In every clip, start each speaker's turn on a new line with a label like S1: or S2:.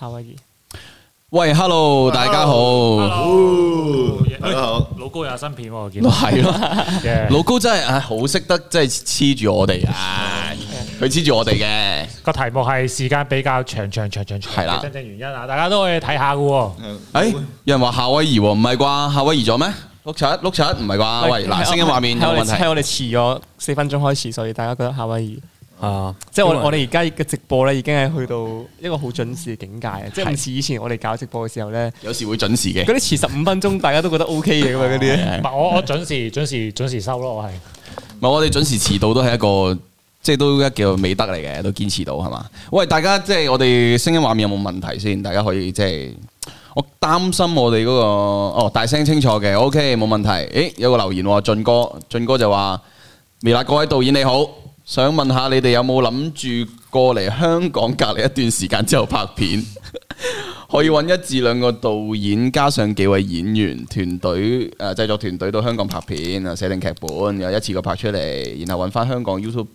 S1: 夏威夷。
S2: 喂，hello，大家好，
S1: Hello
S3: 大家好
S1: 老高有新片喎，我見到
S2: 系咯，
S1: 嘅
S2: 老高真系唉好識得，真係黐住我哋啊！佢黐住我哋嘅，
S1: 個題目係時間比較長長長長長
S2: 係啦
S1: 嘅真正原因啊，大家都可以睇下嘅喎。
S3: ờ.
S2: 诶，哎有人話夏威夷喎，唔係啩？夏威夷咗咩？碌柒碌柒，唔係啩？喂，嗱，聲音畫面有
S4: 係我哋
S2: 問題
S4: 係，我哋遲咗四分鐘開始，所以大家覺得夏威夷。
S5: 啊，
S4: 即係我我哋而家嘅直播咧，已經係去到一個好準時嘅境界啊！即係唔似以前我哋搞直播嘅時候咧，
S2: 有時會準時嘅
S4: 嗰。啲遲十五分鐘大家都覺得 O K 嘅嘛，嗰 啲
S1: 唔係我我準時準時準時收咯，我係
S2: 唔係我哋準時遲到都係一個，即係都一叫美德嚟嘅，都堅持到係嘛？喂，大家即係我哋聲音畫面有冇問題先？大家可以即係我擔心我哋嗰、個哦大聲清楚嘅，OK 冇問題。誒有個留言喎，俊哥，俊哥就話：微辣各位導演你好，想問下你哋有冇諗住過嚟香港隔離一段時間之後拍片？可以揾一至兩個導演，加上幾位演員團隊，誒、呃、製作團隊到香港拍片啊，寫定劇本，又一次過拍出嚟，然後揾翻香港 YouTube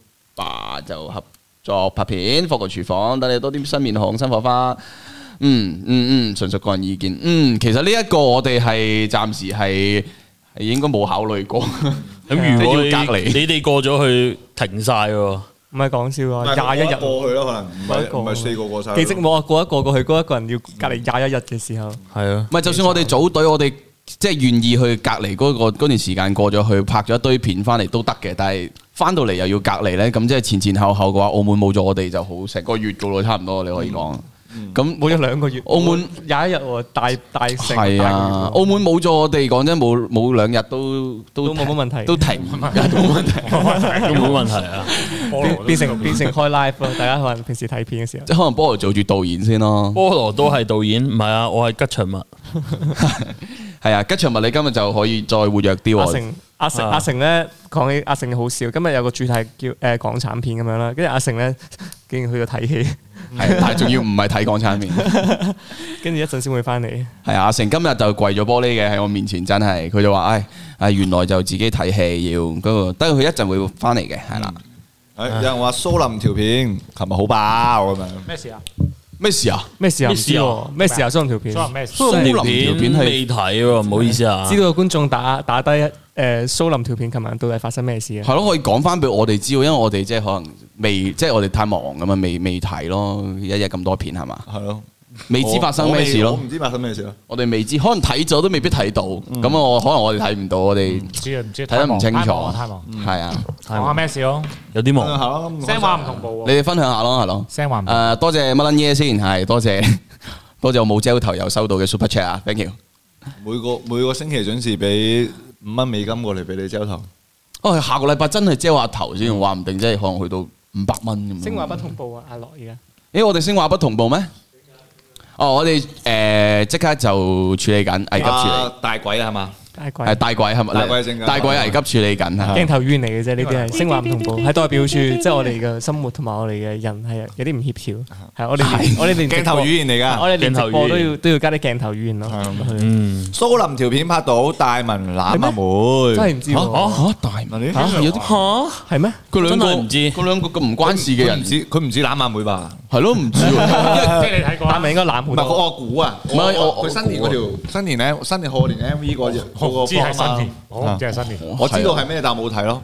S2: 就合作拍片，霍個廚房，等你多啲新面孔、新火花。嗯嗯嗯，純屬個人意見。嗯，其實呢一個我哋係暫時係係應該冇考慮過。
S5: 咁如
S2: 即
S5: 果
S2: 係
S5: 你
S2: 要隔離
S5: 你哋過咗去停晒喎，
S4: 唔係講笑
S3: 但係
S4: 啊！廿一日
S3: 過去咯，可能唔
S4: 一個
S3: 係唔係四個過晒咯。
S4: 幾寂寞啊！過一個過去，嗰一個人要隔離廿一日嘅時候，
S5: 係啊
S2: 唔，係，就算我哋組隊，我哋即係願意去隔離嗰、個嗰段時間過咗去，拍咗一堆片翻嚟都得嘅。但係翻到嚟又要隔離呢，咁即係前前後後嘅話，澳門冇咗我哋就好成個月噶咯，差唔多你可以講。
S4: 嗯
S2: 咁
S4: 冇咗兩個月。
S2: 澳門
S4: 廿一日喎，大大成
S2: 係啊，澳門冇咗我哋，講真冇冇兩日都
S4: 都
S2: 都
S4: 冇乜問題
S2: 都停，都冇問題。
S5: 都啊冇問題啊。
S4: 變變成變成開 live 咯，大家可能平時睇片嘅時候。
S2: 即係可能菠羅做住導演先
S4: 哦
S2: 咯。
S5: 菠蘿都係導演，唔係啊，我係吉祥物。
S2: 係啊，吉祥物你今日就可以再活躍啲
S4: 阿
S2: 喎。
S4: 成阿成
S5: 啊
S4: 阿成咧講起阿成好笑，今日有個主題叫誒港產片咁樣啦，跟住阿成咧 竟然去咗睇戲，
S2: 係，但係仲要唔係睇港產片。
S4: 跟住一陣先會翻嚟。
S2: 係啊，阿成今日就跪咗玻璃嘅喺我面前，真係佢就話：，唉，唉，原來就自己睇戲要嗰個，得佢一陣會翻嚟嘅，係啦。
S3: 誒有人話蘇林條片琴日好爆咁樣，
S1: 咩事啊？
S2: 咩事啊？
S4: 咩時候唔
S5: 咩
S4: 知
S5: 時候
S4: 喎？咩時候收唔條片？
S1: 所以咩事？
S2: 蘇
S5: 蘇
S2: 林
S5: 林
S2: 條片
S5: 條片未睇喎，唔好意思啊。
S4: 知道個觀眾打打低誒蘇林條片，琴晚到底發生咩事啊？
S2: 係咯，可以講翻俾我哋知道，因為我哋即係可能未，即係我哋太忙咁啊，未未睇咯，一日咁多片係嘛，
S3: 係咯。
S2: 未知發生咩事
S3: 我
S2: 咯
S3: 我，唔知發生咩事咯。
S2: 我哋未知，可能睇咗都未必睇到，咁我可能我哋睇唔到，我哋
S1: 唔知啊，唔知
S2: 睇得唔清
S1: 太忙啊
S2: 楚，
S1: 太忙。
S2: 係啊，
S1: 講下咩事咯？
S5: 有啲忙，
S3: 係咯，
S1: 聲話唔同步
S2: 你
S1: 喎，
S2: 哋分享下咯，係咯。
S1: 聲話唔同
S2: 誒，多謝乜撚嘢先，係多謝 多謝我冇焦頭又收到嘅 super chat 啊，thank you。
S3: 每個每個星期準時俾五蚊美金過嚟俾你交頭。
S2: 哦，下個禮拜真係遮下頭先，話唔定真係可能去到五百蚊咁。
S4: 星話不同步啊，阿樂而家
S2: 咦，我哋星話不同步咩？哦，我哋誒即刻就處理緊，危急
S3: À,
S2: 處
S3: 大鬼啦係嘛？
S4: 大
S2: 理，係
S4: 貴
S2: 大鬼係咪？
S3: 大鬼正緊
S2: 大鬼危急處理緊啊！
S4: 鏡頭冤嚟嘅啫，呢啲係星話唔同步，係代表住即係我哋嘅生活同埋我哋嘅人係有啲唔協調，係我哋連我哋連直
S3: 鏡
S4: 播
S3: 頭語言嚟
S4: 我
S3: 㗎。
S4: 哋連直播
S5: 鏡頭
S4: 都
S5: 語
S4: 要都要加啲鏡頭語言咯。
S3: 係
S5: 嗯，
S3: 蘇林條片拍到大文攬阿
S4: 係咩
S3: 妹，
S4: 真係唔知
S2: 嚇
S4: 喎，
S2: 嚇大文，
S3: 嗱，
S4: 嚇
S3: 你
S2: 有啲
S4: 係咩？
S2: 佢兩個
S5: 真係唔知
S2: 佢兩個咁唔關事嘅
S3: 佢唔
S2: 人，
S3: 知佢唔知攬阿妹吧？
S2: 係咯唔知喎，
S1: 即係你睇過
S4: 阿
S1: 啊
S4: 明應該攬好
S3: 唔係
S4: 多。
S3: 我估啊，
S2: 唔係我我
S3: 佢新年嗰條新年咧，新年賀年 M V 嗰隻嗰個
S1: 我知
S3: 方
S1: 係新
S3: 啊
S1: 年，我唔知係新年。
S2: 因為
S3: 我知道係，咩，但我冇睇咯。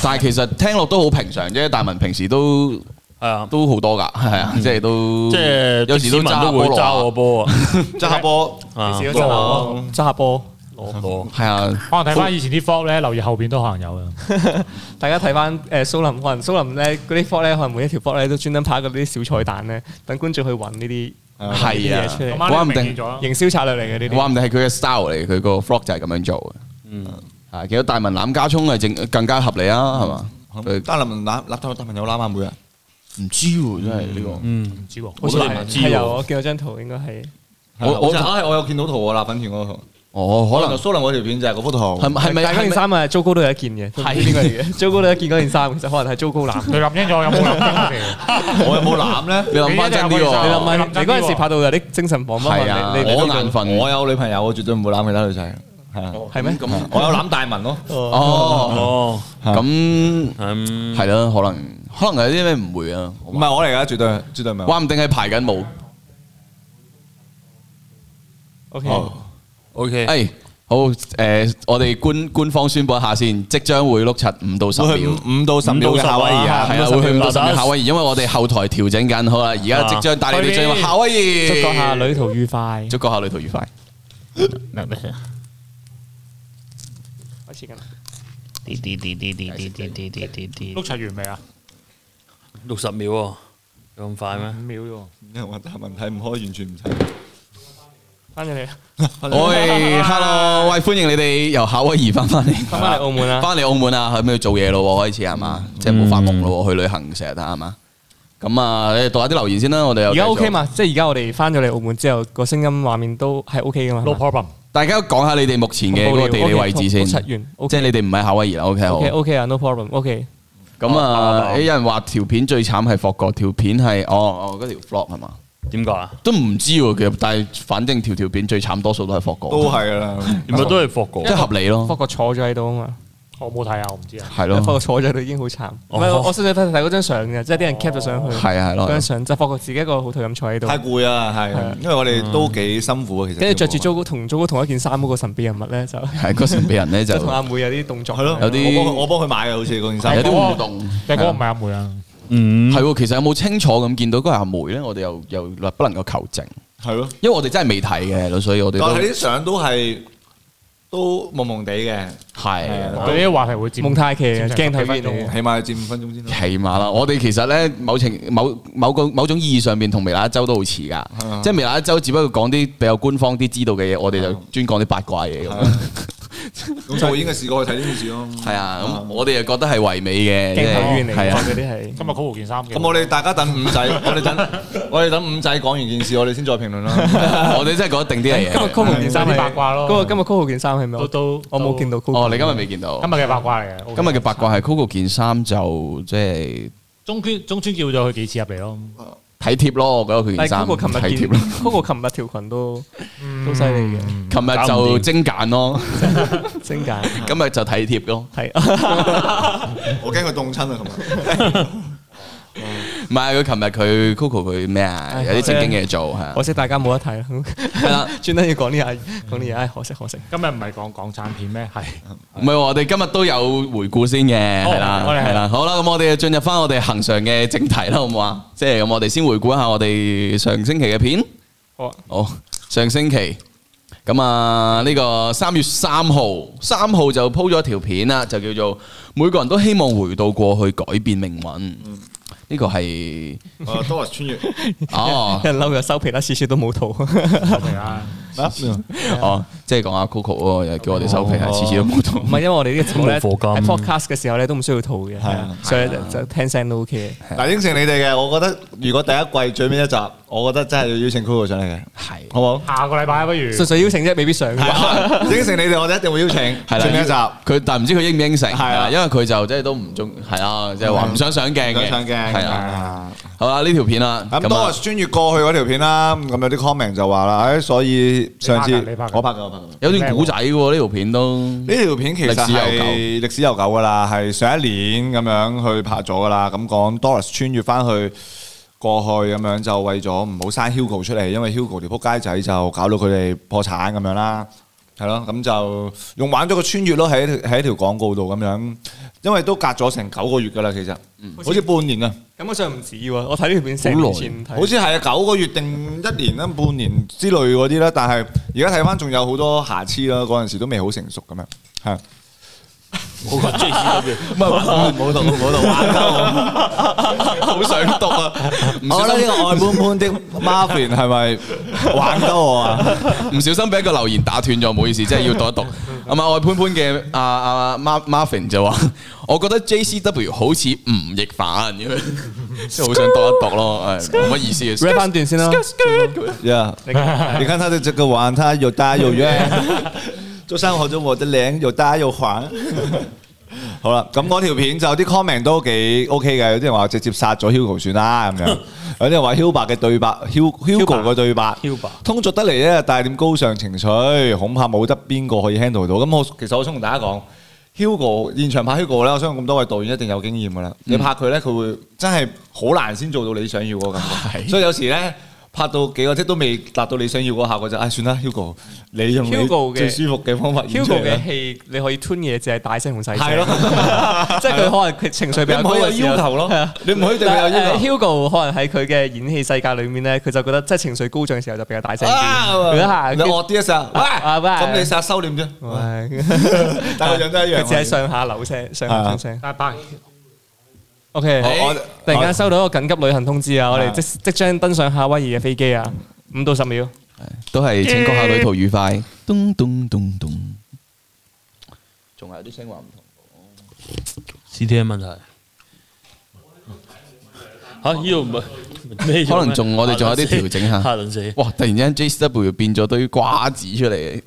S2: 但係其實聽落都好平常啫。大文平時都
S5: 係啊，
S2: 都好多㗎，係啊，即係都
S5: 即係
S2: 有時都
S5: 市民
S2: 揸
S5: 都會
S2: 菠蘿
S5: 揸我
S2: 啊，
S5: 波啊。
S3: 揸下波，
S5: 啊
S4: 試咗下波，揸下波。
S5: 攞
S2: 係啊，
S1: 可能睇翻以前啲 vlog 咧，留意後邊都可能有嘅。
S4: 大家睇翻誒蘇林，可能蘇林咧嗰啲 f 咧，可能每一條 f 咧都專登拍嗰啲小彩蛋咧，等觀眾去揾呢啲呢
S2: 係
S4: 啲嘢出
S2: 啊，
S1: 咁
S4: 嚟，
S1: 啱你明顯咗，
S4: 營銷策略嚟嘅呢
S2: 話
S4: 啲。
S2: 唔定係佢嘅 style 嚟，佢個 frog 就係咁樣做嘅。嗯，啊，見到大文攬加葱係正更加合理啊，係嘛？佢
S3: 得林攬攬到朋友攬阿妹啊，
S2: 唔知喎，真係呢
S5: 嗯，
S1: 唔知喎。
S4: 好似
S5: 我都唔
S4: 係
S5: 知
S4: 係
S5: 喎
S4: 有，我見到張圖應該係
S2: 我我
S3: 我我我有見到圖嗯啊，辣粉團嗰個圖，
S2: 個哦，
S3: 可
S2: 可
S3: 能
S2: 能
S3: 蘇林嗰條片就係嗰幅圖，
S2: 係係咪
S4: 但係嗰件
S2: 係咪
S4: 衫啊，糟糕都有一件嘅，係邊個嚟嘅？糟糕都有一件嗰件衫，其實可能係糟糕 藍。
S1: 你諗清楚有冇諗清我哋？
S3: 我有冇攬咧？
S2: 你諗翻真啲
S1: 你
S4: 你
S1: 諗
S2: 喎？
S4: 諗下，
S1: 諗真啲
S4: 你嗰陣時拍到有啲精神恍惚
S2: 係啊，
S4: 啊，你你
S2: 我眼
S3: 我
S2: 瞓
S3: 有女朋友，我絕對唔會攬其他女仔，係啊，
S4: 係咩？
S2: 咁
S3: 我有攬大文咯，
S2: 哦，
S5: 哦，
S2: 咁
S5: 嗯，
S2: 係啦，可能可能有啲咩唔會啊？
S3: 唔係我嚟㗎，絕對絕對唔係我。
S2: 話唔定係排緊舞，
S4: O K，
S3: 哦
S5: O K，
S2: 诶，哎好诶，我哋官官方宣布一下先，即將會碌柒五到十
S3: 會去
S2: 秒。
S3: 五五到十秒嘅夏威夷啊！
S2: 系
S5: 係
S2: 啦，
S5: 啊
S2: 會去五
S5: 五
S2: 到
S5: 到
S2: 十
S5: 十
S2: 秒
S5: 秒
S2: 夏威夷，因為我哋後台調整緊，好啦，而家即將帶你哋進入夏威夷，
S4: 啊祝閣下旅途愉快。
S2: 祝閣下旅途愉快。
S4: 開始緊啦
S5: 滴滴滴滴滴滴滴滴滴滴滴
S1: 碌，柒完未啊？
S5: 六十秒喎，有咁快 咩
S1: 五？秒啫
S3: 因為我答問題唔開，完全唔使。
S4: 翻咗嚟啦，
S2: 喂，hello，喂，歡迎你哋由夏威夷翻翻嚟，
S4: 翻返嚟澳門啊嗯啦。
S2: 翻嚟澳門啊，去咩做嘢咯喎？開始啊係嘛，即係冇發夢咯喎，去旅行成日得係嘛。咁啊，你哋讀下啲留言先啦，我哋又
S4: 而家
S2: 繼續
S4: OK？嘛？即係而家我哋翻咗嚟澳門之後，個聲音畫面都係 OK 噶嘛
S1: ，no
S4: 係嘛
S1: problem。
S2: 大家講下你哋目前嘅嗰個地理位置先，
S4: 好好好
S2: 即
S4: 七元
S2: 係你哋唔喺夏威夷啦，OK 好。
S4: ，OK OK 啊，no problem，OK。
S2: 咁
S5: 哦
S2: 啊，
S5: 哦
S2: 有人話條片最慘係霍國，條片係哦哦嗰條 vlog 係嘛？
S5: 點解啊？
S2: 都唔知喎，其實但係反正條條片最慘，多數都係霍
S3: 都
S2: 國，
S3: 啊係噶啦，
S5: 原來都係霍過
S2: 即。係合理
S4: 不
S2: 咯，
S4: 過坐咗喺度啊嘛。
S1: 我冇睇啊，我唔知啊。
S2: 係
S4: 發覺
S2: 咯，
S4: 坐咗喺度已經好慘。唔
S5: 哦
S4: 係，我我細細睇睇嗰張相嘅，即係啲人 cap 咗上去，
S2: 係啊係
S4: 嗰張
S2: 咯，
S4: 相就發覺自己一個好頹咁坐喺度，
S3: 太攰啊，係啊，因為我哋都幾辛苦啊，其實。
S4: 跟住着住租同租同一件衫嗰個神秘人物咧，就
S2: 係嗰時俾人咧就
S4: 就 同阿
S2: 有
S4: 妹有啲動作。
S3: 係咯，
S2: 有啲
S3: 我幫佢我幫佢買嘅，好似嗰件衫。
S2: 啲互動。
S1: 但係嗰個唔
S2: 係
S1: 係阿梅啊，
S5: 嗯，
S2: 喎，其實有冇清楚咁見到嗰個阿梅咧？我哋又又不能夠求證，
S3: 係咯，
S2: 因為我哋真係未睇嘅，所以我哋
S3: 但
S2: 都
S3: 係啲相都係都朦朦地嘅，
S2: 係啊
S1: 我哋呢啲話題會佔
S4: 蒙太奇嘅
S1: 佔成
S4: 鏡頭
S1: 十幾
S4: 語言嚟
S2: 哦
S4: 嘅
S1: 分鐘。
S3: 起碼佔五分鐘先 啦。
S2: 起碼啦，我哋其實咧某程某某個某種意義上面同微辣一周都好似噶，即係微辣一周只不過講啲比較官方啲知道嘅嘢，我哋就專講啲八卦嘢咁樣。
S3: 咁我已經係試過去睇呢件事咯。
S2: 係啊，咁我哋又覺得係唯美嘅
S4: 鏡頭語言嚟
S2: 係
S4: 嘅，
S2: 啊，
S4: 嗰啲係。
S1: 今日 Coco 件衫嘅。
S3: 咁我哋大家等五仔， 我哋等我哋等五仔講完件事，我哋先再 評論啦。
S2: 啊我哋真係講定啲
S4: 今日
S2: 嘢。
S4: Coco 件衫係
S1: 八卦咯
S4: 嗰個今日 Coco 件衫係咩？
S1: 都都
S4: 我冇見到 Coco。
S2: 哦，你今日未見到
S1: 今？日嘅八卦嚟嘅。
S2: 今日嘅八卦係 Coco 件衫就即係
S1: 中村中村叫咗佢幾次入嚟咯。
S2: 睇貼咯，我覺得佢件
S4: 但係
S2: 衫
S4: Coco 琴
S2: 睇
S4: 日
S2: 貼
S4: 見
S2: 咯。
S4: Coco 琴日條裙都都犀利嘅，
S3: 嗯
S2: 琴日
S5: 搞唔
S2: 就
S5: 掂
S2: 精簡咯，
S4: 精簡
S2: 今日就睇貼咯。
S4: 係。
S3: 我驚佢凍親啊， 琴日。
S2: 唔係佢琴日佢 Coco 佢咩啊？
S4: 唉
S2: 有啲正經嘢做係啊
S4: 可惜大家冇得睇啦，
S2: 係啦。
S4: 專登要講呢下講呢嘢，唉可惜可惜。
S3: 啊
S1: 今日唔係講港產片咩？係
S2: 唔係喎，我哋今日都有回顧先嘅，
S1: 哦
S2: 係啦，
S1: 我哋係
S2: 係啦，好啦，咁我哋進入翻我哋恒常嘅正題啦，好唔好啊？ 即係咁，我哋先回顧一下我哋上星期嘅片。
S4: 好啊，
S2: 好，上星期咁啊，呢、個三月三號，三號就鋪咗條片啦，就叫做每個人都希望回到過去改變命運。
S1: 嗯
S2: 呢個係
S3: 啊，Doris 穿越。
S2: 哦
S4: 有人嬲又收皮啦，次次都冇圖。
S1: 係啊，
S3: 嗯
S2: 哦，即係講阿 Coco 嗰個又叫我哋收皮，
S1: 哦
S2: 係次次都冇
S4: 唔
S2: 同。
S4: 係因為我哋呢個節目咧
S5: 冇課
S4: 喺
S5: 金
S4: podcast 嘅時候咧都唔需要圖嘅，
S3: 係啊
S4: 所以就就聽聲都 OK
S3: 嗱，應承你哋嘅，我覺得如果第一季最尾一集，我覺得真係要邀請 Coco 上嚟嘅，
S2: 係
S3: 好唔好？
S1: 下個禮拜不如
S4: 嘅。純粹邀請啫，未必上嘅。
S3: 啊應承你哋，我哋一定會邀請。
S2: 係啦，
S3: 最尾一集。
S2: 佢但唔知佢應唔應承，係
S3: 係
S2: 啦，
S3: 啊
S2: 因為佢就即係都唔中，係啊，即係話唔想上鏡嘅，
S3: 想上鏡
S2: 係啊。
S3: 啊！
S2: 好啦，呢條片啦，
S3: 咁
S2: 咁啊
S3: Doris 穿越過去嗰條片啦，咁有啲 comment 就話啦，誒，哎所以上次
S1: 你拍㗎你拍㗎
S3: 我拍嘅，我拍嘅。
S2: 有段古仔喎，呢條片都
S3: 呢條片其實
S2: 歷史悠
S3: 係歷史悠久噶啦，係上一年咁樣去拍咗噶啦。咁講 Doris 穿越翻去過去咁樣，就為咗唔好生 Hugo 出嚟，因為 Hugo 條撲街仔就搞到佢哋破產咁樣啦。係咯，咁就用玩咗個穿越咯，喺喺條廣告度咁樣，因為都隔咗成九個月噶啦，其實好似半年啊，
S4: 咁我上唔止喎，我睇呢條片成年前睇，
S3: 好似係啊九個月定一年啦、啊半年之類嗰啲啦。但係而家睇翻仲有好多瑕疵啦，嗰陣時都未好成熟咁樣，係。
S5: 我個 J C
S3: 唔係冇讀冇讀玩鳩
S2: 好想讀啊！唔
S3: 我，
S2: 小
S3: 我覺得呢
S2: 心
S3: 個外搬搬的 Marvin 係咪玩鳩我啊？
S2: 唔小心俾一個留言打斷咗，唔好意思，即係要讀一讀。咁啊，我潘潘嘅阿阿 Mar Marvin 就話： 我覺得 JCW 好似吳亦凡咁樣， 即係好想讀一讀咯，誒冇乜意思嘅
S4: rap。翻段先啦。
S3: 呀！你看他的這個碗，它又大又圓， 就像我的我的臉又大又黃。 好啦，咁嗰條片就啲 comment 都幾 OK 嘅，有啲人話直接殺咗 Hugo 算 啦咁樣，有啲人話 Hugo 嘅對白，Hugo 嘅對白
S5: Hugo
S3: 通俗得嚟咧，帶點高尚情緒，恐怕冇得邊個可以 handle 到。咁我其實我想同大家講，Hugo 現場拍 Hugo 咧，我相信咁多位導演一定有經驗噶啦。你拍佢咧，佢會真係好難先做到你想要嗰個感覺。所以有時咧拍到幾個即都未達到你想要嗰下嗰陣，唉，算啦，Hugo，你用你
S4: Hugo 嘅
S3: 最舒服嘅方法演出
S4: Hugo
S3: 嚟啦
S4: 嘅戲你可以 tune 嘢，就係大聲同細聲。
S3: 啊係咯，
S4: 即係佢可能佢情緒比
S3: 你
S4: 較
S3: 唔
S4: 高
S3: 可以有
S4: 嘅時候
S3: 要求 咯
S4: 係啊，
S3: 你唔可以對佢有
S4: 但
S3: 要
S4: 係 à,
S3: 求。
S4: Hugo 可能喺佢嘅演戲世界裏面咧，佢就覺得即係情緒高漲嘅時候就比較大聲 啲，佢一下
S3: 你惡啲一陣，
S4: 啊
S3: 喂，
S4: 喂
S3: 咁你實收斂啫，
S4: 喂
S3: 但係個樣都一樣。
S4: 佢只係上下流聲，上下
S3: 係啊
S4: 流聲。
S1: 但係白
S4: OK，
S3: 我我
S4: 突然間收到一個緊急旅行通知啊！我哋
S3: 啊
S4: 即即將登上夏威夷嘅飛機啊！五到十秒，
S2: 都係請閣下旅途愉快。咚咚咚咚，仲係有啲聲話唔同。
S5: CTM 問題。嚇！呢度唔係 咩？
S2: 可能仲我哋仲有啲調整下
S5: 下輪死。
S2: 哇！突然之間 JCW 變咗堆瓜子出嚟，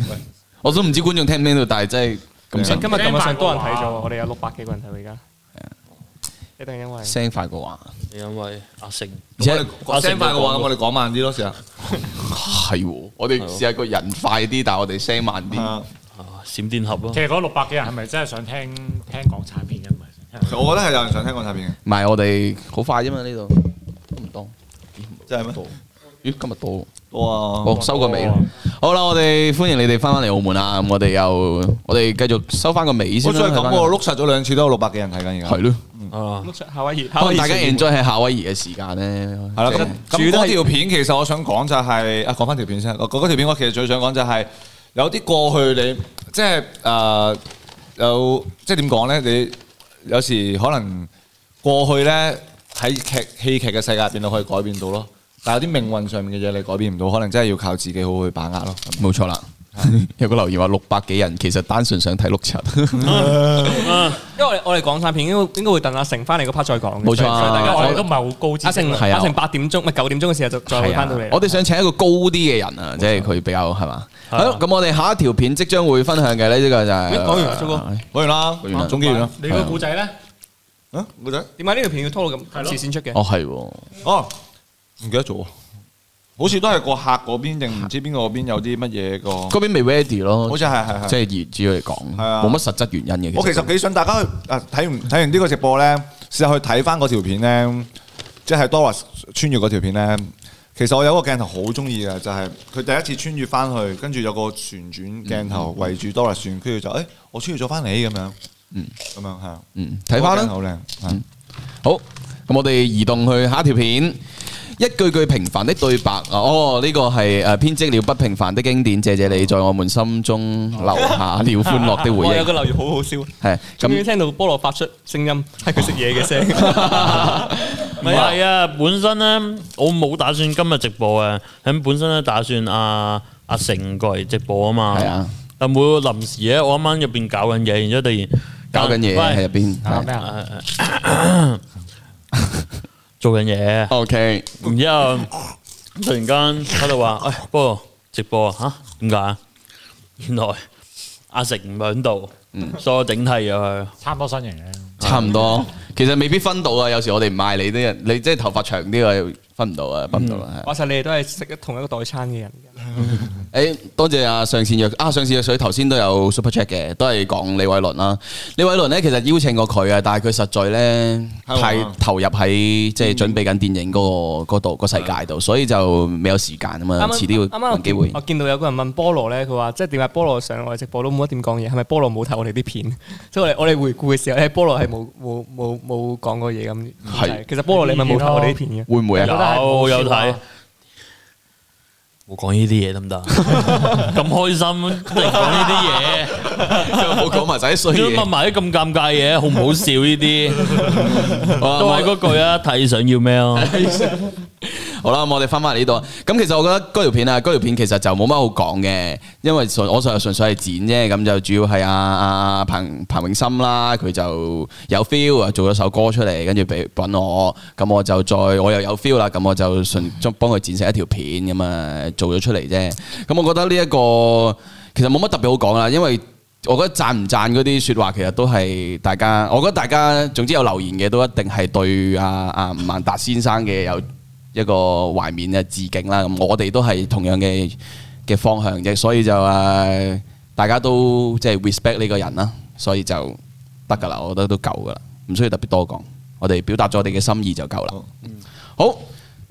S2: 我都唔知觀眾聽唔聽到，但係真係咁啊
S4: 今
S2: 想
S4: 日咁日上多人睇咗，我哋有六百幾個人睇喎而家。一定因為
S2: 聲快過話，
S5: 因為阿成
S2: 而且
S3: 我哋聲快嘅話，我哋講慢啲咯，試下。
S2: 係喎，我哋試下個人快啲，但係我哋聲慢啲。
S5: 啊閃電俠咯
S1: 其，實嗰六百幾人係咪真係想聽聽港產片嘅？唔係，
S3: 我覺得係有人想聽港產片
S2: 唔係我哋好快啫嘛，呢度都唔多。
S3: 嘅，真係咩
S2: 多？咦，今日多，
S3: 哇！
S2: 哦，收個尾啦。好啦，我哋歡迎你哋翻返嚟澳門啊！咁我哋又我哋繼續收翻個尾
S3: 我
S2: 先啦。
S3: 再
S2: 睇
S3: 講
S2: 返
S3: 我碌實咗兩次都有六百幾人睇緊而家
S2: 係。咯，
S5: 啊
S4: 夏威夷，夏
S2: 可
S4: 威
S2: 能
S4: 夷
S2: 大家
S4: 全部
S2: enjoy 喺夏威夷嘅時間咧。
S3: 係啦，
S2: 即係
S3: 咁咁嗰條片其實我想講就係啊，講翻條片先。嗰嗰條片我其實最想講就係有啲過去你即係誒有即係點講咧？你有時可能過去咧喺劇戲劇嘅世界入邊，你可以改變到咯。但係有啲命運上面嘅嘢你改變唔到，可能真係要靠自己好好去把握咯。
S2: 冇錯啦。有個留言話六百幾人，其實單純想睇六七。
S4: 因為我哋港產片應該應該會等阿成翻嚟嗰 part 再講嘅。
S2: 冇錯啊
S4: 所以大
S1: 大
S4: 家
S1: 家
S4: 可
S1: 我
S4: 能
S1: 哋都唔係好高知
S4: 阿
S1: 識
S4: 成
S1: 啦。
S2: 係啊
S4: 阿成八點鐘咪九點鐘嘅時候就再翻
S3: 啊
S4: 到嚟。
S2: 我哋想請一個高啲嘅人啊，即係佢比較係嘛。
S5: 係啊
S2: 好，咁我哋下一條片即將會分享嘅呢，呢個就係呃
S4: 咦講完啦蘇哥
S3: 講完啦啊
S2: 講完啦，
S3: 總結完啦。
S1: 你個古仔咧？
S3: 啊，冇仔，
S4: 點解呢條片要拖到
S1: 係
S4: 咁
S1: 咯
S4: 遲先出嘅？
S2: 哦係喎，
S3: 哦，唔記得咗喎，好似都係個客嗰邊定唔知邊個嗰邊有啲乜嘢個，好
S2: 嗰邊未 ready 咯，
S3: 似係係係。
S2: 即係業主要嚟講，
S3: 係啊
S2: 冇乜實質原因嘅。
S3: 我其實幾想大家去啊睇完睇完呢個直播咧，試下去睇翻嗰條片咧，即係 Doris 穿越嗰條片咧。其實我有一個鏡頭好中意嘅，就係、佢第一次穿越翻去，跟住有個旋轉鏡頭圍住 Doris 旋，跟住就誒、哎我穿越咗翻嚟咁樣，
S2: 嗯
S3: 咁樣係啊
S2: 嗯睇翻啦嗯
S3: 嗰個鏡頭。好靚，係
S2: 好，咁我哋移動去下一條片。一句句平凡的對白啊！哦，呢個係誒編織了不平凡的經典，謝謝你在我們心中留下了歡樂的回
S4: 我有
S2: 憶。
S4: 個留言好好笑，
S2: 係
S4: 終於
S2: 咁
S4: 聽到菠蘿發出聲音，係佢食嘢嘅 聲。
S5: 唔係啊，本身咧我冇打算今日直播啊，咁本身咧打算阿阿成過嚟直播啊嘛。
S2: 係啊，
S5: 但每個臨時咧，我啱啱入邊搞緊嘢，然之後突然
S2: 搞緊嘢喺入
S5: 喂
S2: 邊。
S1: 啊
S2: 係
S1: 咩啊？
S5: 做緊嘢，
S2: OK，
S5: 然之後突然間喺度話，哎，不過直播啊，嚇點解啊？原來阿成唔喺度，所以我頂替咗佢。
S1: 差唔多身形嘅，
S2: 差唔多。其實未必分到啊，有時我哋唔賣你啲人，你即係頭髮長啲啊，分唔到啊，分唔到啊。
S4: 話晒你哋都係食得同一個代餐嘅人。
S2: 誒，多謝啊！上線藥啊，上線藥水頭先都有 super chat 嘅，都係講李偉倫啦。李偉倫咧，其實邀請過佢啊，但係佢實在咧
S3: 係嘛
S2: 太投入喺即
S4: 嗯
S2: 係準備緊電影嗰個嗰度個世界度，所以就未有時間啊嘛，遲啲會
S4: 啊啱啱我
S2: 揾機
S4: 見
S2: 會
S4: 我。見到有個人問菠蘿咧，佢話即係點解啊菠蘿上我哋直播都冇乜點講嘢，係咪菠蘿冇睇我哋啲 片？即係我哋我哋回顧嘅時候咧，菠蘿係冇冇冇冇講過嘢咁。
S2: 係
S4: 其實菠蘿你咪冇睇我哋啲片嘅。
S2: 會唔會啊？
S5: 有有
S1: 覺得係冇笑
S5: 睇
S1: 啊。
S5: 冇講呢啲嘢得 唔得？咁開心，突然講呢啲嘢。
S4: 啊
S2: 冇講埋仔衰
S5: 你都問
S2: 嘢。
S5: 埋啲咁尷尬嘢，好唔好笑呢啲？都係嗰句啊，睇想要咩咯？
S2: 好啦，咁我哋翻返嚟呢度。咁其實我覺得嗰條片啊，嗰條片其實就冇乜好講嘅，因為純我就純粹係剪啫。咁就主要係阿阿彭彭永森啦，佢就有 feel 啊，做咗首歌出嚟，跟住俾揾我，咁我就再我又有 feel 啦，咁我就純將幫佢剪成一條片咁啊，做咗出嚟啫。咁我覺得呢、一個其實冇乜特別好講啦，因為。我覺得讚唔讚嗰啲説話其實都係大家，我覺得大家總之有留言嘅都一定係對阿阿吳萬達先生嘅有一個懷緬嘅致敬啦。咁我哋都係同樣嘅嘅方向啫，所以就誒、呃大家都即係 respect 呢個人啦，所以就得噶啦，我覺得都夠噶啦，唔需要特別多講。我哋表達咗我哋嘅心意就夠啦。好，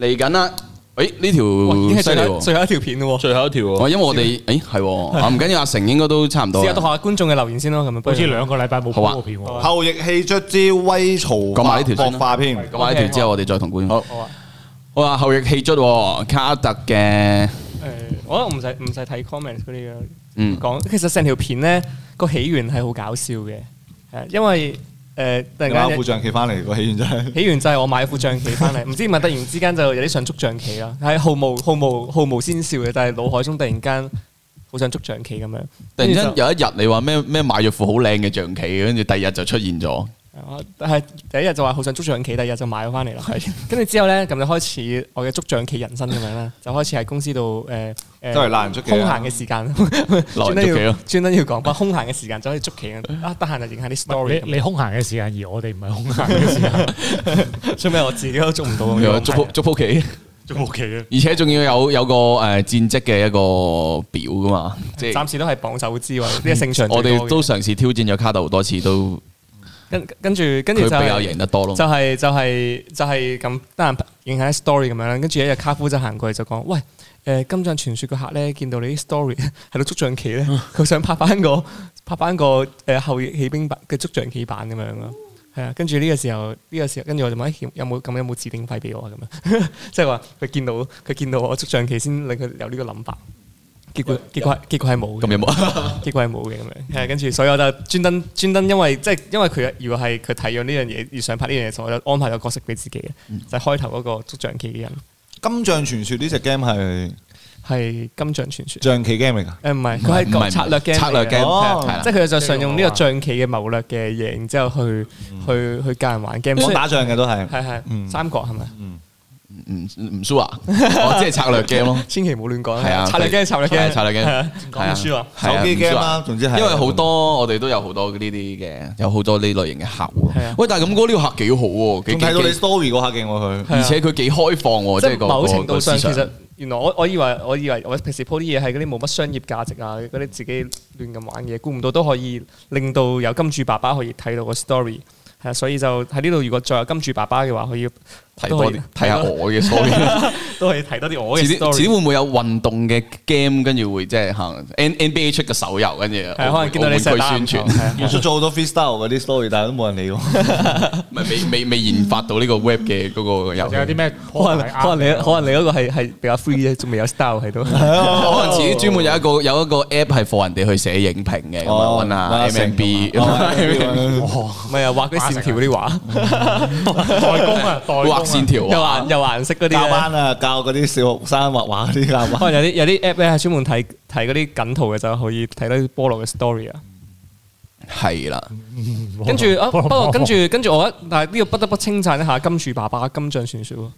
S2: 嚟緊啦，诶呢
S4: 哇已經係
S2: 條犀
S4: 最
S2: 利
S4: 後
S2: 喎！
S4: 最後一條片咯喎，
S5: 最後一條
S2: 哦，
S5: 喎，
S2: 因為我哋诶系， 啊唔緊要，阿成應該都差唔多啊
S4: 試
S2: 啦。
S4: 下讀下觀眾嘅留言先咯，咁樣不
S1: 好
S4: 如
S1: 似兩個禮拜冇
S2: 好
S1: 播
S2: 啊
S1: 過片喎。
S3: 後翼氣卒之威曹
S2: 講埋呢條先
S3: 國
S2: 啦
S3: 化篇，
S2: 講埋呢啊條之後，我哋再同觀眾。
S4: 好啊。
S2: 好啊，後翼氣卒喎，卡特嘅，
S4: 誒，我覺得唔使唔使睇 comment 嗰啲嘅。
S2: 嗯，
S4: 講其實成條片咧個起源係好搞笑嘅，係因為誒、呃突
S3: 你買
S4: 然
S3: 副
S4: 間
S3: 象棋翻嚟個戲院真係
S4: 起源就係我買副象棋翻嚟， 唔知點解突然之間就有啲想捉象棋啦，係毫無毫無毫無先兆嘅，但係腦海中突然間好想捉象棋咁樣。
S2: 突然
S4: 跟
S2: 間
S4: 住就
S2: 有一日你話咩咩買咗副好靚嘅象棋，跟住第二日就出現咗。
S4: 啊但係第一日就話好想捉象棋，第二日就買咗翻嚟啦。跟住之後咧，咁就開始我嘅捉象棋人生咁樣啦，就開始喺公司度誒誒，
S3: 都係難捉棋啊
S4: 空閒嘅時 間，
S2: 捉
S4: 專登
S2: 棋
S4: 要
S2: 咯
S4: 專登要講翻空閒嘅時間就可以捉棋啊，得閒就影下啲 story 咁樣。
S1: 你你空閒嘅時間，而我哋唔係空閒嘅時間，
S4: 最尾我自己都捉唔到咁
S2: 又
S4: 樣，啊
S2: 捉捉鋪棋，
S1: 仲冇期啊！
S2: 而且仲要有有個誒戰績嘅一個表噶嘛，即係
S4: 暫時都係榜首之位，呢個勝場
S2: 我
S4: 最
S2: 哋
S4: 高嘅
S2: 都嘗試挑戰咗卡特好多次，都
S4: 跟跟住跟住
S2: 佢比
S4: 就
S2: 較
S4: 係
S2: 贏得多咯。
S4: 就係就係就係咁得閒影下啲 story 咁樣啦。跟住有一日卡夫就行過嚟就講：喂，誒金像傳説個客咧，見到你啲 story 喺度捉象棋
S2: 嗯
S4: 咧，佢想拍翻個拍翻個誒後翼起兵版嘅捉象棋版咁樣咯。係啊，跟住呢個時候，呢、個時候，跟住我就問：咦有冇咁有冇指定費俾我啊咁樣？ 即係話佢見到佢見到我捉象棋先令佢有呢個諗法。結果結果係結果係冇嘅。
S2: 咁有冇？
S4: 結果係冇嘅咁樣，係跟住，所以我就專登專登，因為即係因為佢如果係佢睇咗呢樣嘢，而想拍呢樣嘢，所以我就安排個角色俾自己
S2: 嗯
S4: 嘅，就係開頭嗰個捉象棋嘅人
S3: 金像傳說呢只 game 係
S4: 係金像傳説。
S3: 象棋 game 嚟㗎。
S4: 誒唔係，佢係
S2: 唔係唔
S4: 個
S2: 係
S4: 策略 game
S2: 策略
S4: 嚟嘅
S2: game，
S4: 係啊
S2: 係啦
S4: 即係佢就常用呢個象棋嘅謀略嘅嘢，然之後去
S2: 嗯
S4: 去去教人玩 game。
S3: 我打仗嘅都係，
S4: 係係
S3: 嗯
S4: 三國係咪？
S2: 唔唔輸啊！我即係策略 game 咯。
S4: 千祈唔好亂講。
S2: 係啊
S4: 策略 game 策略 game
S2: 係策略 game
S4: 係啊唔
S2: 係
S4: 講唔輸啊！啊
S2: 係啊
S3: 手機
S2: 唔知
S3: game
S2: 話
S3: 啦總之係
S2: 因為好多我哋都有好多呢啲嘅，有好多呢類型嘅客户
S4: 係啊。
S2: 喂，但係咁哥呢個客幾好喎，幾
S3: 仲睇到你
S2: 幾
S3: story 嗰下勁喎
S4: 係
S3: 佢。
S4: 啊
S2: 而且佢幾開放喎，
S4: 即
S2: 即
S4: 係
S2: 係個
S4: 某程度上，
S2: 個
S4: 其
S2: 市
S4: 實
S2: 場
S4: 原來我我以為我以為我平時 po 啲嘢係嗰啲冇乜商業價值啊，嗰啲自己亂咁玩嘅嘢，估唔到都可以令到有金主爸爸可以睇到個 story。係啊，所以就喺呢度，如果再有金主爸爸嘅話，可以
S2: 睇
S4: 都可
S2: 多
S4: 以
S2: 啲睇下我嘅 story。
S4: 都可以睇多啲我嘅
S2: 遲啲遲
S4: story
S2: 啲。會唔會有運動嘅 game，跟住會即係行 N NBA 出個手遊，跟住
S4: 係啊可能見到你
S2: 澳
S4: 成日打籃
S2: 門區
S4: 球
S2: 宣 傳，
S4: 係啊
S3: 我出咗好多 freestyle 嗰啲 story，但係都冇人理我。
S2: 唔係未未未研發到呢個 web 嘅嗰個
S1: 或
S2: 遊
S1: 者有啲
S2: 戲。
S1: 咩
S4: 可能可能你可能你嗰個係係比較 free 啫，仲未有 style 喺度。哦
S2: 可能自己專門有一個有一個 app 係 for 人哋去寫影評嘅，咁
S4: 哦
S2: 樣揾
S3: 哦
S2: 下 MMB
S3: 啊
S4: 唔係啊，畫嗰啲線條嗰啲畫，哦
S1: 代工啊，代工啊
S2: 畫線條
S4: 又
S2: 啊。
S4: 顏又顏色嗰啲
S3: 教
S4: 咧。
S3: 班啊，教嗰啲小學生畫畫嗰啲教 班。
S4: 可能有啲有啲 app 咧係專門睇睇嗰啲緊圖嘅，就可以睇到啲菠蘿嘅 story 啊。
S2: 係啦，
S4: 跟住啊，不過跟住跟住我一，但係呢個不得不稱讚一下金柱爸爸金像傳説喎。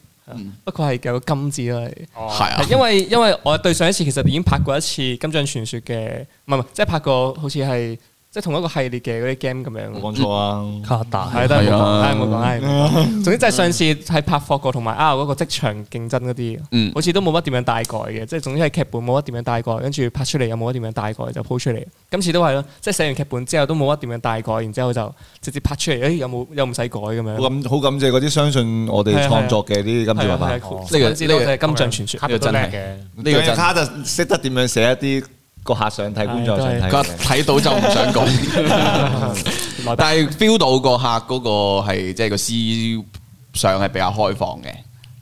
S4: 不過係有個金字啦，
S2: 係啊
S4: 係，因為因為我對上一次其實已經拍過一次金像傳説嘅，唔係唔係，即係拍過好似係即係同一個系列嘅嗰啲 game 咁樣。
S3: 冇講錯啊！
S5: 卡大
S4: 係，都係冇
S2: 係啊
S4: 講，係冇講，係冇講。總之就係上次係拍霍國同埋 R 嗰個職場競爭嗰啲
S2: 嗯，
S4: 好似都冇乜點樣大改嘅，即係總之係劇本冇乜點樣大改，跟住拍出嚟又冇乜點樣大改就鋪出嚟。今次都係咯，即係寫完劇本之後都冇乜點樣大改，然之後就直接拍出嚟，誒有冇又唔使改咁
S3: 好
S4: 樣。
S3: 感好感謝嗰啲相信我哋創作嘅啲金主
S4: 係
S3: 爸
S4: 啊係
S3: 爸
S4: 啊。
S1: 哦
S2: 呢個哦
S4: 上次都
S2: 呢個
S4: 係金像傳説，
S1: 卡特
S2: 呢個
S1: 都
S2: 真
S1: 叻
S2: 係
S1: 嘅。
S2: 呢個
S3: 呢
S2: 真
S3: 個
S2: 係
S3: 卡特識得點樣寫一啲個客想睇、觀眾想睇
S2: 佢
S3: 嘅
S2: 話睇到就唔想講， 但係 feel 到個客嗰個係即係個思想係比較開放嘅，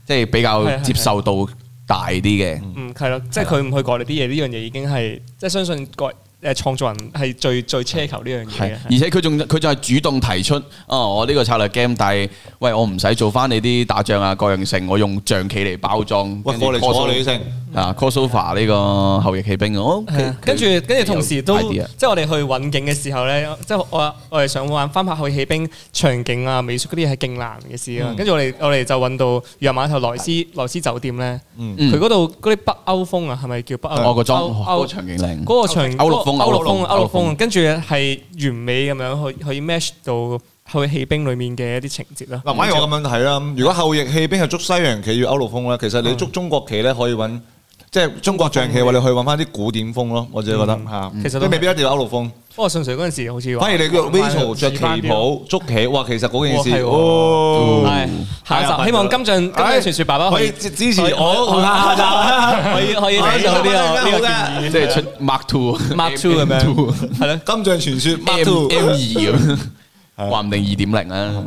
S2: 即係比較接受度大啲嘅。
S4: 嗯係
S2: 啊
S4: 咯，即係佢唔去改你啲嘢，呢樣嘢已經係即係相信改誒創作人係最最奢求呢樣嘢
S2: 係，
S4: 嘅。
S2: 而且佢仲佢仲係主動提出，哦，我呢個策略 game，但係喂，我唔使做翻你啲打仗啊、各樣性，我用象棋嚟包裝。
S3: 喂，
S2: 跟住
S3: 過嚟
S2: crossover-
S3: 坐你先。
S2: 啊 c o s o v a 呢個後翼騎兵，哦我
S4: 係啊跟住跟住同時都即
S2: idea
S4: 係我哋去揾景嘅時候咧，即係我我哋想玩翻拍去起兵場景啊、美術嗰啲係勁難嘅事啊。跟住我哋我哋就揾到漁人碼頭萊斯萊斯酒店咧，
S2: 嗯
S4: 佢嗰度嗰啲北歐風啊，係咪叫北歐？
S2: 我個裝
S4: 歐
S2: 嗰個
S4: 歐
S2: 場景靚，
S4: 哦嗰個場
S2: 歐陸風
S4: 歐
S2: 歐陸
S4: 陸風歐
S2: 風
S4: 陸
S2: 歐陸
S4: 風，
S2: 風
S4: 跟住係完美咁樣去去 match 到去起兵裡面嘅一啲情節啦。
S3: 嗱，反而我咁樣睇啦。如果後翼戲邊係捉西洋棋要歐陸風咧，其實
S4: 嗯
S3: 你捉中國棋咧可以揾，即係中國象棋嘅話，你去揾翻啲古典風咯。我自己覺得嚇，
S4: 嗯其實都
S3: 都未必一定要歐陸風。
S4: 不過純粹嗰陣時好似話
S3: 反而你叫
S4: 玩返
S3: Rachel 着旗
S4: 玩返啲咯
S3: 袍捉棋，哇！其實嗰件事，
S4: 哦係下
S3: 係啊
S4: 集希望金像金像傳説爸爸
S3: 可
S4: 可
S3: 以
S4: 以
S3: 支支持我，好啦，哎
S4: 可以可以
S3: 可以
S4: 睇到呢個呢個建議
S3: 嘅。
S2: 即係出 Mark Two、
S4: Mark Two 咁樣係咯。
S3: 金像傳說 Mark
S2: M
S3: Two，
S2: M 二咁，話唔定二點零啊，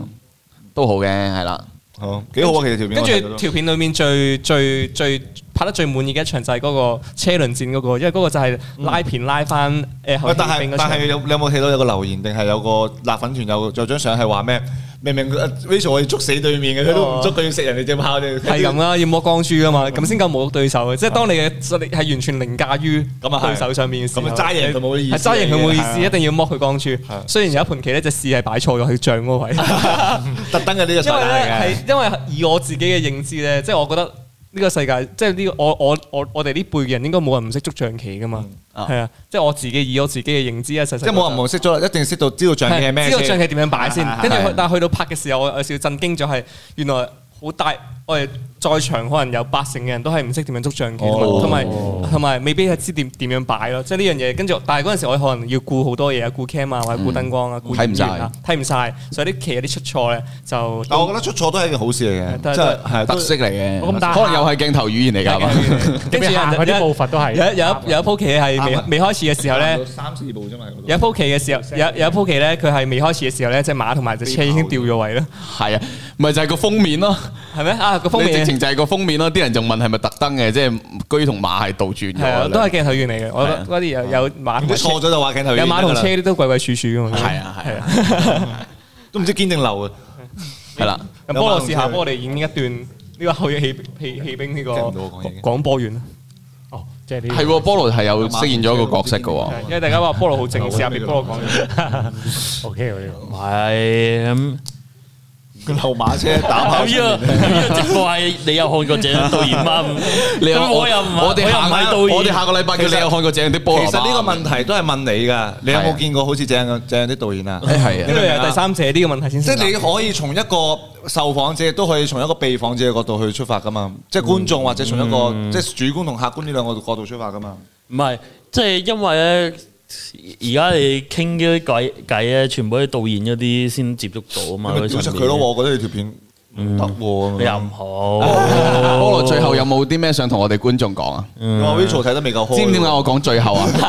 S2: 都好嘅，係啦。
S3: 好幾好啊！其實條片
S4: 跟
S3: 我睇到
S4: 住
S3: 都
S4: 條片裏面最最最拍得最滿意嘅一場就係嗰個車輪戰嗰個，因為嗰個就係拉片拉翻誒後
S3: 嗯喂，
S4: 邊
S3: 但
S4: 嗰
S3: 係但
S4: 場
S3: 係有你有冇睇到有個留言，定係有個辣粉團有有張相係話咩？明明啊 Rachel 我要捉死對面嘅，佢都唔捉，佢要食人哋只炮啫。
S4: 係咁啦，要摸光珠噶嘛，
S3: 嗯
S4: 咁先夠冇對手嘅。即係當你嘅實力係完全凌駕於
S3: 咁啊係
S4: 對手上面嘅時候，
S3: 咁啊揸贏佢冇意思
S4: 係揸贏佢冇意思，
S3: 係啊
S4: 一定要剝佢光珠。雖然有一盤棋呢隻士係擺錯咗佢將嗰位，
S3: 特登嘅呢個
S4: 因
S3: 手
S4: 為
S3: 法
S4: 咧
S3: 嚟嘅。
S4: 係因為以我自己嘅認知咧，即係我覺得。呢個世界即係呢個我我我我哋呢輩嘅人應該冇人唔識捉象棋噶嘛，
S2: 啊
S4: 係啊，即係我自己以我自己嘅認知啊，細細
S3: 嗯即係冇人冇識咗啦，一定識到知道象棋係咩
S4: 知道
S3: 先。啊
S4: 象棋點樣擺先
S3: 係係係，
S4: 跟住
S2: 係
S4: 去但係去到拍嘅時候，我有少少震驚咗，係原來好大，我哋在場可能有八成嘅人都係唔識點樣捉象棋，
S3: 哦
S4: 同埋同埋未必係知點點樣擺咯，即係呢樣嘢。跟住，但係嗰陣時我可能要顧好多嘢啊，顧 cam 啊，或者
S3: 嗯
S4: 顧燈光啊，顧
S2: 睇唔晒
S4: 演員啊，睇唔晒，所以啲棋有啲出錯咧就
S3: 但我覺得出錯都係一件好事嚟嘅，
S4: 都係
S3: 即係係
S2: 特
S3: 都
S2: 色嚟嘅，
S1: 我咁大下
S2: 可能又係鏡頭語言嚟㗎係嘛？
S4: 跟住有
S1: 行嗰啲
S4: 人
S1: 步伐都係
S4: 有一有一有一鋪棋係
S3: 啱
S4: 未
S3: 啊
S4: 未開始嘅時候咧。
S3: 三四步啫嘛。
S4: 有一鋪棋嘅時候，有有一鋪棋咧，佢係未開始嘅時候咧，只馬同埋隻車已經掉咗位啦，
S2: 係啊，咪就係個封面咯。
S4: 係咩啊？個封
S2: 你直
S4: 面
S2: 情就係個封面咯，啲人仲問係咪特登嘅，即係居同馬係倒轉
S4: 係啊，
S2: 嘅，
S4: 都係鏡頭語嚟嘅。我覺
S2: 係啊
S4: 得嗰啲有有馬
S3: 如
S4: 同
S3: 果
S4: 埋車
S3: 錯咗就話鏡頭
S4: 有
S3: 已經
S4: 馬
S3: 得
S4: 同
S3: 㗎啦
S4: 車嗰啲都鬼鬼祟祟噶嘛。
S2: 係啊係啊
S3: 都唔知堅定流啊。
S2: 係啦。
S4: 咁菠蘿試下，菠蘿演一段呢個後裔起起起兵呢個
S3: 聽唔到我講嘢
S4: 廣播員啦。
S1: 哦，即係呢
S2: 係喎，菠蘿係有飾演咗一個角色嘅喎。
S4: 因為大家話菠蘿好正，試下俾菠蘿講嘢。
S1: OK 喎呢個。
S5: 唔係咁。
S3: 流馬車打 炮
S5: 呢個呢個直播係你有看過這樣導演嗎？
S2: 你
S5: 咁我又唔係
S2: 我哋下
S5: 我又唔
S2: 我
S5: 係
S2: 哋
S5: 導
S2: 下
S5: 演。
S2: 個禮拜叫你有看過正啲菠蘿
S3: 其實呢個問
S2: 題
S3: 題都係問你㗎，你有
S2: 係啊
S3: 冇見過好似正咁正啲導演啊？
S2: 誒係啊
S3: 你
S4: 因
S3: 明唔
S4: 為
S3: 明啊
S4: 有第三者呢個問題先
S3: 即
S4: 成立。
S3: 係你可以從一個受訪者，都可以從一個被訪者嘅角度去出發㗎嘛。即係觀眾或者從一個即係主觀同客觀呢兩個角度出發㗎嘛。
S5: 唔係，即係因為咧，而家你傾嗰啲偈偈咧，全部都係導演嗰啲先接觸到啊嘛。
S3: 咪屌實佢咯，我覺得你條片唔得喎。
S5: 你又 唔好。
S2: 菠蘿最後有冇啲咩想同我哋觀眾講啊？
S3: 你話嗯 Rachel 睇得未夠開喎？
S2: 知唔知點解我講最後啊？最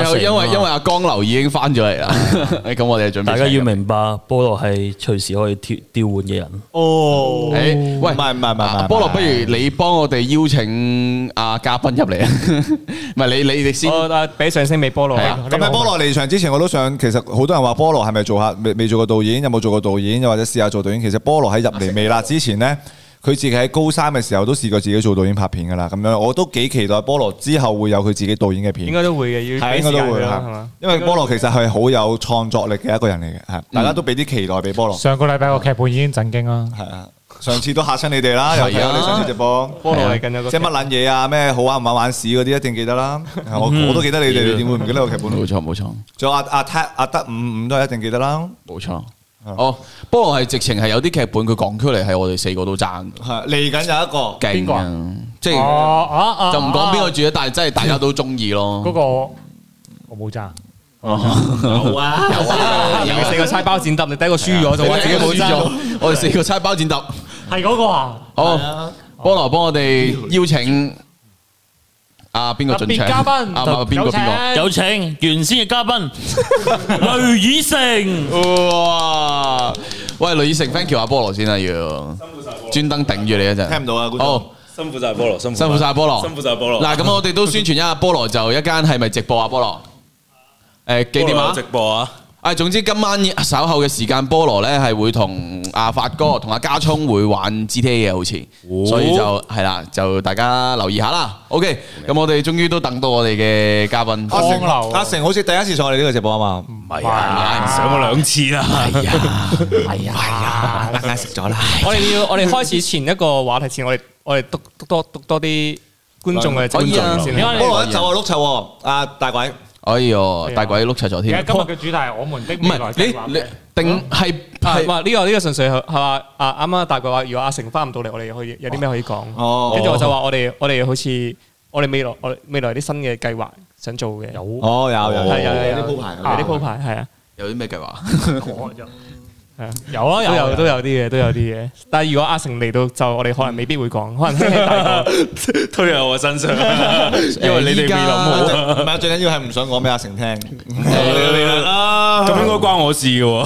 S5: 啊
S2: 後因為因為阿江流已經翻咗嚟啦， 哎咁我哋準備
S5: 大家要明白，菠蘿係隨時可以調調換嘅人。
S3: 哦，
S2: 誒，喂，
S3: 唔係唔係唔係
S2: 啊
S3: 唔係
S2: 菠蘿，不如你幫我哋邀請阿嘉賓入嚟啊？ 唔係你你你先，
S4: 我啊俾上升未菠蘿
S2: 係啊
S4: 啊。
S3: 咁喺菠蘿離場之前，我都想其實好多人話菠蘿係咪做下未未做過導演，有冇做過導演，又或者試下做導演。其實菠蘿喺入嚟微辣之 前呢，佢自己喺高三嘅時候都試過自己做導演拍片噶啦。咁樣我都幾期待菠蘿之後會有佢自己導演嘅片
S4: 應。該都會嘅，要
S3: 係
S4: 俾
S3: 應
S4: 時
S3: 該
S4: 間
S3: 都會
S4: 佢啦，係
S3: 嚇
S4: 嘛？，
S3: 因為菠蘿其實係好有創作力嘅一個人嚟嘅，係大家都俾啲期待俾菠蘿，
S1: 上個禮拜個劇本已經震驚啦，
S3: 係啊，上次都嚇親你哋啦，又睇我哋上次直播，
S4: 菠蘿嚟緊有個
S3: 即係乜撚嘢啊，咩好玩唔玩玩屎嗰啲一定記得啦，我我都記得你哋，你點會唔記得個劇本？
S2: 冇錯冇錯
S3: 仲有阿阿 t 阿德五五都係一定記得啦。
S2: 冇錯。哦，菠蘿係直情係有啲劇本佢講出嚟係我哋四個都爭嘅
S3: 係嚟緊有一個
S2: 勁
S1: 邊個
S2: 啊
S1: 啊！
S2: 即
S1: 哦
S2: 係
S1: 哦哦，
S2: 就唔講邊個住啊，但係真係大家都中意咯。
S1: 嗰個我冇爭，
S2: 有啊有啊
S4: 你四個猜包剪揼，你第一個輸咗就話自己冇爭。
S2: 咗，我哋四個猜包剪揼。
S1: 係嗰個啊！
S2: 好，菠蘿幫我哋邀請啊邊個
S1: 特
S2: 進場？
S1: 別嘉賓
S2: 啊啊邊個邊個？
S5: 有請原先嘅 嘉賓雷以成。
S2: 哇！喂，雷以成，thank you 啊阿菠蘿先啦，要專登頂住你一陣。
S3: 聽唔到啊觀眾
S2: 好，
S6: 辛苦晒菠蘿，辛
S2: 辛
S6: 苦
S2: 苦晒菠蘿，
S6: 辛苦晒菠蘿。
S2: 嗱，咁我哋都宣傳一下菠蘿就一間係咪直播啊？菠蘿，誒幾點
S6: 菠蘿
S2: 啊
S6: 有直？播啊？
S2: 啊，總之今晚稍後嘅時間，菠蘿咧係會同阿發哥同阿家聰會玩 GTA 嘅，好似，所以就係啦，就大家留意下啦。OK，咁我哋終於都等到我哋嘅嘉賓。
S3: 阿成，
S1: 江流
S3: 阿成好似第一次上我哋呢個直播 啊嘛，
S5: 唔係啊，上過兩次啦。係啊，係啊，啱啱食咗啦。
S4: 我哋要我哋開始前一個話題前，我哋我哋讀讀多讀多啲觀眾嘅
S2: 可以
S4: 觀
S2: 啊
S4: 眾先啦。
S3: 菠蘿一走啊碌臭喎，阿大鬼
S2: 哎呦，大鬼碌柒咗
S1: 而家
S2: 添。
S1: 今日嘅主題係我們的
S2: 唔
S1: 未來計
S2: 係
S1: 劃
S2: 你你定係
S4: 啊
S2: 係
S4: 哇！呢個呢個純粹係係嘛啊！啱啱大概話，如果阿成翻唔到嚟，我哋可以有啲咩可以講。
S3: 哦
S4: 跟住我就話我哋我哋好似我哋未來我哋未來啲新嘅計劃想做嘅，
S5: 有
S3: 哦，有有
S4: 係有有
S3: 有啲
S4: 有
S3: 鋪排㗎
S4: 有
S3: 嘛，
S4: 啲鋪排係啊。
S2: 有啲咩計劃？
S4: 係啊有啊，都有都有啲嘢，都有啲嘢。但係如果阿成嚟到，就我哋可能未必會 講，可能聽聽大個
S5: 推喺我身 上，
S2: 啊
S5: 因為你哋未諗好。
S3: 唔係最緊要係唔想講俾阿成聽。
S5: 啊，咁應該關我事嘅喎。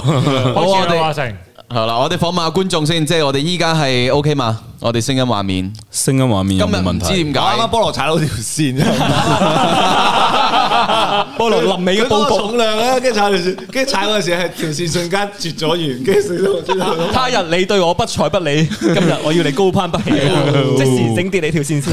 S2: 好，我
S1: 我哋
S2: 哋
S1: 阿成
S2: 好啦，我哋訪問下觀眾先，即係我哋依家係 OK 嘛？我哋聲音畫面，
S6: 聲音畫
S2: 今
S6: 面有
S2: 日
S6: 冇
S2: 唔
S6: 問
S2: 知
S6: 題？
S2: 點
S3: 我啱啱
S2: 解。
S3: 菠蘿踩到條線，
S4: 菠蘿臨尾嘅
S3: 佢多
S4: 報
S3: 咗
S4: 告，
S3: 重量咧，跟住踩條線，跟住踩嗰陣時係條線瞬間絕咗完，跟住死到我轉頭
S4: 他日你對我不睬不理，今日我要你高攀不 起，即時整跌你條 線先。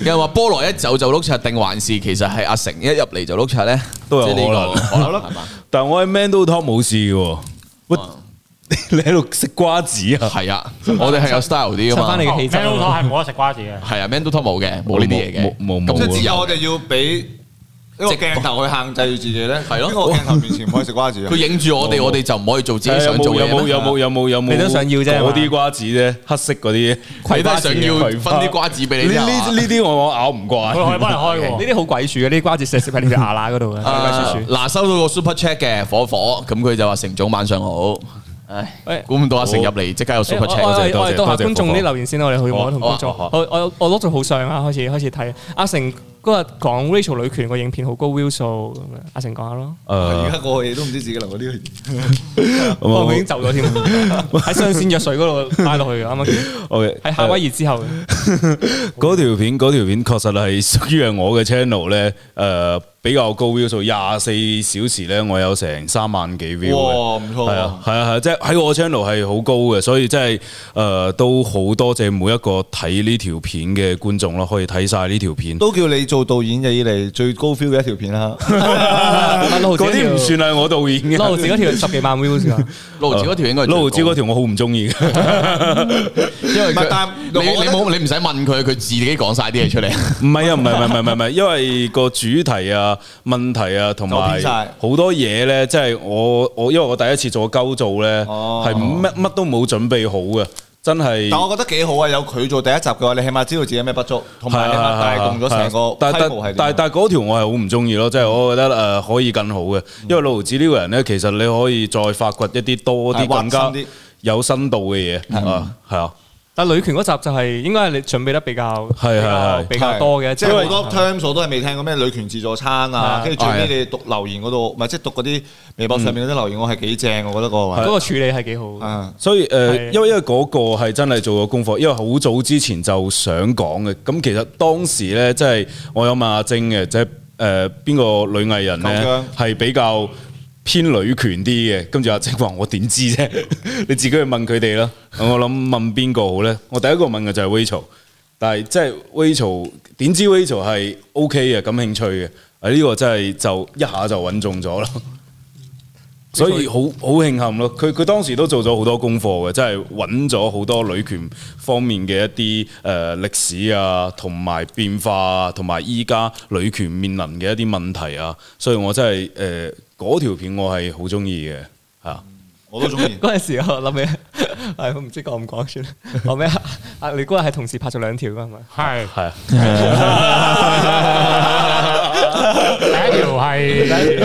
S2: 有人話菠蘿一走就碌柒，定還是其實係阿成一入嚟就碌柒咧？
S6: 都有
S2: 即係呢個
S6: 可能
S2: 可能係嘛？
S6: 但我喺 Man Do Talk 冇事嘅喎。喂， 你喺度食瓜子啊？
S2: 係啊，我哋係有 style 啲噶
S4: 襯
S2: 嘛
S4: 翻你。嘅氣
S1: 聽
S4: 質。哦
S1: 到係冇得食瓜子嘅，
S2: 係啊，man do top 冇嘅，冇呢啲嘢嘅，
S6: 冇冇冇
S2: 咁即係自
S3: 之
S2: 由
S3: 後我
S2: 嘅。
S3: 哋要俾一個鏡頭去限制住自己咧，
S2: 係咯
S3: 邊個鏡頭面前唔可以食瓜子啊
S2: 佢？影住我哋，我哋就唔可以做自己想做嘅
S6: 啊有
S2: 嘢
S6: 冇
S2: 咩。
S6: 有冇有冇有
S4: 你
S6: 冇？
S4: 都想要啫
S6: 嗰啲瓜子啫，黑色嗰啲。
S2: 佢都係想要
S6: 葵
S2: 分
S6: 花哦
S2: 啲瓜子俾你啫係
S6: 呢啊呢
S2: 嘛。
S6: 呢啲我我咬唔 慣。
S1: 佢可以幫你開
S4: 呢
S1: 喎。
S4: 啲好鬼鼠嘅，呢啲瓜子石食喺你條牙罅嗰 度嘅，鬼鼠
S2: 啊
S4: 鼠。
S2: 嗱，收到個 super check 嘅火火，咁佢就話成總晚上好。唉
S4: 喂，
S2: 估唔到阿成入嚟即刻有
S4: 我
S2: super
S4: 我
S2: check。
S6: 謝多
S4: 我
S6: 謝
S4: 哋讀下
S6: 多謝哦
S4: 觀眾
S6: 火火
S4: 啲留言先啦，我哋去望一同觀眾。
S2: 好啊
S4: 我我我攞咗好相啊，開始開始睇。阿成嗰日講 Rachel 女權個影片好高 view 數咁樣，阿成講下咯。
S6: 誒啊
S3: 而家個嘢都唔知自己留咗呢
S4: 哦，佢已經走 咗添，喺雙線藥水嗰度拉落去嘅，啱啱見
S6: ，OK，
S4: 喺夏威夷之後，
S6: 嗰條片嗰條片確實係屬於係我嘅 channel 咧，誒比較高 view 數，廿四小時咧我有成三萬幾 view 嘅。
S3: 哇，唔錯
S6: 係啊，係啊，係啊，即係喺我 channel 係好高嘅，所以即係誒都好多謝每一個睇呢條片嘅觀眾咯，可以睇晒呢條片。
S3: 都叫你做導演嘅以嚟最高 feel 嘅一條片啦。 啊
S4: 嗰
S6: 嗰啲唔算係我導演嘅。
S4: 六毫子嗰條十幾萬 views 㗎，
S2: 六毫子嗰條應該係最高
S6: 撈椒嗰條我好唔中意
S2: 因
S6: 嘅，
S2: 為
S3: 唔係
S2: 佢
S3: 但係
S2: 你
S3: 我覺
S2: 你
S3: 得
S2: 冇你唔使問佢，佢自己講晒啲嘢 出嚟。
S6: 唔係啊，唔係唔係唔係唔係，因為個主題啊、問題啊，同
S3: 就
S6: 埋
S3: 偏晒
S6: 好多嘢咧，即係我我因為我第一次做鳩做咧，
S3: 哦
S6: 係乜乜都冇準備好嘅，真係
S3: 但。我覺得幾好啊，有佢做第一集嘅話，你起碼知道自己有咩不足，同埋起碼帶動咗成個
S6: 但
S3: 規模係
S6: 但但
S3: 點。啊
S6: 但嗰條我係好唔中意咯，即係我覺得呃誒可以更好嘅，
S3: 嗯
S6: 因為老胡子呢個人咧，其實你可以再發掘一啲多啲
S3: 係挖
S6: 更加
S3: 深啲嗯
S6: 有深度嘅嘢啊，係啊，
S4: 但女權嗰集就係應該係你準備得比較
S6: 係係係
S4: 比較多嘅，
S3: 即
S4: 即
S3: 係
S4: 係
S3: 好多 terms 我都係未聽過咩女權自助餐啊，
S4: 係
S3: 跟住最
S2: 係啊
S3: 尾你讀留言嗰度，唔係即係讀嗰啲微博上面嗰啲留言，我係幾正，我覺得嗰個
S4: 嗰
S3: 位。
S4: 個處理係幾好。
S3: 啊，
S6: 所以誒、呃
S4: 係
S6: 因為因為嗰個係真係做過功課，因為好早之前就想講嘅。咁其實當時咧，即係我有問阿晶嘅，即係誒邊個女藝人
S3: 夠姜
S6: 咧係比較偏女權啲嘅。跟住阿晶話：我點知啫？ 你自己去問佢哋啦。我諗問邊個好咧？我第一個問嘅就係 Rachel，但係即係 Rachel 點知 Rachel 係 OK 嘅，感興趣嘅。啊呢、個真係就一下就揾中咗啦。所以好好慶幸咯，佢佢當時都做咗好多功課嘅，即係揾咗好多女權方面嘅一啲誒、呃、歷史啊，同埋變化啊，同埋依家女權面臨嘅一啲問題啊，所以我真係誒嗰條片我係好中意嘅啊嚇。
S3: 我都中意。
S4: 嗰陣時我諗起， 係我唔知講唔講算啦。 後尾啊啊，你嗰日係同時拍咗兩條㗎係咪？
S1: 係
S6: 係啊，
S1: 第一條係，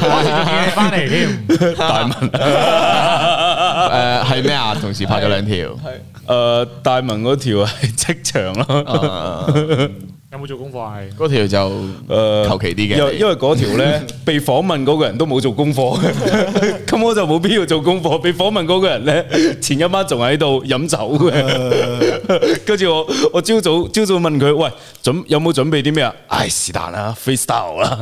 S1: 我仲要你翻嚟添，
S2: 誒係咩啊？同時拍咗兩 條。
S6: 誒、呃大文嗰條係 職場咯，
S1: 有冇做功課係？
S2: 嗰條就
S6: 誒、
S2: 求其啲嘅
S6: 因呃為因為嗰條 咧被訪問嗰個人都冇做功課嘅， 咁我就冇必要做功課。被訪問嗰個人咧 前一晚仲喺度飲酒
S2: 呃
S6: 嘅，跟住我我朝早朝早問佢喂準有冇準備啲咩啊？唉是但啦，freestyle 啦，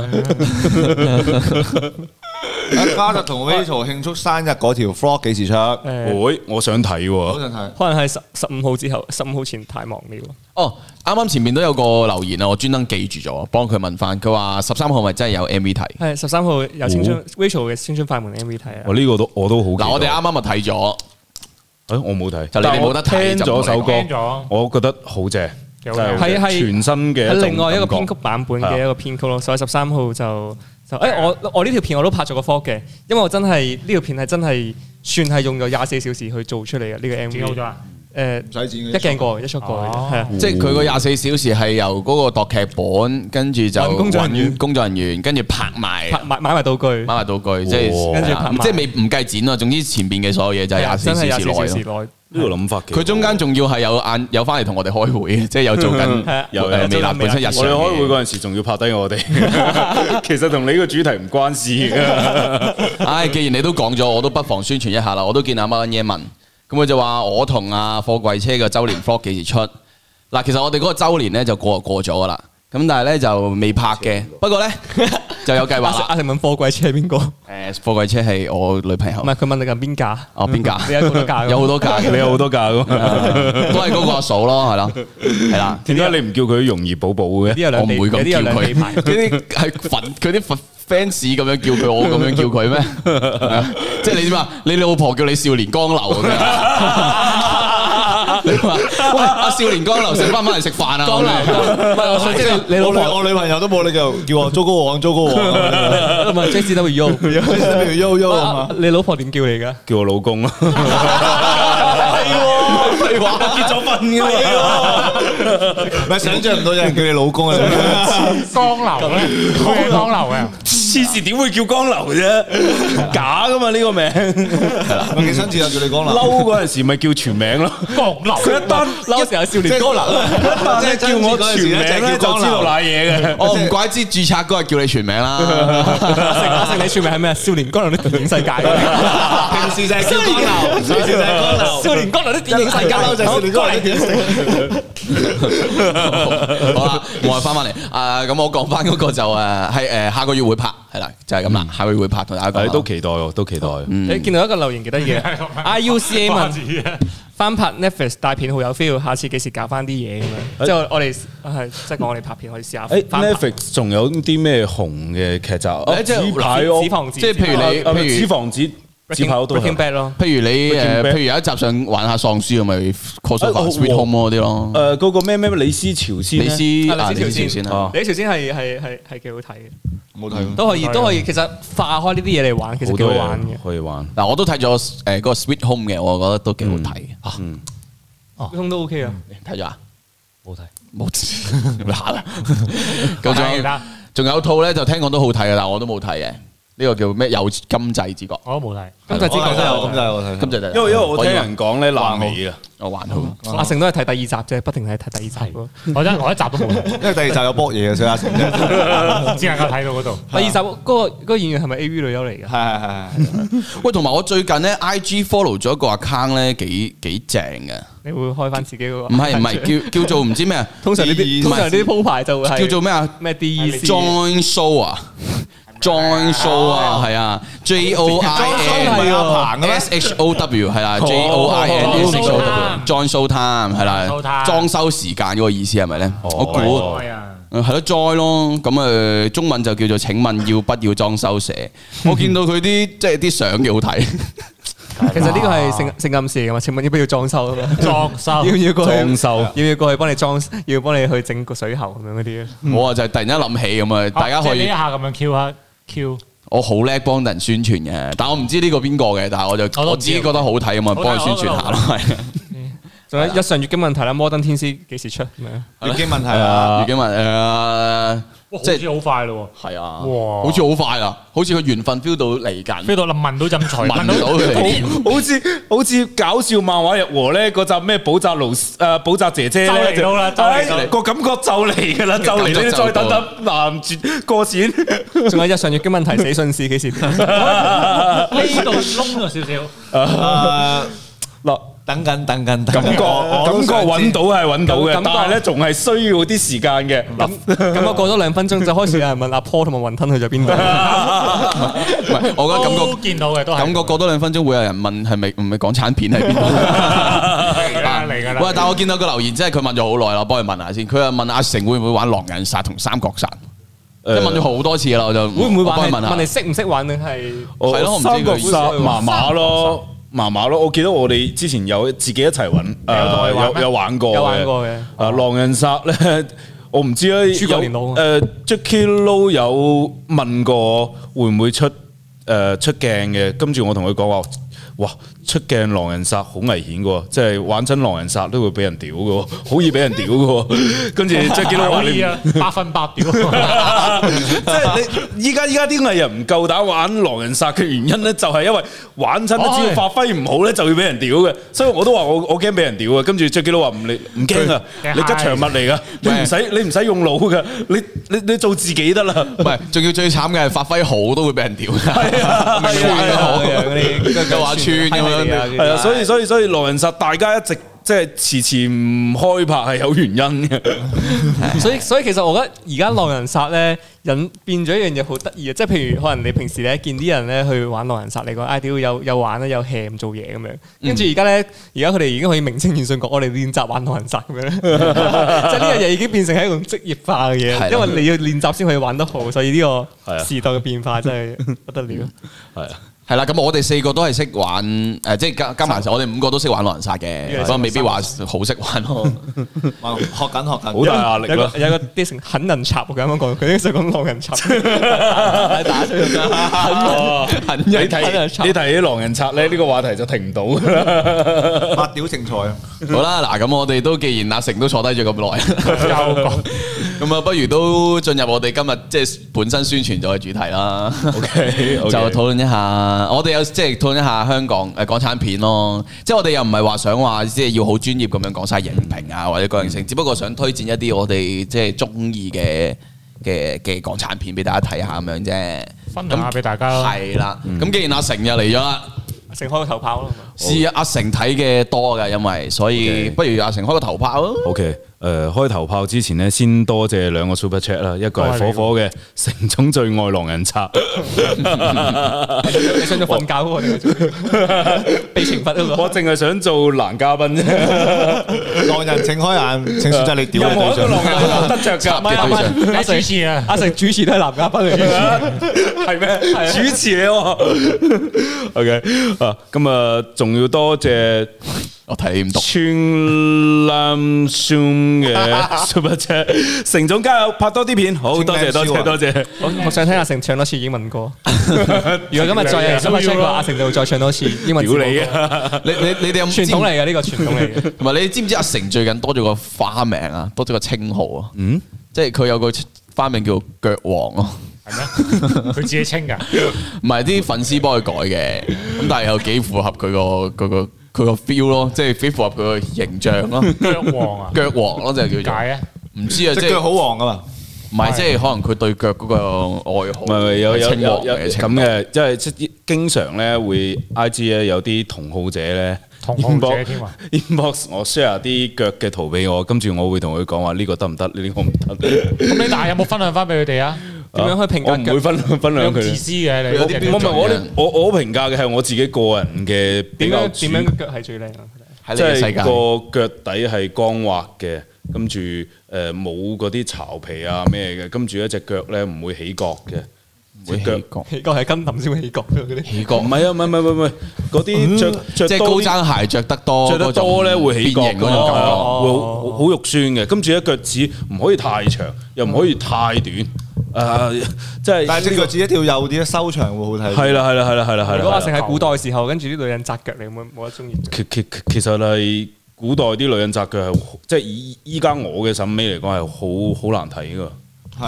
S3: 阿卡特同 Rachel 慶祝生日嗰條 vlog 幾時出？好
S4: 誒，
S6: 喂我想睇喎，
S3: 想睇。
S4: 可能係十十五號之後，十五號前太忙了。
S2: 哦，啱啱前面都有個留言啊，我專登記住咗，幫佢問翻。佢話十三號咪真係有 MV 睇？
S4: 係十三號有青
S6: 哦
S4: 春 Rachel 嘅青春快門 MV 睇啊
S6: 我。呢個都我都好期待。
S2: 嗱，我哋啱啱咪睇咗，
S6: 誒我冇睇，
S2: 就你哋
S6: 但我
S2: 冇得睇
S6: 聽
S2: 就
S6: 咗
S2: 冇
S6: 首歌
S1: 聽咗，
S6: 我覺得好正，
S1: 有
S6: 真係好
S4: 係
S6: 正
S4: 係
S6: 全新嘅
S4: 喺
S6: 種
S4: 另外一個
S6: 感
S4: 編
S6: 覺啊
S4: 曲版本嘅一個編曲咯，所以十三號就就誒、哎我我呢條片我都拍咗個 f o 嘅，因為我真係呢條片係真係算係用咗廿四小時去做出嚟嘅呢個
S1: 剪好咗
S4: MV。
S1: 啊？
S4: 誒、誒
S3: 唔使剪嘅
S4: 一鏡過一 shot 過嘅
S2: 哦
S4: 啫，係
S6: 嗯
S4: 啊，
S2: 即係佢個廿四小時係由嗰個度劇本，跟住就
S4: 揾工作人員
S2: 揾工作人員，跟住拍埋
S4: 拍買買埋道具，
S2: 買埋道具，即係
S4: 跟住拍埋
S2: 即係未唔計剪啊。總之前邊嘅所有嘢就係廿四
S4: 真係
S2: 小
S4: 廿
S2: 時
S4: 四小時
S2: 內咯。
S4: 內。
S6: 呢個諗法嘅。
S2: 佢中間仲要係有晏有翻嚟同我哋開會 嘅，即係有做 緊
S4: 係啊
S2: 有呃
S6: 有有
S2: 誒微辣本身日常
S6: 我哋開會
S2: 嘅
S6: 嗰陣時仲要拍低我哋， 其實同你個主題唔關事嘅。
S2: 嘢。唉，既然你都講咗，我都不妨宣傳一下啦。我都見阿乜嘢問，咁佢就話我同阿貨櫃車嘅周年 vlog 幾時出？嗱，其實我哋嗰個周年咧就過過咗噶啦，咁但係咧就未拍 嘅。不過咧就有計劃
S4: 阿成
S2: 啦。哦
S4: 阿成問貨櫃車係邊個？唔
S2: 誒，貨櫃車係我女朋友。
S4: 係佢問你緊邊架？
S2: 哦，邊架？
S4: 你有好多嗯架㗎
S2: 有好 多架嘅，
S6: 你有好多架噶嘛？
S2: 啊都係嗰個阿嫂咯，係啦，係啦。
S6: 點解你唔叫佢容易寶寶
S4: 呢
S6: 嘅？
S4: 有
S2: 我
S4: 兩
S2: 唔
S4: 地，
S2: 會
S4: 有
S2: 咁
S4: 啲有
S2: 叫
S4: 兩地
S2: 佢，
S4: 牌
S2: 佢。啲係粉，佢啲粉 fans 咁樣叫佢，我咁樣叫佢咩？係啊即係你點啊？你老婆叫你少年江流咁樣。你話喂阿少年江流食翻翻嚟食飯啊？江流，
S4: 唔係，我想知道你老
S3: 我女
S4: 婆
S3: 我女朋友都冇，你就叫我糟糕王，糟糕 王，
S4: 唔 係 J C W U。
S3: 跟住悠悠啊
S4: 啊
S3: 嘛。
S4: 你老婆點叫你㗎？ 啊
S6: 叫我老公咯。
S2: 你話
S5: 結咗婚㗎嘛？
S3: 唔係想象唔到有人叫你老公啊！
S1: 江流咧，佢係江流嘅。
S5: 黐線點會叫江流 啫？假噶嘛呢個名，
S3: 唔係幾新就叫你講啦。
S6: 嬲嗰陣時咪叫全名咯。
S1: 江流
S6: 佢一單
S4: 嬲成有少年歌啦，
S6: 即係叫我全名咧，就知道賴嘢 嘅。
S2: 我唔怪之註冊嗰日叫你全 名啦。
S4: 阿成阿成，你全名係咩？少年江流的電影世界，
S3: 平時就係叫江流，平時就係江流。
S4: 少年江流的電影世界，
S3: 嬲就係少年江流的電影世界
S2: 好啦，我翻翻嚟啊！咁我講翻嗰個就誒係誒下個月會拍係啦，就係咁啦，下個月會拍同大家
S6: 誒，
S2: 講
S6: 嗯哎都
S2: 啦。
S6: 期待喎，都期待。
S4: 你見到一個留言幾得意，I U C A
S1: 花
S4: 問
S1: 子啊
S4: 翻拍 Netflix 大片好有 feel，下次幾時搞翻啲嘢咁樣？即係我哋係即係講我哋拍片可以試下翻
S6: 誒
S4: 拍。
S6: 哎，Netflix 仲有啲咩紅嘅劇集？啊
S2: 即係
S6: 紙牌屋
S4: 紙房子
S2: 即係譬如你，
S6: 啊咪
S2: 譬
S6: 紙
S2: 如
S6: 房子、紙
S4: Breaking-
S6: 牌屋都係
S4: Breaking Bad 咯，
S2: 譬如你
S6: Breaking
S2: 誒，譬
S6: Bad
S2: 如有一集想玩下喪屍，咁咪 call
S6: 哎我
S2: Sweet Home 嗰啲咯。
S6: 誒呃嗰個咩咩李思潮先
S2: 你
S6: 咧
S2: 知
S4: 啊
S2: 啊，
S4: 你
S2: 你
S4: 知
S2: 知
S4: 條
S2: 條先
S6: 哦
S2: 啦。
S4: 你條先係係係係幾好睇嘅，
S3: 冇睇。
S4: 都可以都可以。其實化開呢啲嘢嚟玩，其實幾好玩嘅。
S6: 可以玩。
S2: 嗱，我都睇咗誒嗰個 Sweet Home 嘅，我覺得都幾
S6: 嗯
S2: 好睇嘅。啊
S4: 通都 OK 啊。
S2: 睇咗啊？
S5: 冇睇。
S2: 冇 你嚇啦。咁仲
S1: 係
S2: 有
S1: 啦
S2: 仲有套咧，就聽講都好睇嘅，但我都冇睇嘅。呢個叫咩？有金濟之國，
S1: 我都冇睇。
S4: 咁就知
S3: 我
S4: 講
S3: 睇
S4: 真
S3: 真
S4: 係
S3: 係
S4: 我
S3: 咁就係我睇。
S2: 金濟就
S6: 因為因為我聽人講咧，爛尾啊，
S2: 我還好。
S4: 阿成都係睇第二集啫，不停係睇第二集咯。
S1: 我真係我一集都冇睇，
S3: 因為第二集有搏嘢嘅，所以阿成係
S1: 只能夠睇到嗰度。
S4: 第二集嗰個嗰個演員係咪 A.V. 女優嚟㗎？
S3: 係係係。
S2: 喂，同埋我最近咧，IG follow 咗一個 account 咧，幾幾正嘅。
S4: 你會開翻自己嗰個？
S2: 唔係唔係，叫叫做唔知咩啊，
S4: 通常呢啲通常呢啲鋪排就會係
S2: 叫做咩啊？
S4: 咩 E D.E.C.
S2: Join show 啊，Join show
S4: 哦
S2: 啊，係啊，J O I
S3: 係
S2: N 啊
S3: 阿
S4: 啊
S3: 彭嘅咩？
S2: S H O W 係
S4: 哦
S2: 啦，J O I N S H O W，Join show time 係
S1: 裝修
S2: 啦，
S1: time
S2: 裝修時間嗰個意思係咪咧？
S4: 哦
S2: 我估。
S1: 哎呀，
S2: 誒係咯，join 咯，咁誒中文就叫做請問要不要裝修社？我見到佢啲即係啲相幾好睇，
S4: 其實呢個係
S2: 啊
S4: 性性暗示嚟㗎嘛？請問要不要裝修啊 嘛？
S1: 裝修
S4: 要唔要過去
S6: 裝修
S2: 啊
S4: 要唔要過去幫你裝？要唔要幫你去整個水喉咁樣嗰啲？
S2: 我啊就係突然間諗起咁啊，大家
S1: 嗯即係
S2: 可
S1: 你一
S2: 以
S1: 下咁樣 Q 下 Q，
S2: 我好叻幫人宣傳嘅，但我唔知呢個邊個嘅，但係我就
S1: 我都
S2: 我
S1: 唔知
S2: 自己覺得好睇咁啊，
S1: 好睇
S2: 幫佢宣傳下咯，係。
S4: 仲有一上月經問題啦，《摩登天師》幾時出咁樣？
S3: 月經問題啊！
S2: 已經話
S1: 哇
S2: 誒，即
S1: 好
S2: 係
S1: 似好快
S4: à?
S1: 咯
S2: 係啊，
S1: 哇
S2: 好似好快啦，好似個緣分 feel 到嚟
S1: 喎，
S2: 緊，
S1: 飛到聞到陣財，
S2: 聞到佢 嚟
S6: 好似好似搞笑漫畫入和咧，嗰集咩補習老師誒補習呃姐姐咧
S1: 就嚟到啦就嚟到啦
S6: 哎個感覺就嚟 噶啦，就嚟你再等等男住過錢，
S4: 仲有一上月經問題死信士幾時？
S1: 呢度窿咗少少。
S3: 誒，
S6: 嗱
S3: 等緊等緊等緊，
S6: 感覺感覺揾到係揾到嘅
S4: 感，覺
S6: 但係咧仲係需要啲時間嘅。嗱
S4: 咁我啊過咗兩分鐘就開始有人問阿 Paul 同埋雲吞去咗 邊度？
S2: 唔係，我覺得感
S1: 都
S2: 覺
S1: 見到嘅都係
S2: 感覺過多兩分鐘會有人問係咪唔係港產片喺邊度？
S1: 嚟㗎啦啊嚟㗎
S2: 啊
S1: 啦。
S2: 喂，但我見到個留言，即係佢問咗好耐啦，幫佢問下先。佢又問阿成會唔會玩狼人殺同三國殺，即係問咗好多次啦，我就
S4: 會唔會
S2: 我幫
S4: 玩？
S2: 佢
S4: 問
S2: 問下
S4: 你？識唔識玩定係？
S2: 係咯我唔知佢
S6: 三國
S2: 意思
S6: 殺麻麻咯，麻麻咯。我記得我哋之前有自己一齊揾，誒
S1: 玩
S6: 有
S1: 咩
S6: 有玩過，
S4: 有玩過嘅。
S6: 誒狼人殺咧， 我唔知咧。
S4: 諸葛連弩啊
S6: 誒 Jackie Lou 呃有問過我會唔會出誒出鏡嘅，跟住我同佢講話哇出鏡狼人殺好危險嘅喎，即係玩親狼人殺都會俾人屌嘅喎，好易俾人屌嘅喎。跟住 Jackie 佬話
S1: 可
S6: 你
S1: 以
S6: 唔
S1: 啊，百分百屌，
S6: 即係你依家依家啲藝人唔夠膽玩狼人殺嘅原因咧，就係因為玩親咧，只要發揮唔好咧，就會俾人屌嘅。所以我都話我我驚俾人屌啊。跟住 Jackie 佬話唔你唔驚啊，
S1: 佢
S6: 你吉祥物嚟噶，你唔使你唔使用腦噶，你你你做自己得啦。
S2: 唔係，仲要最慘嘅係發揮好都會俾人屌，係 玩
S6: 啊
S2: 得好，
S4: 係啊嗰啲
S2: 又話串咁
S4: 係啊
S2: 樣，
S6: 係啊，所以所以所以狼人殺大家一直即係遲遲唔開拍係有原因嘅。
S4: 所以所以其實我覺得而家狼人殺咧引變咗一樣嘢好得意嘅，即係譬如可能你平時咧見啲人咧去玩狼人殺，你講啊屌又又玩啦，又 hea 唔做嘢咁樣，
S6: 嗯
S4: 跟住而家咧而家佢哋已經可以名正言順講，我哋練習玩狼人殺咁樣 咧，即係呢樣嘢已經變成係一種職業化嘅
S2: 係啦
S4: 嘢，因為你要練習先可以玩得好，所以呢
S6: 係啊
S4: 個時代嘅變化真 係不得了。
S2: 係啦。咁我哋四個都係識玩，誒，即係加加埋我哋五個都識玩狼人殺嘅，
S4: 係
S2: 不過未必話好識玩咯。
S3: 哇學緊學
S6: 好
S3: 緊，
S6: 大壓力
S4: 有
S6: 啦
S4: 個。有個啲成狠人插，我咁樣講，佢 應該想講狼 人插， 打出去
S2: 狠
S6: 你
S2: 人
S6: 睇你睇啲狼人殺咧，呢個話題就停唔到㗎啦。
S3: 八屌成才啊！
S2: 好啦，嗱，咁我哋都既然阿成都坐低咗咁耐，咁啊，不如都進入我哋今日即係本身宣傳咗嘅主題啦。
S6: OK，
S2: 就討論一下，我哋有即係討論一下香港誒港產片咯，即係我哋又唔係話想話即係要好專業咁樣講晒影評啊或者個人性，只不過想推薦一啲我哋即係中意嘅嘅嘅港產片俾大家睇下咁樣啫。
S1: 分享下俾大家咯
S2: 係啦，咁既然阿成又嚟咗啦，
S4: 成開個頭炮咯。
S2: 是阿成睇嘅多㗎，因為所以
S6: OK
S2: 不如阿成開個頭炮啊。
S6: OK，誒、開頭炮之前呢，先多謝兩個 Super Chat 啦，一個係火火嘅 城中最愛狼人殺，
S4: 你想咗瞓覺嗰個定 係被懲罰啊嗰個？
S6: 我淨係想做男嘉賓啫，
S3: 狼人請開眼，請選擇你
S6: 有
S3: 屌嘅
S6: 冇一個
S3: 對象。
S6: 狼人殺得着 㗎？
S2: 插嘅對象
S1: 你主持啊，
S4: 阿成主持都係男嘉賓嚟嘅，
S6: 係咩？
S4: 啊
S6: 主持你喎 OK 啊，咁啊，仲要多謝
S2: 我睇唔讀。
S6: 川林 Zoom 嘅 Super Chat，城總加油，拍多啲片，好多謝多
S4: 啊
S6: 謝多謝。
S4: 我我想聽阿成唱多次英文歌。如果今日再有人想唱歌，阿成就會再唱多次英文
S6: 屌
S4: 字母歌。
S6: 你啊！
S2: 你你你哋有冇
S4: 傳
S2: 知
S4: 統嚟嘅呢個傳統嚟嘅。
S2: 同埋你知唔知阿成最近多咗個花名啊，多咗個稱號啊？嗯，即係佢有個花名叫腳王咯，
S1: 係咩？佢自己清㗎，
S2: 唔係啲粉絲幫佢改嘅，咁但係又幾符合佢個佢個佢個 feel 咯，即係幾符合佢個形象咯，
S1: 腳王 啊，
S2: 腳王咯就係
S1: 點
S2: 叫
S1: 解
S2: 做。
S1: 啊？
S2: 唔知啊，即
S3: 只腳
S2: 係
S3: 好黃噶嘛？
S2: 唔係即係可能佢對腳嗰個愛好，
S6: 唔係唔係有
S2: 稱
S6: 有
S2: 王
S6: 有有
S2: 嘅
S6: 咁
S2: 稱
S6: 嘅，即係即經常咧會 I G 咧有啲同好者咧
S1: 同好者添啊
S6: inbox inbox 我 share 啲腳嘅圖俾我，跟住我會同佢講話呢個得唔得？呢個唔得。
S1: 咁你但係有冇分享翻俾佢哋啊？
S4: 點樣去評價
S6: 我唔會分分
S1: 你
S6: 享
S1: 咁自
S6: 佢。
S1: 私嘅你
S2: 有
S1: 屋
S2: 啲
S1: 企
S2: 標
S1: 人，
S6: 我唔係我
S2: 人
S6: 呢我我評價嘅係我自己個人嘅比
S4: 點
S6: 較
S4: 樣
S6: 主
S4: 點樣嘅腳係最靚啊？
S2: 喺你
S6: 即
S2: 嘅世界。
S6: 係個腳底係光滑嘅，跟住誒冇嗰啲巢皮啊咩嘅，跟住一隻腳咧唔會起角嘅，
S2: 會
S6: 隻
S2: 起
S6: 腳
S2: 角，
S4: 起腳係金氹先會起腳嘅嗰啲。
S2: 起角
S6: 唔，係啊，唔係唔係唔係唔係嗰啲嗯着
S2: 嗯即
S6: 着
S2: 係
S6: 多
S2: 高
S6: 啲
S2: 踭鞋着得多，
S6: 着得多咧會起角啊
S2: 變形
S6: 㗎
S2: 嗰種感覺。
S4: 哦
S6: 會好好好肉酸嘅。跟住咧腳趾唔可以太長，又唔可以太短，誒即係
S3: 但係只腳趾一定要幼啲，收長會好睇。
S6: 係啦係啦係啦係啦係啦。
S4: 如果阿成喺古代嘅時候，跟住啲女人紮腳，你會唔會冇得中意？
S6: 其其其其實係古代啲女人紮腳係好即係以依家我嘅審美嚟講係好好難睇㗎，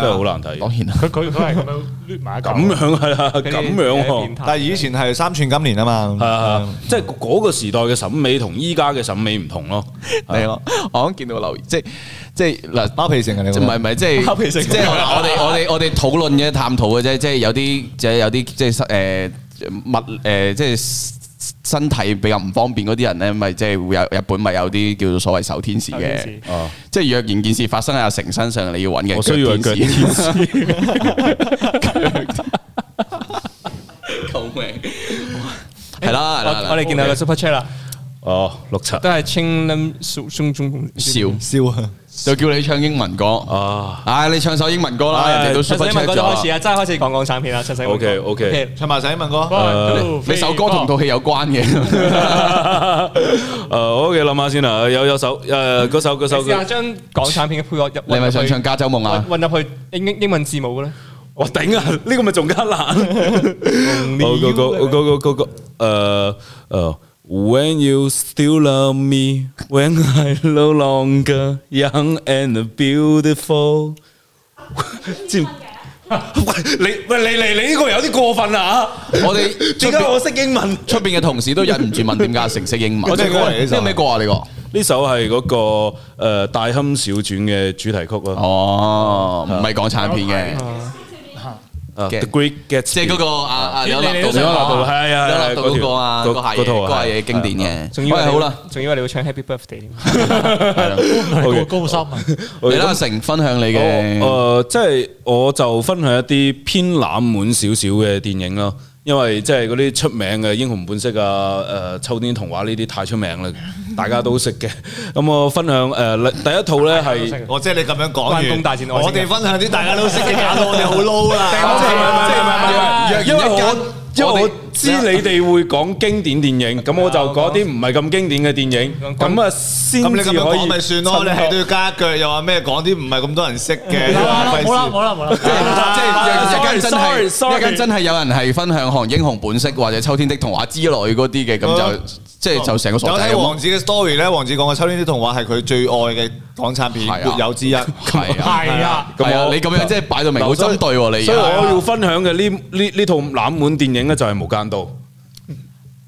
S6: 真係好難
S2: 啊當
S6: 睇。
S2: 然啦。
S1: 佢佢都係咁樣攣埋一嚿
S6: 咁樣係啦，
S4: 嗰啲
S6: 咁樣
S4: 嘢
S6: 喎
S4: 變。態
S3: 但係以前係三寸金蓮啊
S6: 係
S3: 嘛，
S6: 啊，係
S2: 嗯
S6: 啊即係嗰個時代嘅審美同依家嘅審美唔同咯。
S2: 係咯，我啱見到個留言，即係即係嗱，
S3: 包皮城啊你覺
S2: 唔
S3: 得。
S2: 係唔係，即係
S4: 包皮食
S2: 即係我哋我哋我哋討論嘅探討嘅啫，即係有啲即係有啲即係誒物誒即係。身體比較唔方便嗰啲人咧，咪即係會有日本咪有啲叫做所謂手天使
S4: 手天
S2: 嘅
S4: 使，
S6: 哦
S2: 即係若然件事發生喺阿成身上，你要揾嘅
S6: 我需要係腳天
S2: 使。 救命！係啦，係啦，係啦
S4: 我我哋見到個 super chat 啦，
S6: 哦，六七
S4: 都係清林宋宋中
S2: 笑
S3: 燒啊！
S2: 就叫你唱英文歌。
S6: 啊
S2: 唉，你唱首英文歌啦，
S6: 唉
S2: 人哋都 super
S4: 陳世
S2: check
S4: 文嗰度開始
S2: 咗。
S4: 啊，真係開始講港產片啦，陳世文講。
S6: OK，OK
S3: 唱埋使問歌，
S1: One, two,
S2: 你首歌
S1: three,
S2: 同
S1: four
S2: 套戲有關嘅，
S6: 誒，OK，諗 Ờ, 下先啊，有有首誒嗰首嗰首
S4: 你試下將港產片嘅配樂入
S2: 你咪想唱加州夢啊？
S4: 混入去英英英文字母嘅咧，
S6: 我頂啊！呢個咪仲加難。我嗰個嗰個嗰個誒誒，When ờ, you still love me, when I no longer young and beautiful，知唔？ 喂，你喂你嚟，你呢個有啲過分啦嚇！
S2: 我哋
S6: 點解我識英文？
S2: 出邊嘅同事都忍唔住問點解成識英文？
S3: 我真係歌嚟呢首
S2: 呢個咩歌啊？呢個
S6: 呢首係嗰個呃大堪小傳嘅主題曲啊！
S2: 哦，唔係港產片嘅，
S6: 啊
S2: 嘅
S6: Ờ, The Great Gatsby
S2: 即係嗰個啊啊有立
S6: 你都想講啊係啊係啊
S2: 有立道嗰個啊，
S6: 嗰
S2: 嗰下
S6: 嗰
S2: 嘢
S6: 套啊
S2: 嗰下
S6: 係
S2: 嘢經典
S4: 仲
S2: 嘅。
S4: 以
S2: 喂，
S4: 為你
S2: 好啦，，
S4: 仲以為你會唱 Happy Birthday 添。
S1: 係高高深 啊！
S2: 你啦，阿成分享你嘅。
S6: 我誒，即係我就分享一啲偏冷門少少嘅電影咯，因為即係嗰啲出名嘅《英雄本色》啊、誒《秋天童話》呢啲太出名啦，大家都識 嘅。咁我分享誒第一套咧係。
S3: 我即係你咁樣講
S4: 關公大戰外星人
S3: 完，我哋分享啲大家都識嘅，搞到我哋好 low 啊啦。
S6: 因為我因為我知你哋會講經典電影，咁我就講啲唔係咁經典嘅電影，咁啊先
S3: 咁你
S6: 至
S3: 咁樣
S6: 可以
S3: 講咪算咯，你係都要加一句，又話咩講啲唔係咁多人識 嘅，又話費
S1: 冇啦
S3: 事。
S1: 冇啦冇啦
S2: 即係即係一間真
S6: sorry, sorry,
S2: 係一間真係有人係分享《韓英雄本色》或者《秋天的童話》之類嗰啲嘅，咁就
S3: 啊
S2: 即係就成個傻
S3: 有
S2: 仔
S3: 睇
S2: 咁
S3: 王。子嘅 story 咧，王子講嘅《秋天啲童話》係佢最愛嘅港產片，
S2: 係啊
S3: 沒有之一。
S2: 係啊，
S1: 係啊，
S2: 係啊
S6: 咁，我
S2: 你咁樣即係擺到明好針對喎，你
S6: 所以
S2: 而家
S6: 我要分享嘅呢呢呢套冷門電影咧就係《無間道》，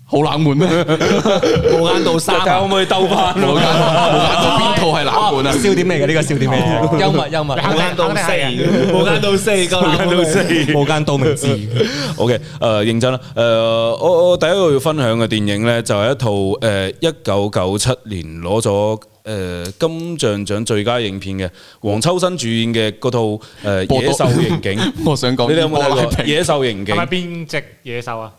S2: 好冷門咩？
S3: 無間道三
S6: 但係可唔可以兜翻？
S2: 冇揀冇揀到邊套係冷門啊？
S4: 笑點嚟嘅呢個笑點嚟嘅，幽默幽默，
S3: 無間道四，無間道四個，無
S6: 間道四
S4: 無間道明字。
S6: OK，誒、認真啦，誒、我我第一個要分享嘅電影呢，就係、一套誒一九九七年攞咗誒金像獎最佳影片嘅黃秋生主演嘅嗰套誒、
S2: 播
S6: 野
S2: 到
S6: 獸 刑警，
S2: 我想講
S6: 你哋有冇睇
S2: 波拉
S6: 過
S2: 皮
S6: 野獸刑警
S1: 係？咪邊只野獸啊？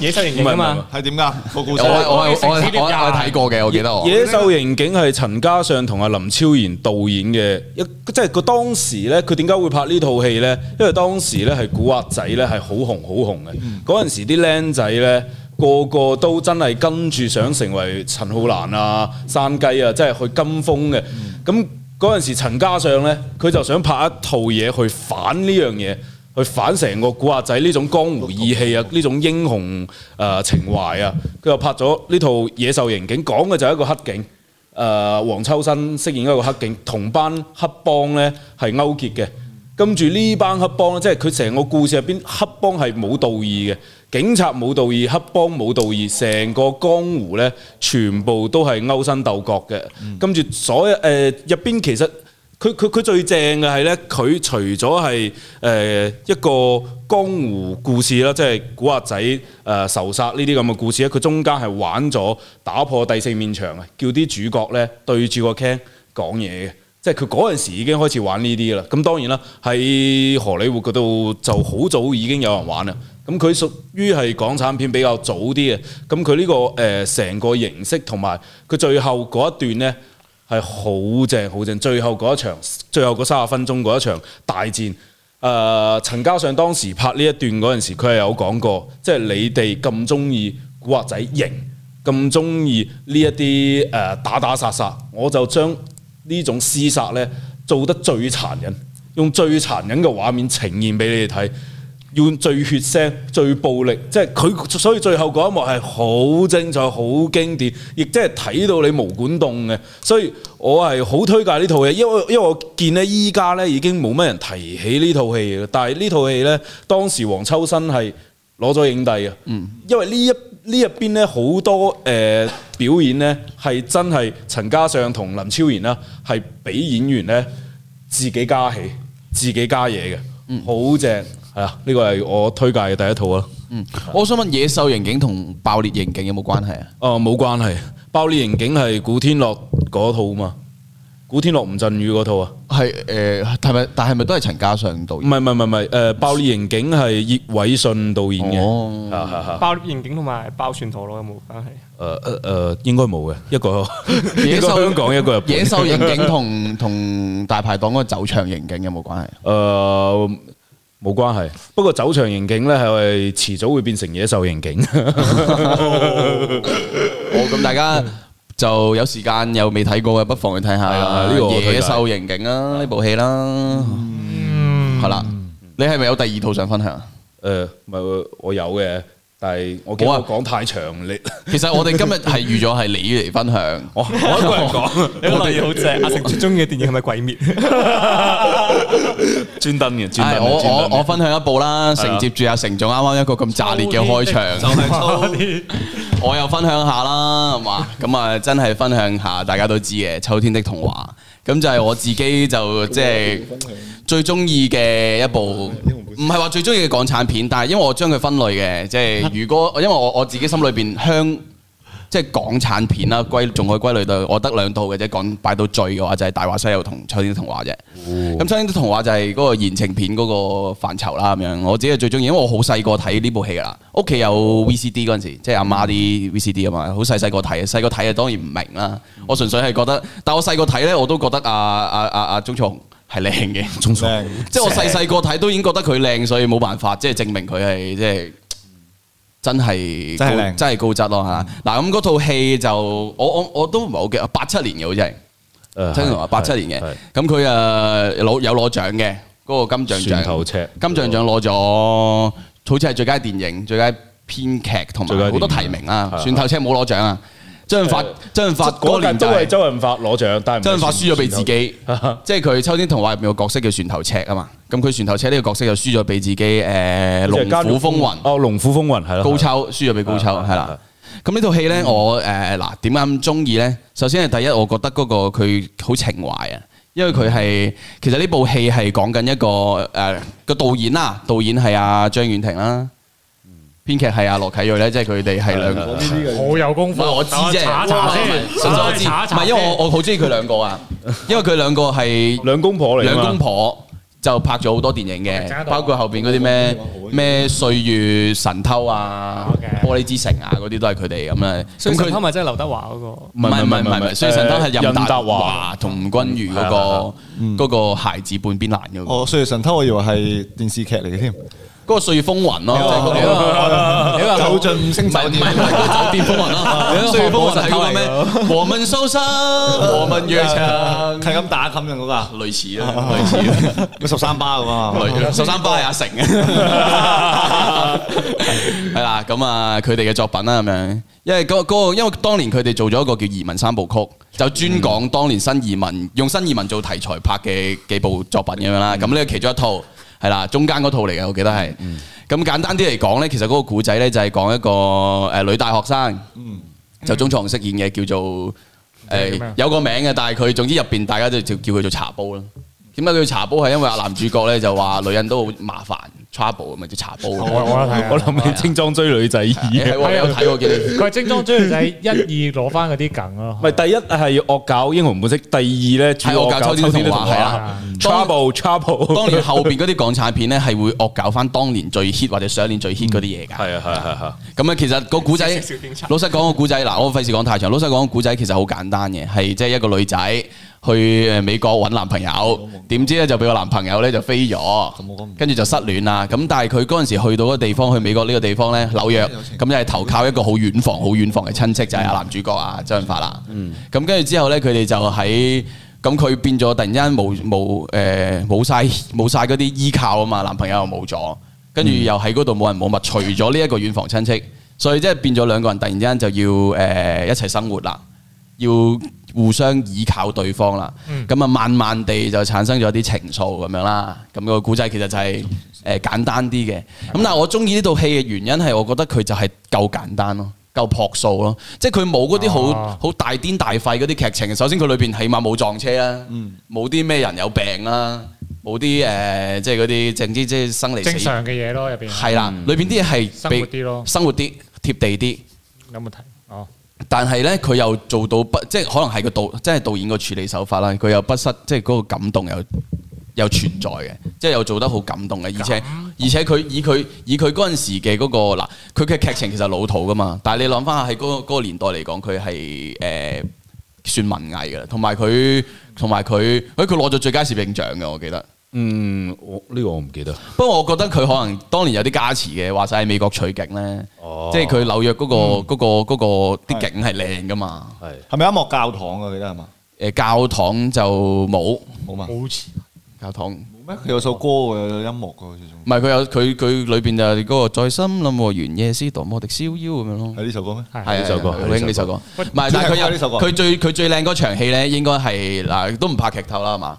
S4: 野獸
S6: 唔
S4: 型嘅
S6: 係唔係唔係
S4: 嘛，
S3: 係點㗎？報 告
S2: 我
S3: 聲。
S2: 我我我我我睇過嘅，我記得我。
S6: 野獸刑警係陳嘉上同阿林超賢導演嘅一，即係佢當時咧，佢點解會拍呢套戲咧？因為當時咧係古惑仔咧係好紅好紅嘅，
S2: 嗯
S6: 嗰陣、時啲僆仔咧個個都真係跟住想成為陳浩南啊、山雞啊，即係去跟風嘅。
S2: 嗯
S6: 咁嗰陣時陳嘉上咧，佢就想拍一套嘢去反呢樣嘢。去反成個古惑仔呢種江湖義氣啊，呢種英雄誒、呃情懷啊，佢又拍咗呢套《野獸刑警》，講嘅就係一個黑警，誒、呃黃秋生飾演一個黑警，同班黑幫呢係勾結嘅。跟住呢班黑幫呢，即係佢成個故事入邊，黑幫係冇道義嘅，警察冇道義，黑幫冇道義，成個江湖呢，全部都係勾心鬥角嘅。跟住所有誒入邊其實。佢佢佢最正嘅係咧，佢除咗係誒一個江湖故事啦，即係古惑仔誒、呃仇殺呢啲咁嘅故事咧，佢中間係玩咗打破第四面牆嘅，叫啲主角咧對住個 can 講嘢嘅，即係佢嗰陣時已經開始玩呢啲啦。咁當然啦，喺荷里活嗰度就好早已經有人玩啦。咁佢屬於係港產片比較早啲嘅，咁佢呢個誒成、個形式同埋佢最後嗰一段咧。係好正好正，最後嗰一場，最後嗰三十分鐘嗰一場大戰。誒、陳嘉上當時拍呢一段嗰陣時，佢係有講過，即係你哋咁中意古惑仔型，咁中意呢一啲誒打打殺殺，我就將呢種廝殺呢做得最殘忍，用最殘忍嘅畫面呈現俾你哋睇。要最血腥、最暴力，即係佢，所以最後嗰一幕係好精彩、好經典，亦即係睇到你毛管動嘅。所以我係好推介呢套戲，因為因為我見呢依家呢已經冇乜人提起呢套戲嘅，但係呢套戲呢，當時黃秋生係攞咗影帝嘅，因為呢一呢入邊呢好多誒、呃表演呢係真係陳嘉上同林超賢啦，係俾演員呢。自己加起，自己加嘢嘅，好正，係啊！呢個係我推介嘅第一套啊。
S2: 嗯，我想問野獸刑警同爆裂刑警有冇關係啊？
S6: 哦，冇關係，《爆裂刑警》係古天樂嗰套嘛，古天樂吳鎮宇嗰套啊，
S2: 係誒，係咪？但係咪都係陳嘉上導
S6: 唔
S2: 演？
S6: 係唔係唔係唔係，誒《爆裂刑警》係葉偉信導演
S2: 哦
S6: 嘅，啊呃
S4: 爆裂刑警同埋爆旋陀螺有冇關係？
S6: 係係，誒誒誒，應該冇嘅，一個
S2: 野
S6: 一個
S2: 獸
S6: 香港，一個日本，
S2: 野獸刑警同 同大排檔嗰個走場刑警有冇關係？啊
S6: 誒呃冇關係，不過走場刑警咧係遲早會變成野獸刑警。
S2: 哦，咁大家就有時間又未睇過嘅，不妨去睇下
S6: 係
S2: 《
S6: 啊
S2: 啊
S6: 呢個我推介
S2: 野獸刑警》啦，呢部戲啦，係啦。你係咪有第二套想分享啊？
S6: 誒，唔係呃我有嘅，但係我驚
S2: 好啊
S6: 我講太長，你，
S2: 其實我哋 今日係預咗係你嚟分享
S6: 我我一個 人講，
S4: 你個例好正，阿成最中意嘅電影係咪《鬼滅》？
S6: 專登嘅，專
S2: 係
S6: 登嘅
S2: 我
S6: 專登
S2: 我
S6: 嘅
S2: 我分享一部啦，承接住阿成總啱啱一個咁炸裂嘅開場， 我又分享下啦，係嘛？咁啊，真係分享下，大家都知嘅《秋天的童話》，咁就係我自己就即係最中意嘅一部，唔係話最中意嘅港產片，但係因為我將佢分類嘅，即係如果因為我我自己心裏邊香。即係港產片啦，歸仲可以歸類到我得兩套嘅啫。講擺到最嘅話就係、大話西遊》同《秋天的童話》啫。咁《秋天的童話》就係嗰個言情片嗰個範疇啦，咁樣我自己係最中意，因為我好細個睇呢部戲㗎啦，屋企有 VCD 嗰陣時，即係阿媽啲 VCD 啊嘛，好細細個睇，細個睇啊當然唔明啦，我純粹係覺得，但我細個睇呢，我都覺得啊啊啊啊鍾楚紅係靚嘅，鍾楚紅
S3: 靚
S2: 即係我細細個睇都已經覺得佢靚，所以冇辦法，即係證明佢係即係。真係
S3: 真係
S2: 高
S3: 靚
S2: 真係高質咯
S6: 嗯
S2: 嚇！嗱咁嗰套戲就我我我都唔係好記得，八七年嘅好似係。
S6: 誒
S2: 呃聽
S6: 係
S2: 人話八七年
S6: 係
S2: 嘅，咁佢誒攞有攞獎嘅嗰個金像
S6: 船
S2: 獎，
S6: 頭尺
S2: 金像獎攞咗好似係最佳電影、最佳編劇同
S6: 最佳電
S2: 埋
S6: 影
S2: 好多提名啦
S6: 係。係
S2: 船頭尺冇攞獎啊，周潤發周潤發嗰年
S6: 嗰年
S2: 就
S6: 都
S2: 係
S6: 係周潤發攞獎，但係唔係
S2: 周潤發輸咗俾自己
S6: 船 頭尺，
S2: 即係佢《秋天童話》入面個角色叫船頭尺啊嘛。咁佢船頭尺呢個角色就輸咗俾自己誒《
S6: 即係
S2: 龍
S6: 加
S2: 虎
S6: 咗
S2: 風雲》。
S6: 哦，龍虎風雲係啦，
S1: 嗯
S2: 高秋輸咗俾高秋，
S6: 係
S2: 係啦。咁呢套戲呢，我誒嗱點解咁中意呢？首先係第一，我覺得嗰個佢好情懷啊，因為佢
S1: 嗯
S2: 係其實呢部戲係講緊一個誒個導演啦，導演係阿張婉婷啦，
S1: 嗯
S2: 編劇係阿羅啟銳咧，即係佢哋係兩個。
S1: 好有功
S2: 唔係
S1: 夫，
S2: 我知啫，
S1: 查一查先，
S2: 純粹我知，
S1: 查一
S2: 唔
S1: 查
S2: 係
S1: 先
S2: 因為我我好中意佢兩個啊，因為佢兩個係
S6: 兩公婆嚟㗎
S2: 兩
S6: 嘛
S2: 公婆就拍咗好多電影嘅，包括後邊嗰啲咩咩歲月神偷啊、
S1: 嘅
S2: 玻璃之城啊嗰啲都係佢哋咁啊。
S4: 所以
S2: 咁
S4: 神偷
S2: 佢
S4: 咪真係劉德華嗰個，
S2: 唔係唔係唔係，所以神偷係任達
S6: 華。
S2: 華啊同吳君如嗰個嗰個孩子半邊欄嗰個，
S3: 我歲月神偷，我哦以為係電視劇嚟嘅添。
S2: 嗰個歲月風雲咯，即係嗰個
S3: 走進五星
S2: 唔係
S3: 酒
S2: 唔
S3: 店，
S2: 係唔 係酒店風雲啦，歲月風雲係啊嗰個咩？我們收生，我們約場。
S3: 係咁打冚人嗰個 啊，
S2: 類似啦，類似啊啦，
S3: 十三巴咁啊，
S2: 類似。十三巴係阿成嘅，係啦，咁啊，佢哋嘅作品啦，咁樣，因為嗰嗰個，因為當年佢哋做咗一個叫移民三部曲，就專講當年新移民用新移民做題材拍嘅幾部作品咁樣啦，咁呢個其中一套係啦，中間嗰套嚟嘅，我記得係。咁簡單啲嚟講呢，其實嗰個古仔呢，就係講一個誒女大學生，就鍾楚紅飾演嘅叫做。
S1: 叫
S2: 誒
S1: 咩
S2: 有個名嘅，但係佢總之入邊大家就叫叫佢做茶煲啦。點解佢叫茶煲係因為阿男主角咧就話女人都好麻煩 trouble 咁咪叫茶煲。
S1: 我我有睇啊
S6: 我諗起清裝追女仔二
S2: 你係
S6: 啊，
S2: 喎你有睇過叫你
S1: 佢係精裝追女仔一二攞翻嗰啲梗咯
S6: 唔。係第一係惡搞英雄本色，第二咧主
S2: 睇我教
S6: 惡
S2: 秋
S6: 搞
S2: 天的
S6: 秋天的
S2: 童
S6: 童
S2: 話係
S6: 話。
S2: 啦。當
S6: Trouble Trouble，
S2: 當年後邊嗰啲港產片咧係會惡搞翻當年最 hit 或者上一年最 hit 嗰啲嘢㗎。
S6: 係啊係啊係啊，
S2: 咁啊，其實個古仔，
S4: 小警察
S2: 老實講個古仔，嗱，我費事講太長。老實講個古仔其實好簡單嘅，係即係一個女仔去誒美國揾男朋友，點知咧就俾個男朋友咧就飛咗
S3: 講唔，
S2: 跟住就失戀啦。咁但係佢嗰陣時去到嗰個地方，去美國呢個地方咧，紐約，咁就係投靠一個好遠房、好遠房嘅親戚，就係、阿男主角啊周潤發啦。咁跟住之後咧，佢哋就喺咁佢變咗突然之間冇冇誒冇晒冇晒嗰啲依靠啊嘛，男朋友又冇咗，跟住又喺嗰度冇人冇物，除咗呢一個遠房親戚，所以即係變咗兩個人突然之間就要誒、呃一齊生活啦，要互相依靠對方啦。
S1: 嗯
S2: 咁啊、慢慢地就產生咗啲情愫咁樣啦。咁、個古仔其實就係、誒、簡單啲嘅。咁但係我中意呢套戲嘅原因係我覺得佢就係夠簡單咯。夠樸素咯，即係佢冇嗰啲好
S1: 哦
S2: 好大癲大廢嗰啲劇情。首先佢裏邊起碼冇撞車啦，冇啲咩人有病啦，冇啲誒即係嗰啲淨之即係生離
S1: 正
S2: 死
S1: 常嘅嘢咯，入邊
S2: 係啦，裏邊啲嘢係
S1: 生活啲咯
S2: 生活啲貼地啲。
S1: 有冇睇？哦，
S2: 但係咧，佢又做到不，即係可能係個導，即係導演個處理手法啦。佢又不失，即係嗰個感動又又存在嘅，即係又做得好感動嘅。而且而且佢以佢以佢嗰陣時嘅嗰、個嗱，佢嘅劇情其實老土噶嘛。但係你諗翻下喺嗰個嗰個年代嚟講，佢係誒算文藝嘅，同埋佢同埋佢，誒佢攞咗最佳攝影獎嘅，我記得。
S6: 嗯，我呢個我唔記得。
S2: 不過我覺得佢可能當年有啲加持嘅，話晒喺美國取景咧，即係佢紐約嗰、個嗰、個嗰、個啲景係靚噶嘛。
S3: 係咪音樂教堂啊？記得係嘛？
S2: 誒教堂就冇，
S3: 冇嘛？
S1: 好似
S2: 教堂。
S3: 咩？佢有首歌嘅，有音樂嘅，好似仲
S2: 唔係佢有佢佢裏邊就係嗰個在森林和原野是多麼的逍遙咁樣咯。
S3: 係呢首歌咩？
S2: 係啊
S6: 呢首歌
S2: 係
S6: 係
S2: 好興呢首歌。唔係，但係佢
S3: 呢首歌
S2: 有佢最佢最靚嗰場戲咧，應該係嗱都唔拍劇透啦，係嘛？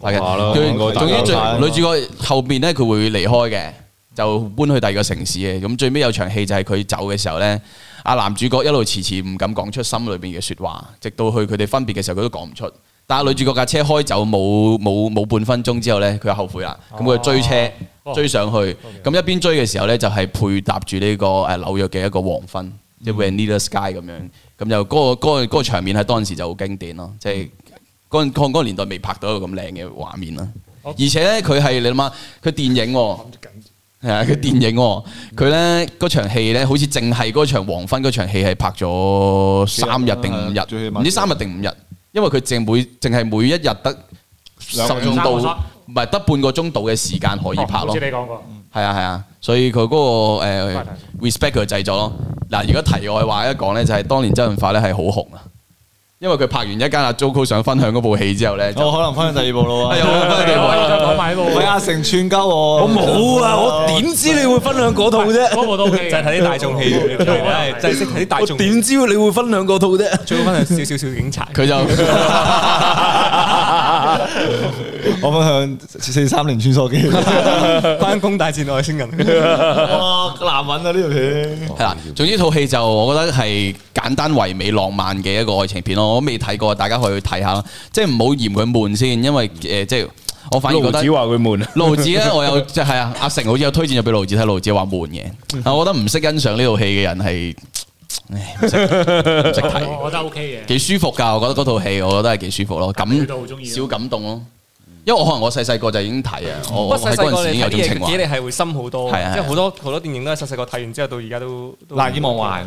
S2: 拍劇
S6: 冇話啦應
S2: 佢
S6: 該
S2: 總之
S3: 大家
S2: 最
S3: 都
S2: 女主角後邊咧，佢會離開嘅，就搬去第二個城市嘅。咁最尾有場戲就係佢走嘅時候咧，阿啊男主角一路遲遲唔敢講出心裏邊嘅説話，直到去佢哋分別嘅時候，佢都講唔出。但係女主角架車開走冇冇冇半分鐘之後咧，佢就後悔啦。咁佢就追車
S1: 哦
S2: 追上去，咁一邊追嘅時候咧，就係配搭住呢個誒紐約嘅一個黃昏，
S1: 嗯
S2: 即係 Vanilla Sky 咁樣。咁就嗰個嗰個嗰個場面喺當時就好經典咯，即係嗰陣嗰嗰個年代未拍到一個咁靚嘅畫面啦。
S1: 好
S2: 而且咧，佢係你諗下，佢電影喎，係啊，佢電影喎，佢咧嗰場戲咧，好似淨係嗰場黃昏嗰場戲係拍咗三日定五
S3: 最
S2: 日，
S3: 起碼
S2: 唔知三日定五日，因為佢淨每淨係每一日得十
S3: 兩個鐘
S2: 鐘到，
S1: 三個鐘
S2: 唔係得半個鐘度嘅時間可以
S1: 哦
S2: 拍
S1: 好
S2: 咯
S1: 似。你講過，
S2: 係啊係啊，所以佢嗰、個、呃
S1: 係係
S2: respect 佢嘅製作咯。嗱，如果題外話一講咧，就係、當年周潤發咧係好紅啊，因為佢拍完一間阿 Joco 想分享嗰部戲之後咧，就
S3: 哦我可能翻去第二部咯
S2: 係
S3: 喎。
S2: 啊分享
S1: 我
S2: 幾
S1: 又想講埋呢部
S3: 喂，阿成串鳩我，
S5: 我冇啊，我點知你會分享嗰套啫？
S1: 嗰部都 OK 嘅
S4: 就係睇啲大眾
S1: 哦
S4: 戲，真係真係識睇啲大
S5: 我
S4: 眾戲。
S5: 點知你會分享嗰套啫？
S4: 最好翻係少少少警察。
S2: 佢就
S3: 我分享四三年穿梭 機。
S4: 翻工大戰外星人，
S3: 哇，難揾啊呢條片。
S2: 係啦。總之套戲就我覺得係簡單唯美浪漫嘅一個愛情片咯。我未睇過，大家可以去睇下啦。即係唔好嫌佢悶先，因為誒、呃即係我反而覺
S6: 盧
S2: 得
S6: 子。話佢悶啊，
S2: 路子咧，我有即係啊，阿成好似有推薦咗俾路子睇，路子話悶嘅，
S4: 嗯
S2: 但我覺得唔識欣賞呢套戲嘅人係，唉唔識唔識
S1: 我
S2: 睇，
S1: 我覺得 OK 嘅。
S2: 幾舒服㗎，我覺得嗰套戲，我覺得係幾舒服咯，感
S1: 佢都好鍾意咯
S2: 小感動咯，因為我可能我細細個就已經睇啊，我
S4: 不
S2: 我
S4: 過細
S2: 喺嗰
S4: 細
S2: 陣
S4: 個
S2: 時已
S4: 你
S2: 經有
S4: 睇
S2: 種
S4: 啲
S2: 情
S4: 嘢嘢
S2: 懷，
S4: 你係會深好多，即
S2: 係啊
S4: 係好多好多電影都係細細個睇完之後到而家都都
S3: 難以忘懷。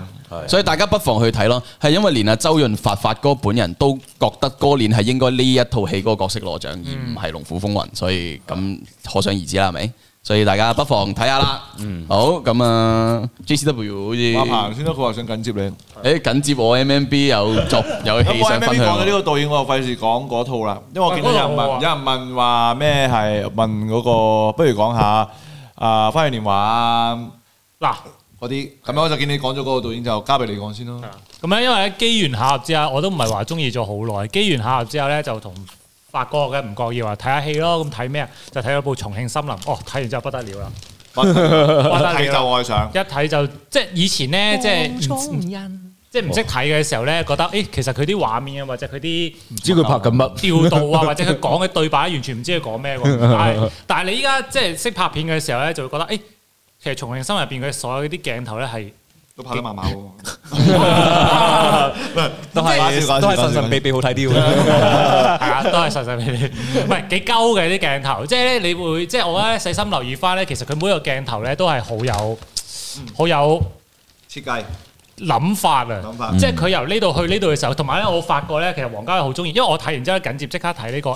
S2: 所以大家不妨去睇咯，係因為連阿周潤發發哥本人都覺得嗰年係應該呢一套戲嗰個角色攞獎，而唔係《龍虎風雲》，所以咁可想而知啦，係咪？所以大家不妨睇下啦。好咁啊，JCW 好似
S3: 阿彭先得，佢話想緊接你。
S2: 誒緊接我 MMB 有作有戲
S3: 我喺
S2: 想
S3: 咩
S2: 分
S3: 講嘅呢
S2: 享，
S3: 個導演，我又費事講嗰套啦，因為我見到有人
S1: 嗰套我
S3: 問，有人問話咩係問嗰個，不如講下啊《花樣年華》啊
S1: 嗱，
S3: 嗰啲。咁樣我就見你講咗嗰個導演，就交俾你講先咯。
S1: 咁樣因為喺機緣巧合之下，我都唔係話中意咗好耐。機緣巧合之後咧，就同發哥嘅唔覺意話睇下戲咯。咁睇咩啊？就睇咗部《重慶森林》。哦，睇完之後不得了啦，不得
S3: 睇
S1: 了啦
S3: 就愛上。
S1: 一睇就即係以前咧，即係唔即係唔識睇嘅時候咧，覺得誒其實佢啲畫面啊，或者佢啲
S6: 唔知佢拍緊乜。
S1: 調度啊，或者佢講嘅對白，完全唔知佢講咩 喎。但係但係你依家即係識拍片嘅時候咧，就會覺得誒，其實《重慶森林》入邊佢所有啲鏡頭咧 係。
S3: 都拍得麻麻喎，
S4: 都
S3: 講笑講笑
S4: 係都係神神秘秘好睇啲喎。
S1: 係啊，都係實實俾你，唔係幾鳩嘅啲鏡頭，即係咧你會，即係我咧細心留意翻咧，其實佢每一個鏡頭咧都係好有
S3: 嗯
S1: 好有
S3: 設計
S1: 諗法啊
S3: 諗法，
S1: 即係佢由呢度去呢度嘅時候，同埋咧我發覺咧，其實黃家衞好中意，因為我睇完之後緊接即刻睇呢個誒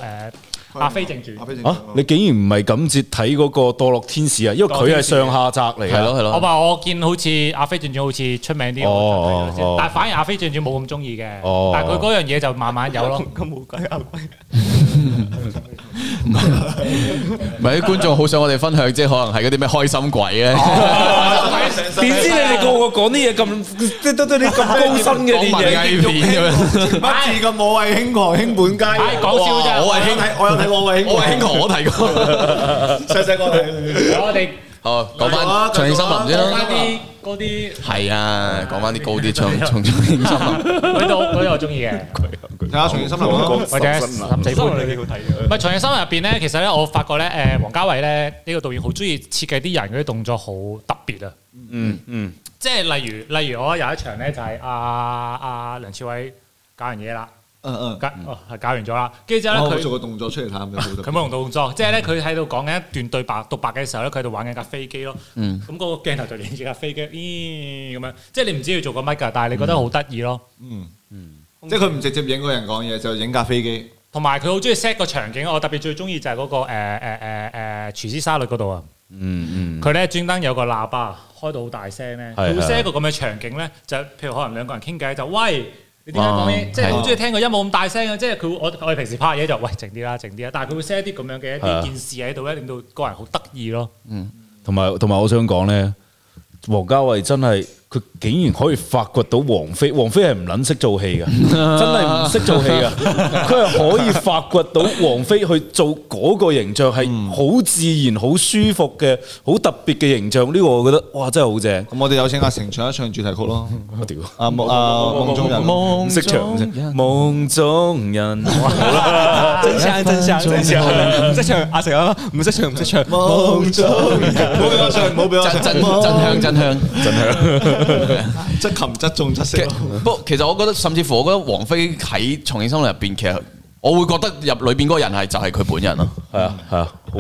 S1: 《阿飛正傳
S3: 阿》，飛正
S6: 啊！你竟然唔係咁接睇嗰個墮落天使啊？因為佢係上下集嚟㗎，啊
S2: 係咯係
S1: 我
S2: 咯，
S1: 話我見好似《阿飛正傳》好似出名啲，我就睇咗先
S6: 哦哦哦
S1: 但係反而《阿飛正傳》冇咁中意嘅，
S6: 哦
S1: 但係佢嗰樣嘢就慢慢有 咯。
S4: 咁冇計啊！
S2: 唔係啲觀眾好想我哋分享，即係可能係嗰啲咩開心鬼啊咧，
S6: 點知你哋個個講啲嘢咁即都都啲咁高深 嘅
S2: 講文藝片咁樣。
S3: 不至咁我為興狂興本街，
S1: 唉，講笑咋，
S6: 啊
S2: 我係
S3: 我有睇我有睇我為興
S2: 我係興
S3: 狂，
S2: 狂，我睇過。
S3: 細細個睇。
S1: 我哋
S2: 好，講翻《長慶森林》先
S1: 講翻
S2: 啦。
S1: 啲嗰啲。
S2: 係啊，講翻啲高 啲，長長長慶 森林。
S1: 佢 都佢都我中意嘅，
S3: 睇下《重慶森林》咯，
S1: 或者十四番裏邊。
S6: 啊
S1: 唔係《長夜心》入邊咧，其實咧我發覺咧，誒黃家衞咧呢個導演好中意設計啲人嗰啲動作好特別啊！
S6: 嗯嗯，
S1: 即係例如例如我有一場咧就係阿阿梁朝偉搞完嘢啦，
S3: 嗯嗯，
S1: 搞哦係搞完咗啦，跟住之後
S6: 哦
S3: 我
S1: 咧
S3: 會做
S1: 佢
S3: 個動作出嚟睇下有冇得
S1: 佢冇用動作，即係咧佢喺度講緊一段對白獨白嘅時候咧，佢喺度玩緊架飛機咯。
S2: 嗯，
S1: 咁嗰個鏡頭就影住架飛機，咦咁樣，即係你唔知佢做過乜㗎，但係你覺得好得意咯。
S3: 嗯嗯，即係佢唔直接影個人講嘢，就影架飛機。
S1: 同埋佢好中意 set 個場景，我特別最中意就係嗰個誒誒誒誒廚師沙律嗰度啊！嗯嗯，佢咧專登有個喇叭開到好大聲咧，
S6: 係
S1: 佢會
S6: 係
S1: set 一個咁嘅場景咧，就譬如可能兩個人傾偈就喂。你點解講嘢？即係
S2: 係
S1: 好中意聽個音冇咁大聲嘅，啊即係佢會我我哋平時拍嘢就喂靜啲啦，靜啲啦，但係佢會 set 一啲咁樣嘅一
S6: 係啊
S1: 啲件事喺度咧，令到個人好得意咯。
S6: 同埋同埋，我想講咧，王家衞真係佢竟然可以發掘到王菲，王菲係唔撚識做 戲嘅，真係唔識做戲嘅，佢係可以發掘到王菲去做嗰個形象係好自然、好舒服嘅、好特別嘅形象。呢個我覺得哇，真係好正！
S3: 咁我哋有請阿成唱一唱主題曲咯。
S6: 我屌，
S3: 啊夢啊夢中人，
S6: 唔識唱，唔識夢中人，好啦，
S4: 真聲真聲真 聲，唔識唱阿成啊，唔識唱唔識唱，
S3: 夢中人，唔好俾我唱，唔好俾我
S2: 真
S3: 唱，
S2: 真真香真香。
S3: 則擒則中則
S2: 其
S3: 色。
S2: 不過其實我覺得，甚至乎我覺得王菲喺《重慶森林》入邊，其實我會覺得入裏邊嗰個人係就係佢本人咯。
S6: 係啊係啊，好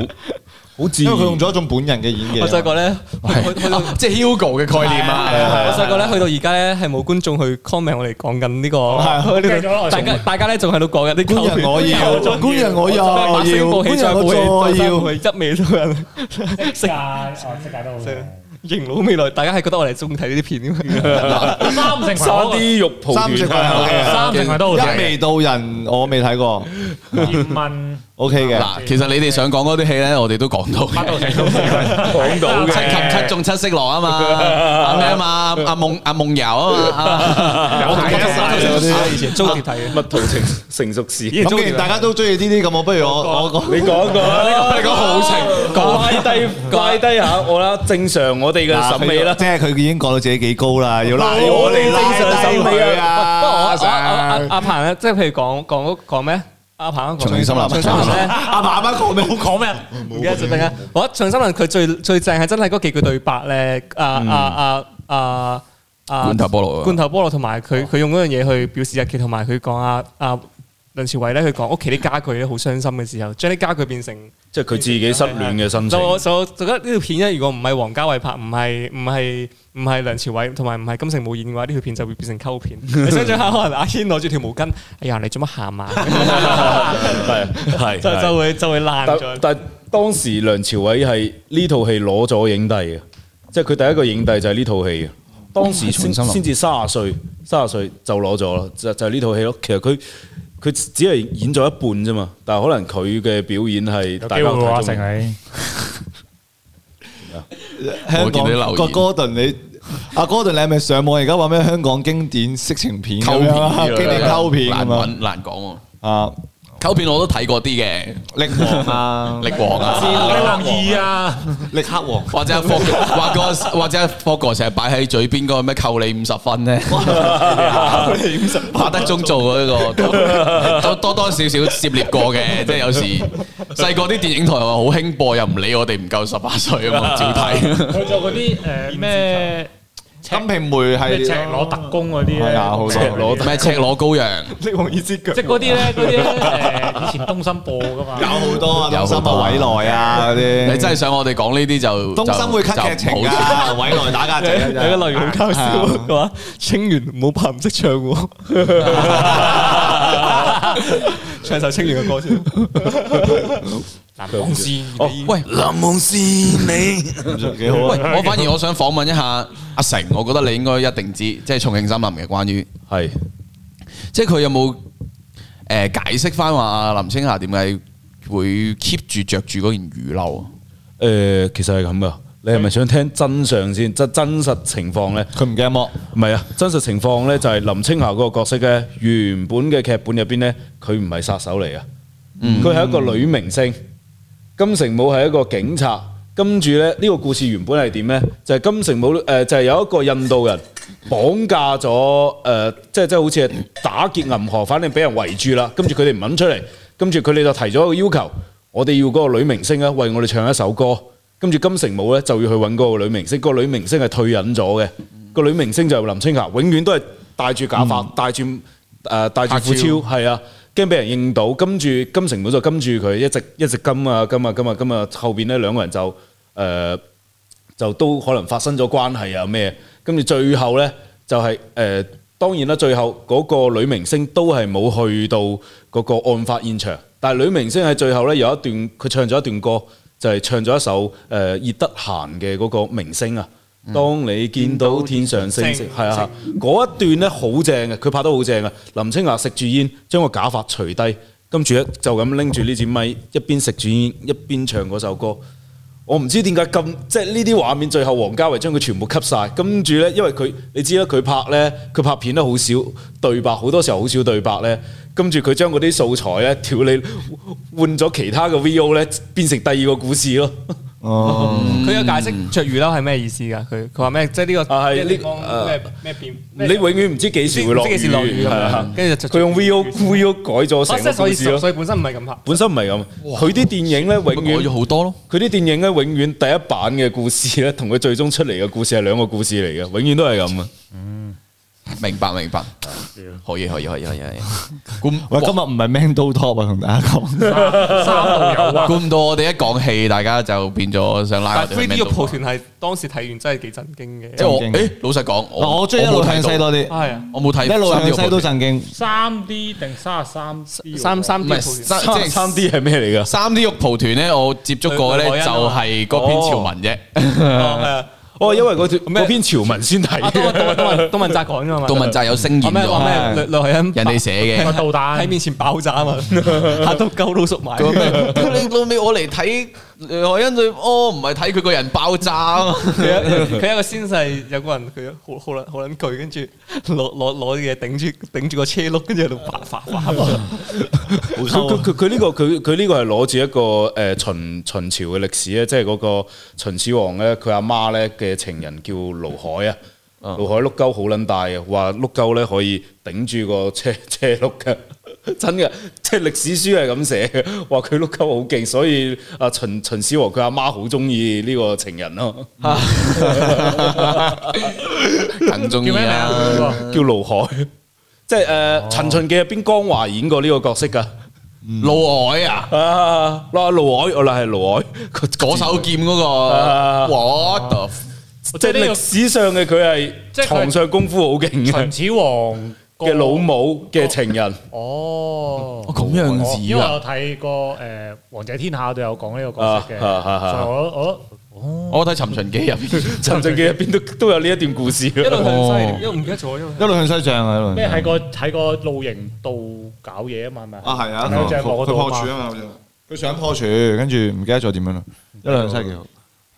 S6: 好自
S3: 因
S6: 然
S3: 為佢。用咗一種本人嘅演技。
S4: 我細個咧，去去到
S2: 啊即係 Hugo 嘅概念啊！
S4: 我細個咧，去到而家咧，係冇觀眾去 comment 我哋講緊呢
S3: 係
S4: 個呢
S1: 繼續
S4: 個，
S1: 啦
S4: 大家大家咧仲喺度講緊啲
S3: 官人我要，官人我 又
S4: 白
S3: 要，
S4: 聲部
S3: 官
S4: 戲再
S3: 人
S4: 部
S3: 我
S4: 戲再
S3: 再要
S4: 部。戲，一味都人
S1: 識界哦，識界都好嘅。
S4: 型佬未來，大家係覺得我哋中意睇呢啲片添。
S1: 三成群
S6: 沙
S1: 嗰個
S6: 啲肉蒲
S3: 三隻
S6: 團啊
S3: 怪
S1: 三成群都好
S3: 一
S1: 睇。
S3: 味到人，我未睇過
S1: 葉問
S3: ，OK 嘅。
S2: 嗱，其實你哋想講嗰啲戲咧，我哋都講到嘅。
S1: 八道成都
S6: 講到
S2: 七
S6: 嘅
S2: 擒七中七色狼 啊嘛，阿咩啊嘛，阿夢阿夢遊 啊嘛，
S1: 有睇
S4: dạ.
S1: 晒
S3: 嗰啲
S4: 啊以前 中意睇嘅。
S6: 蜜桃成成熟時，
S3: 咁既然大家都中意呢啲，咁我不如我我講
S6: 你講過啦，
S2: 你講好情
S6: 拉低拉低下我啦，正常我哋嘅審美啦
S3: 即。係佢已經講到自己幾高啦，要拉我嚟拉低佢
S4: 不過我
S3: 啊！
S4: 我阿阿鵬咧，即係譬如講講嗰講咩？阿鵬講
S3: 重慶森林
S4: 重慶森林咧。
S3: 阿爸阿媽講咩？
S1: 講咩？
S4: 唔記得咗定啊！我覺得《長森林》佢最最正係真係嗰幾句對白咧，啊
S3: 嗯
S4: 啊啊啊啊！
S2: 罐頭菠蘿啊
S4: 罐頭菠蘿同埋佢佢用嗰樣嘢去表示日記，同埋佢講啊啊梁朝偉咧，佢講屋企啲家具咧好傷心嘅時候，將啲家具變成
S6: 即係佢自己失戀嘅心情
S4: 就。我就我就覺得呢條片咧，如果唔係王家衞拍，唔係唔係唔係梁朝偉，同埋唔係金城武演嘅話，呢條片就會變成 溝片。你想象下，可能阿軒攞住條毛巾，哎呀，你做乜 喊啊？
S6: 係
S5: 係
S4: 就就會就會爛
S6: 但
S4: 咗。
S6: 但當時梁朝偉係呢套戲攞咗影帝嘅，即係佢第一個影帝就係呢套戲嘅。當時先先至三十歲，三十歲就攞咗啦，就就係呢套戲咯。其實佢佢只係演咗一半啫嘛，但係可能佢嘅表演係
S1: 有
S6: 大
S1: 機
S6: 家
S1: 會
S6: 睇中
S1: 喎，阿成你
S3: 香
S2: 我見到啲留言
S3: 港個 Gordon 你阿 Gordon 你係咪上網而家話咩香港經典色情片咁
S2: 溝
S3: 樣啊？
S2: 片
S3: 經典溝片
S2: 難
S3: 咁啊？
S2: 揾難講喎。
S3: 啊，
S2: 溝片我都睇過啲嘅，
S3: 力王啊，
S2: 力王啊，
S1: 李宏義啊，
S3: 力黑王。
S2: 或者係霍或個或者係霍哥成日擺喺嘴邊嗰個咩扣你五十分咧，馬德鐘做嗰個多多多少少涉獵過嘅，即係有時細個啲電影台話好興播，又唔理我哋唔夠十八歲啊嘛，照睇。
S1: 佢做嗰啲誒咩
S3: 金瓶梅係
S1: 咩赤裸特工嗰啲咧，
S3: 係啊好多
S1: 赤裸
S2: 咩赤裸羔羊，
S4: 力王意思腳
S1: 即係嗰啲咧，嗰啲咧誒以前東森播噶嘛
S3: 有。好多啊，
S2: 有
S3: 東
S2: 好
S3: 森
S2: 多啊
S3: 啊、偉來啊嗰啲。
S2: 你真係想我哋講呢啲就
S3: 東森會 cut 劇情啊㗎，偉來打架 仔啊真係
S4: 有個留言好搞笑嘅話，清源唔好怕唔識唱 喎， 唱首清源嘅歌先。南
S6: 方
S4: 斯，
S6: 哦
S2: 喂，林夢是你。
S3: 幾好啊！
S2: 喂，我反而我想訪問一下阿成，我覺得你應該一定知，即係重慶森林嘅關於，
S6: 係
S2: 即係佢有冇誒解釋翻話阿林青霞點解會 keep 住着住嗰件雨褸啊？
S6: 誒，其實係咁噶。你係咪想聽真相先？即係真實情況咧？
S3: 佢唔驚剝，
S6: 唔係啊，真實情況咧就係林青霞嗰個角色咧，原本嘅劇本入邊咧，佢唔係殺手嚟啊，佢係一個女明星。金城武係一個警察，跟住咧呢個故事原本係點咧？就係、金城武誒、呃就係、有一個印度人綁架咗誒、呃即係即係好似係打劫銀行，反正俾人圍住啦，跟住佢哋唔肯出嚟，跟住佢哋就提咗一個要求，我哋要嗰個女明星咧啊為我哋唱一首歌，跟住金城武咧就要去揾嗰個女明星，個女明星係退隱咗嘅，個女明星就係林青霞，永遠都係戴住假髮，戴住誒戴住
S2: 黑超
S6: 褲超。係啊，驚俾人認到，跟住金城武就跟住佢一直一直跟啊跟啊跟啊跟啊，後邊呢兩個人就誒、呃就都可能發生咗關係啊咩，跟住最後呢，就係、呃當然啦，最後嗰個女明星都係冇去到嗰個案發現場，但係女明星喺最後呢，有一呃段佢唱咗一段歌，就係、唱咗一首誒、呃、熱得閒嘅嗰個明星啊。當你見到天上星星，係啊，嗰一段咧好正嘅，啊佢拍得好正嘅。林青霞食住煙，將個假髮除低，跟住咧就咁拎住呢支咪，一邊食住煙一邊唱嗰首歌。我唔知點解咁，即係呢啲畫面最後王家衞將佢全部吸晒。跟住呢，因為佢你知啦，佢拍呢，佢拍片都好少對白，好多時候好少對白呢。跟住佢將嗰啲素材呢，調你換咗其他嘅 VO 呢，變成第二個故事咯。
S4: 佢有解釋着魚褸係咩意思㗎？佢佢話咩？即係呢個
S1: Ờ,
S6: 啊係呢
S4: 呢個
S6: 誒
S4: 咩咩變？
S6: 你永遠唔知幾時會落
S4: 唔知
S6: 雨，
S4: 幾時落雨咁樣
S6: 係啊
S4: 跟住就
S6: 佢用 VO VO 改咗
S4: 哦
S6: 成
S4: 即係
S6: 個
S4: 所
S6: 故
S4: 以
S6: 事咯。
S4: 所以本身唔係咁拍。
S6: 本身唔係咁，佢啲電影呢，永
S2: 改
S6: 遠
S2: 咗好 多咯。
S6: 佢啲電影咧，永遠第一版嘅故事咧，同佢最終出嚟嘅故事係兩個故事嚟嘅，永遠都係咁啊！
S2: 明白明白，可以可以可以可以。可以
S3: 喂，今日唔係 Man Do Top 啊，同大家講。
S1: 三度有啊，
S2: 估唔到我哋一講戲，大家就變咗想拉
S4: 但係
S2: 我哋
S4: 3D
S2: 去
S4: 嘅
S2: 咩度
S4: 蒲團係當時睇完真係幾震驚
S2: 即
S4: 嘅。
S2: 係我
S3: 震驚
S2: 誒，老實講，我
S3: 我中意一路
S2: 冇睇
S3: 向西
S2: 到，
S3: 多啲，
S4: 係啊，
S2: 我冇睇
S3: 一路向西都
S2: 三
S3: 震驚。
S1: 三 D 定三十三 D
S4: 三三
S2: 唔
S4: D
S2: 係
S4: 蒲團
S2: 三即係
S6: 三 D 係咩嚟㗎？
S2: 三 D 肉蒲團咧，我接觸過咧就
S4: 對海恩啊
S2: 係嗰篇潮文啫。
S4: 哦係啊。
S6: 哦，因為嗰條哦
S4: 咩
S6: 嗰篇潮文先睇
S4: 啊，都都都文都文澤講㗎嘛。
S2: 杜文澤有聲
S4: 話
S2: 演
S4: 哦咩話
S2: 咗，
S4: 咩？女女人
S2: 人哋寫
S1: 個
S2: 嘅。
S1: 導
S4: 喺
S1: 彈
S4: 面前爆炸啊嘛，嚇到鳩都縮埋。
S2: 佢話啊咩屌你老尾，我嚟睇梁海欣最，哦唔係睇佢個人爆炸啊嘛。
S4: 佢有一個先世，有個人佢好好撚好撚攰，跟住攞攞攞嘢頂住頂住個車轆，跟住喺度發發發。
S6: 佢佢佢佢呢個佢佢呢個係攞住一個誒秦秦朝嘅歷史啊咧，即係嗰個秦始皇咧，佢阿媽咧嘅情人叫盧海啊。盧海碌鳩好撚大嘅，話碌鳩咧可以頂住個車 車碌嘅，真嘅，即係歷史書係咁寫嘅，話佢碌鳩好勁，所以阿秦秦始皇佢阿媽好中意呢個情人咯，
S2: 更中意
S1: 叫咩名啊
S2: 啦。
S1: 嗰個？
S6: 叫盧海，即係誒陳秦記入邊江華演過呢個角色㗎，
S2: 路海啊，
S6: 啊，嗱盧海，我嗱係盧海，佢
S2: 左手劍嗰
S6: 啊
S2: 個 what the f-
S6: 即係歷史上嘅佢
S1: 即
S6: 係
S1: 係佢
S6: 床上功夫好勁嘅
S1: 秦始皇個
S6: 嘅老母嘅情人，
S1: 哦，
S2: 哦咁樣子啊
S1: 因為我睇過誒《王者天下》都有講呢個角色嘅，
S6: 啊啊啊啊
S1: 所以我我
S2: 我睇《尋秦記》入邊，
S6: 陳俊記入邊都都有呢一段故事
S4: 一
S6: 嘅。
S4: 路向西，一路唔記得咗，一路
S3: 一路向西漲啊，一路向西
S1: 咩喺個喺個露營度搞嘢啊嘛，係咪
S3: 啊，係啊，
S1: 喺隻
S3: 佢
S1: 幕嗰
S3: 佢
S1: 度
S3: 破
S1: 嘛
S3: 處啊嘛，好似佢想破處，跟住唔記得咗點樣啦，一兩西幾好。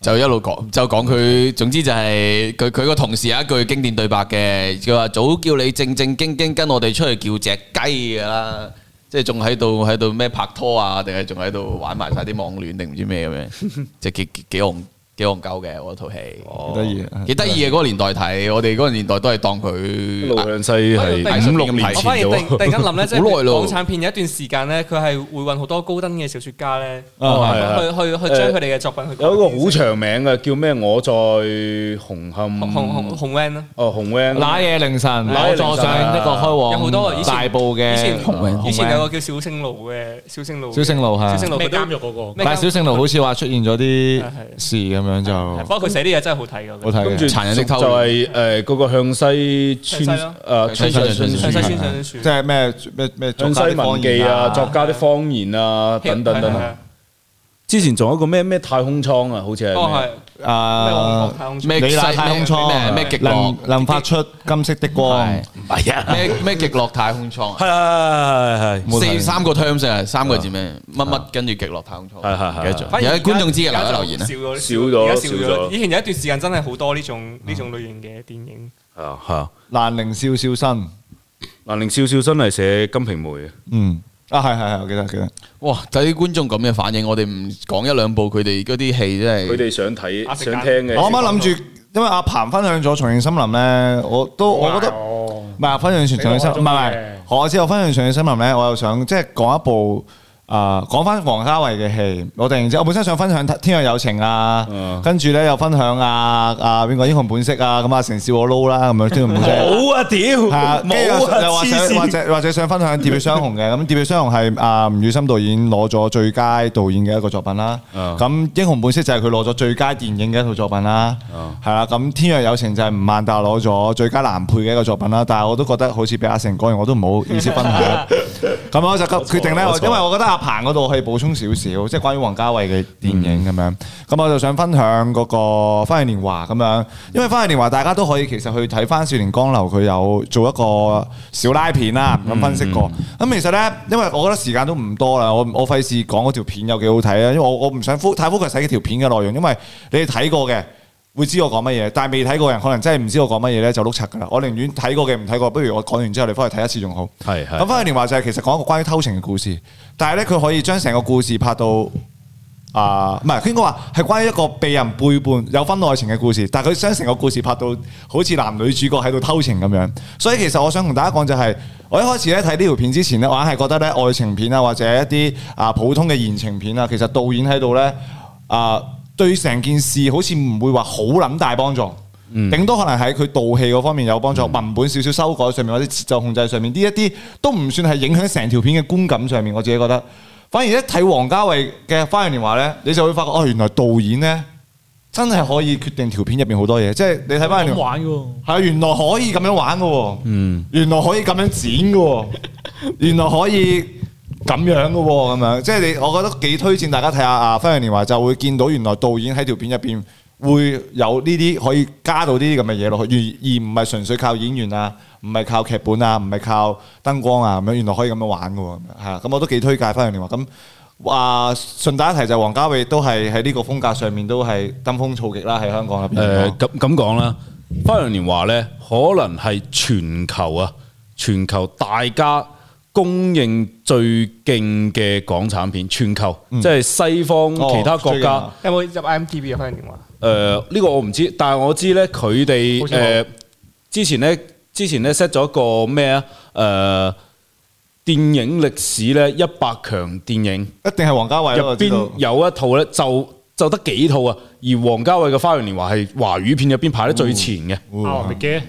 S2: 就一路講就講佢，總之就係佢佢個同事有一句經典對白嘅，佢話早叫你正正經經跟我哋出去叫只雞㗎啦，即係仲喺度喺度咩拍拖啊，定係仲喺度玩埋晒啲網戀定唔知 咩咁樣，即係幾幾幾戇幾戇鳩嘅嗰套戲，
S3: 幾得意啊
S2: 幾得意嘅嗰個年代睇，我哋嗰個年代都係當佢
S6: 一路向西係五六年
S4: 我反而
S6: 前
S4: 突然突
S6: 咗。
S4: 然間諗咧，即
S2: 好耐咯
S4: 係港產片有一段時間咧，佢係會揾好多高登嘅小説家咧，去
S3: 啊
S6: 係啊
S4: 去去將佢哋嘅作品去改
S6: 有一個好長名嘅叫咩？我在
S4: 紅
S6: 紅
S4: 紅
S6: 磡
S4: 紅紅 van 咯，
S6: 哦紅 van
S3: 那夜凌晨，
S6: 那
S3: 我
S6: 夜凌晨
S3: 坐上一個
S4: 有
S3: 開
S4: 好
S3: 往
S4: 多以前
S3: 大埔嘅
S4: 以前
S3: 紅
S4: 以前有
S3: 紅
S4: 個叫小星路嘅小星路嘅，
S3: 小星路係
S4: 小星路
S1: 咩
S4: 佢都
S1: 監獄嗰個？
S4: 咩
S3: 但係小聖奴好似話出現咗啲
S4: 係係
S3: 事咁樣就
S4: 係不過佢寫啲嘢真係好睇㗎，
S3: 好睇
S6: 跟
S3: 嘅
S6: 住
S2: 殘忍的偷
S6: 就係誒嗰個向西村
S4: 向西咯
S6: 誒村上春
S4: 向
S6: 樹
S4: 西村上嘅樹
S3: 即係咩咩咩作
S6: 向
S3: 家
S6: 西
S3: 啲方
S6: 文記
S3: 言
S6: 啊、作家啲方言啊等等等
S4: 係係
S6: 等。
S4: 係
S6: 之前仲有一個咩咩太空艙啊，好似係
S4: 哦
S6: 咩。
S4: 係。咩旺角
S3: 啊
S4: 太空
S2: 咩
S4: 村
S2: 極
S3: 李娜
S2: 西
S3: 太空艙
S2: 咩咩極樂
S3: 能能發出金色的光，
S2: 係
S6: 係啊，
S2: 咩咩極樂太空艙啊，
S6: 係係係係。
S3: 冇睇
S2: 四三個 terms 啊，三個字咩乜乜跟住極樂太空艙，
S6: 係係係
S2: 唔記得咗
S4: 反而
S2: 有
S4: 而
S2: 啲
S4: 家
S2: 觀眾知嘅留
S4: 而
S2: 一
S4: 家
S2: 留言
S4: 就
S2: 啊。
S6: 少
S4: 少
S6: 咗
S4: 咗，
S6: 咯
S4: 而家少
S6: 少咗
S4: 咗。以前有一段時間真係好多呢種呢種類型嘅電影。
S6: 係啊係啊，
S3: 蘭陵笑笑生，
S6: 蘭陵笑笑真係寫《金瓶梅》嘅。
S3: 嗯啊係係係，我記得記得。
S2: 哇！睇啲觀眾咁嘅反應，我哋唔講一兩部佢哋嗰啲戲真
S6: 佢
S2: 係，
S6: 哋想睇、
S4: 啊食
S6: 想
S4: 間
S6: 聽嘅。
S3: 我啱啱諗住，因為阿彭分享咗《重慶森林》咧，我都我覺得唔
S1: 得
S3: 係分享《重慶森林》，唔
S1: 你都
S3: 係
S1: 話中意
S3: 唔係，我知我分享《重慶森林》咧，我又想即係講一部啊講翻王家衞嘅戲。我突然之間，我本身想分享《天若有情》啊
S6: 嗯，
S3: 跟住咧又分享啊啊邊個《英雄本色》啊，咁啊成笑我撈啦咁樣，《天若本色》。
S6: 冇啊！屌，
S3: 係啊，跟住
S6: 冇啊！
S3: 又或
S6: 黐
S3: 者或
S6: 線。
S3: 者或者想分享《喋血雙雄》 嘅，咁《喋血雙雄》係啊吳宇森導演攞咗最佳導演嘅一個作品啦。
S6: 嗯
S3: 咁《英雄本色》就係佢攞咗最佳電影嘅一套作品啦
S6: 嗯。
S3: 係啦，咁《天若有情》就係吳孟達 攞咗最佳男配嘅一個作品啦。但係我都覺得好似俾阿成講完，我都唔好意思分享。咁啊我就決定咧，
S6: 我
S3: 我
S6: 錯
S3: 因為我覺得阿彭嗰度可以補充少少，即係關於王家衞嘅電影咁
S6: 嗯
S3: 樣。咁我啊就想分享嗰個《花樣年華》咁樣，因為《花樣年華》大家都可以其實去睇翻《少年江流》，佢有做一個小拉片啦，
S6: 嗯
S3: 咁分析過。咁其實咧，因為我覺得時間都唔多啦，我我費事講嗰條片有幾好睇啊，因為我我唔想 fo- 太 focus 喺條片嘅內容，因為你哋睇過嘅。會知我講乜嘢，但係未睇過嘅人可能真係唔知我講乜嘢咧，就碌柒㗎啦。我寧願睇過嘅唔睇過，不如我講完之後你翻去睇一次仲好。
S6: 係係
S3: 咁翻去年話就係其實講一個關於偷情嘅故事，但係咧佢可以將成個故事拍到啊，唔係佢應該話係關於一個被人背叛、有婚外情嘅故事，但係佢將成個故事拍到好似男女主角喺度偷情咁樣。所以其實我想同大家講就係、我一開始咧睇呢條片之前咧，我硬係覺得咧愛情片啊，或者一啲啊普通嘅言情片啊，其實導演喺度咧啊對成件事好似唔會話好撚大幫助。頂多可能喺佢導戲嗰方面有幫助，文本少少修改上面或者節奏控制上面，呢一啲都唔算係影響成條片嘅觀感上面。我自己覺得，反而一睇王家衞嘅《花樣年華》咧，你就會發覺哦，原來導演咧真係可以決定條片入邊好多嘢。即係你睇《花樣年
S1: 咁
S3: 華》，
S1: 玩嘅喎。
S3: 係啊，原來可以咁樣玩嘅喎，
S6: 嗯
S3: 原來可以咁樣剪嘅喎，原來可以咁樣嘅喎，咁樣即係你，我覺得幾推薦大家睇下啊《花樣年華》，就會見到原來導演喺條片入邊會有呢啲可以加到呢啲咁嘅嘢落去，而而唔係純粹靠演員啊，唔係靠劇本啊，唔係靠燈光啊咁樣，原來可以咁樣玩嘅喎，咁樣係啊，咁我都幾推介《花樣年華》咁。話順帶一提就係王家衞都係喺呢個風格上面都係登峰造極啦，喺香港入邊。
S6: 誒咁咁講啦，《花樣年華》咧，可能係全球啊，全球大家公認最勁嘅港產片，全球、即係西方
S3: 嗯哦
S6: 其他國
S3: 最勁
S6: 家。
S3: 啊
S4: 有冇入 IMDB 啊？翻電話
S6: 誒呃呢個我唔知，但係我知咧佢哋
S3: 好似冇
S6: 誒之前咧之前咧 set 咗個咩啊誒電影歷史咧一百強電影
S3: 一定係王家衞咯
S6: 入
S3: 我知道
S6: 邊有一套咧就就得幾套啊，而王家衞嘅《花樣年華》係華語片入邊排得最前
S3: 嗯
S6: 嘅，《
S1: 啊，咪嘅，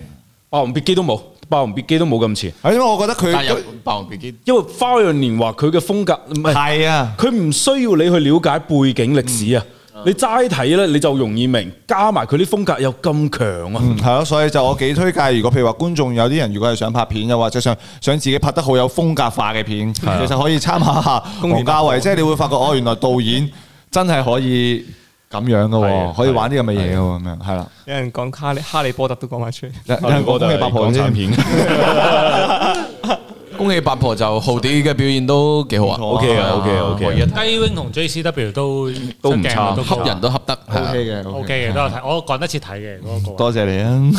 S6: 霸王別姬》都冇，《霸王別姬》都冇咁前，
S3: 係因為我覺得佢
S2: 但係有霸王別姬
S6: 因為《花樣年華》佢嘅風格唔係。
S3: 係啊，
S6: 佢唔需要你去了解背景歷史啊，
S3: 嗯
S6: 你齋睇咧你就容易明，加埋佢啲風格又咁強啊，
S3: 嗯係咯，所以就我幾推介，如果譬如話觀眾有啲人如果係想拍片，又或者想想自己拍得好有風格化嘅片，其實可以參考下王家衞，即係你會發覺哦，原來導演真係可以咁樣嘅
S6: 係啊
S3: 喎，可以玩啲咁嘅嘢嘅喎，咁樣係啦。
S4: 有人講哈利哈利波特都講埋出嚟，
S3: 有人講嘅八婆
S6: 港
S3: 先
S6: 產，片。
S2: 恭喜八婆就浩啲嘅表現都幾好啊
S3: 唔錯
S6: OK 啊，OK 啊，OK
S2: 可以一
S6: 啊。
S2: 睇
S1: 低 wing 同 JCW 都
S6: 都唔
S1: 出鏡
S6: 差
S1: 都幾好
S2: 恰人都恰得，係啊
S3: OK 嘅
S1: OK 嘅，都有睇，我趕得切睇嘅嗰個。
S3: 多謝你啊，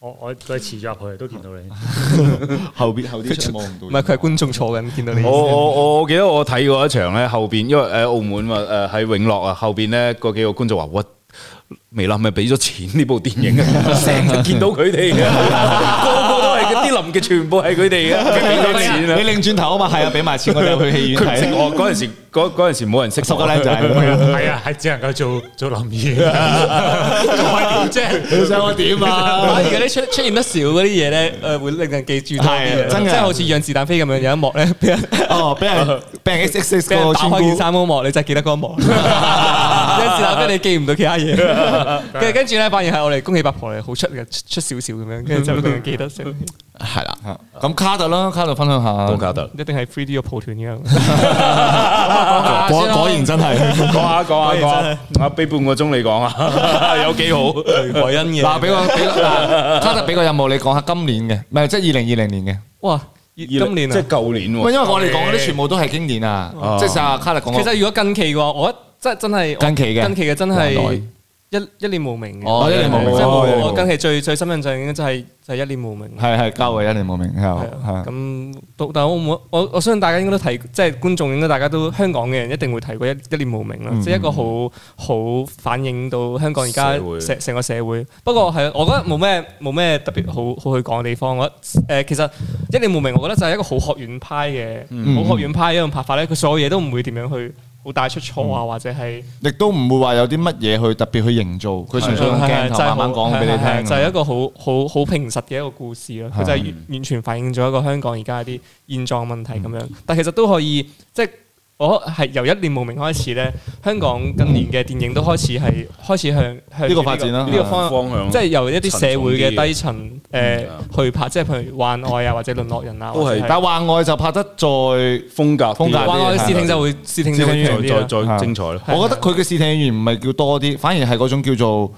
S1: 我我佢遲咗入去，都見到你。
S3: 後邊後啲出望唔
S4: 唔
S3: 到，
S4: 係佢係觀眾坐緊，見到你。
S6: 我我我我記得我睇過一場咧，後邊因為誒澳門嘛，誒喺永樂啊，後邊咧嗰幾個觀眾話：我微辣咪俾咗錢呢部電影啊，成日見到佢哋嘅，個個都係嗰啲林嘅，全部係佢哋嘅，俾咗錢啊
S3: 你！擰轉頭啊嘛，係啊，俾埋錢我哋去戲院
S6: 佢唔識
S3: 睇，
S6: 我嗰陣時，嗰嗰陣時冇人識
S3: 十
S6: 我
S3: 個靚仔。
S1: 係啊，係只能夠做做林義，做點啫？你想我點啊？
S4: 而家啲出出現得少嗰啲嘢咧，誒會令人記住多啲
S3: 係
S4: 嘅，
S3: 真
S4: 即
S3: 嘅
S4: 係好似養子彈飛咁樣有一幕咧，俾人
S3: 哦，俾人俾人 X X X
S4: 俾人
S3: 個
S4: 打
S3: 村
S4: 開件
S3: 姑。
S4: 衫嗰幕，你就係記得嗰一幕。養子彈飛你記唔到其他嘢，跟住跟住咧，發現係我哋恭喜八婆嚟，好出嘅，出出少少咁樣，跟住就令人記得少少一
S2: 係啦，
S3: 咁卡特啦，卡特分享下。
S6: 我搞得。
S4: 定係 three D 嘅抱團 嘅。
S3: 果果然真係。
S6: 講下講下講下，啊俾半個鐘你講啊，有幾好？
S4: 海恩嘅
S3: 嗱，俾個俾個嗱卡特俾個任務你講下今年嘅，唔係即係二零二零年嘅。
S4: 哇，今年
S6: 即
S4: 啊
S6: 係，舊年
S3: 喂，
S6: 喎，
S3: 因為我哋講嗰啲全部都係經典啊，即係阿卡特講
S4: 其
S3: 嗰個。
S4: 實如果近期嘅話，我一真真係
S3: 近期嘅
S4: 近期嘅真
S3: 國
S4: 係
S3: 內
S4: 一一念無名嘅。
S3: 哦一念無名
S4: 即係
S3: 哦一念無
S4: 我
S3: 名
S4: 我近期最最深印象應該就係就係一念無名。
S3: 係係交嘅一年無名係啊係啊
S4: 咁到但我冇我我相信大家應該都睇，即係觀眾應該大家都香港嘅人一定會睇過一一念無名
S3: 嗯
S4: 啦，即係一個好好反映到香港而家
S6: 社會
S4: 成成個社會。不過係，啊我覺得冇咩冇咩特別好好去講嘅地方。我覺得誒其實一念無名，我覺得就係一個好學院派嘅
S3: 嗯
S4: 好學院派一種拍法咧。佢所有嘢都唔會點樣去好帶出錯
S3: 嗯
S4: 啊，或者係。
S3: 亦都唔會話有啲乜嘢去特別去營造，佢純粹用鏡頭慢慢講俾你
S4: 係係
S3: 聽。啊
S4: 就係一個好好好平實嘅一個故事咯。佢就係
S3: 嗯
S4: 完完全反映咗一個香港而家啲現狀問題咁樣，但其實都可以即係我係由一念無明開始咧，香港近年嘅電影都開始係開始向向
S3: 呢個
S4: 住
S3: 發展啦
S4: 呢個方
S6: 方向
S4: 即係由一啲社會
S6: 沉重啲嘅
S4: 嘅低層誒去拍，即係譬如《幻愛》啊，或者《淪落人》啊，
S6: 都係
S4: 或者
S3: 但幻愛就拍得再，我
S6: 風格啲
S3: 風格啲
S4: 幻愛嘅視聽就會視聽就會長啲
S6: 再
S4: 啦。
S6: 再再精彩咯。
S3: 覺得佢嘅視聽語言唔係叫多啲，反而係嗰種叫做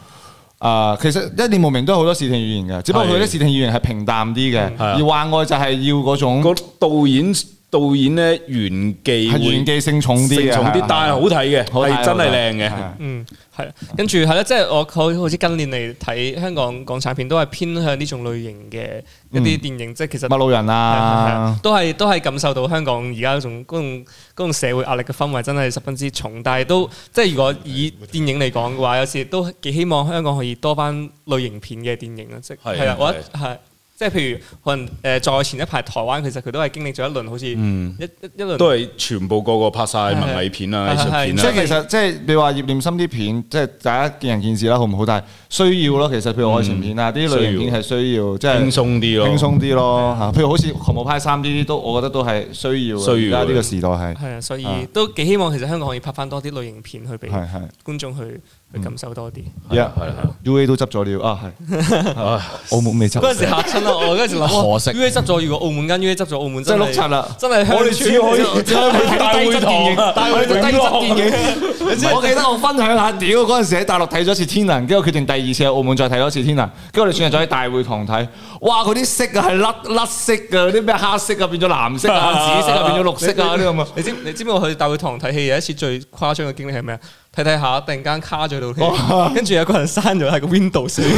S3: 啊，其實一念無明都有好多視聽語言嘅，只不過佢啲視聽語言係平淡啲嘅，
S6: 係啊
S3: 而幻愛就係要嗰種
S6: 個導演導演咧原技
S3: 係
S6: 會
S3: 炫技性重啲
S6: 性
S3: 嘅，
S6: 重啲，但係好睇嘅，
S3: 好睇
S6: 係真係靚
S3: 好睇
S6: 嘅。
S4: 嗯，係，跟住係啦，即係我好好似近年嚟睇香港港產片，都係偏向呢種類型嘅一啲電影，即係其實
S3: 麥路人
S4: 係係
S3: 啊
S4: 係，都係都係感受到香港而家嗰種嗰種嗰種社會壓力嘅氛圍真係十分之重，但係都即係如果以電影嚟講嘅話，有時都幾希望香港可以多翻類型片嘅電影啦，即
S6: 係
S4: 係係啦
S6: 係，
S4: 我覺得係。即係譬如可能誒、呃再前一排台灣其實佢都係經歷咗一輪好似一、一一輪
S6: 都係全部個個拍晒文藝片啊、
S4: 係係
S6: 藝術片
S3: 即係
S6: 啊，
S3: 其實即係你話葉念心啲片，即係大家見仁見智啦，好唔好？但係需要咯，其實譬如愛情片啊，啲類型片係需要，即係
S6: 輕鬆啲咯
S3: 輕鬆啲咯嚇。譬如好似《狂舞派三》呢啲都，我覺得都係需要嘅。
S6: 需要嘅
S3: 而家呢個時代係
S4: 係啊，所以
S3: 啊
S4: 都幾希望其實香港可以拍翻多啲類型片去俾
S3: 係係
S4: 觀眾去去感受多啲。
S3: 係啊係啊，U A 都執咗了啊，係澳門未執，
S4: 嗰陣時嚇親啦，我嗰陣時諗，
S2: 可
S4: 哇
S2: 惜
S4: U A 執咗，如果澳門間 U A 執咗，澳門真係
S3: 真係碌柒啦
S4: 真係鄉村
S3: 我哋只可以只可以睇
S4: 大啊
S3: 低質電影，但係我哋就低質電 影。我記得我分享下，屌嗰陣時喺大陸睇咗一次《天能》，跟住決定第二次喺澳門再睇多次《天能》，跟住我哋選擇咗喺大會堂睇。哇！嗰啲色啊係甩甩色嘅，啲咩黑色啊變咗藍色 啊，紫色啊變咗綠色啊呢啲咁啊。
S4: 你知你知唔知我去大會堂睇戲有一啊次最誇張嘅經歷係咩啊？睇睇下，突然間卡咗喺度添，跟住有個人刪咗喺個 window 上面，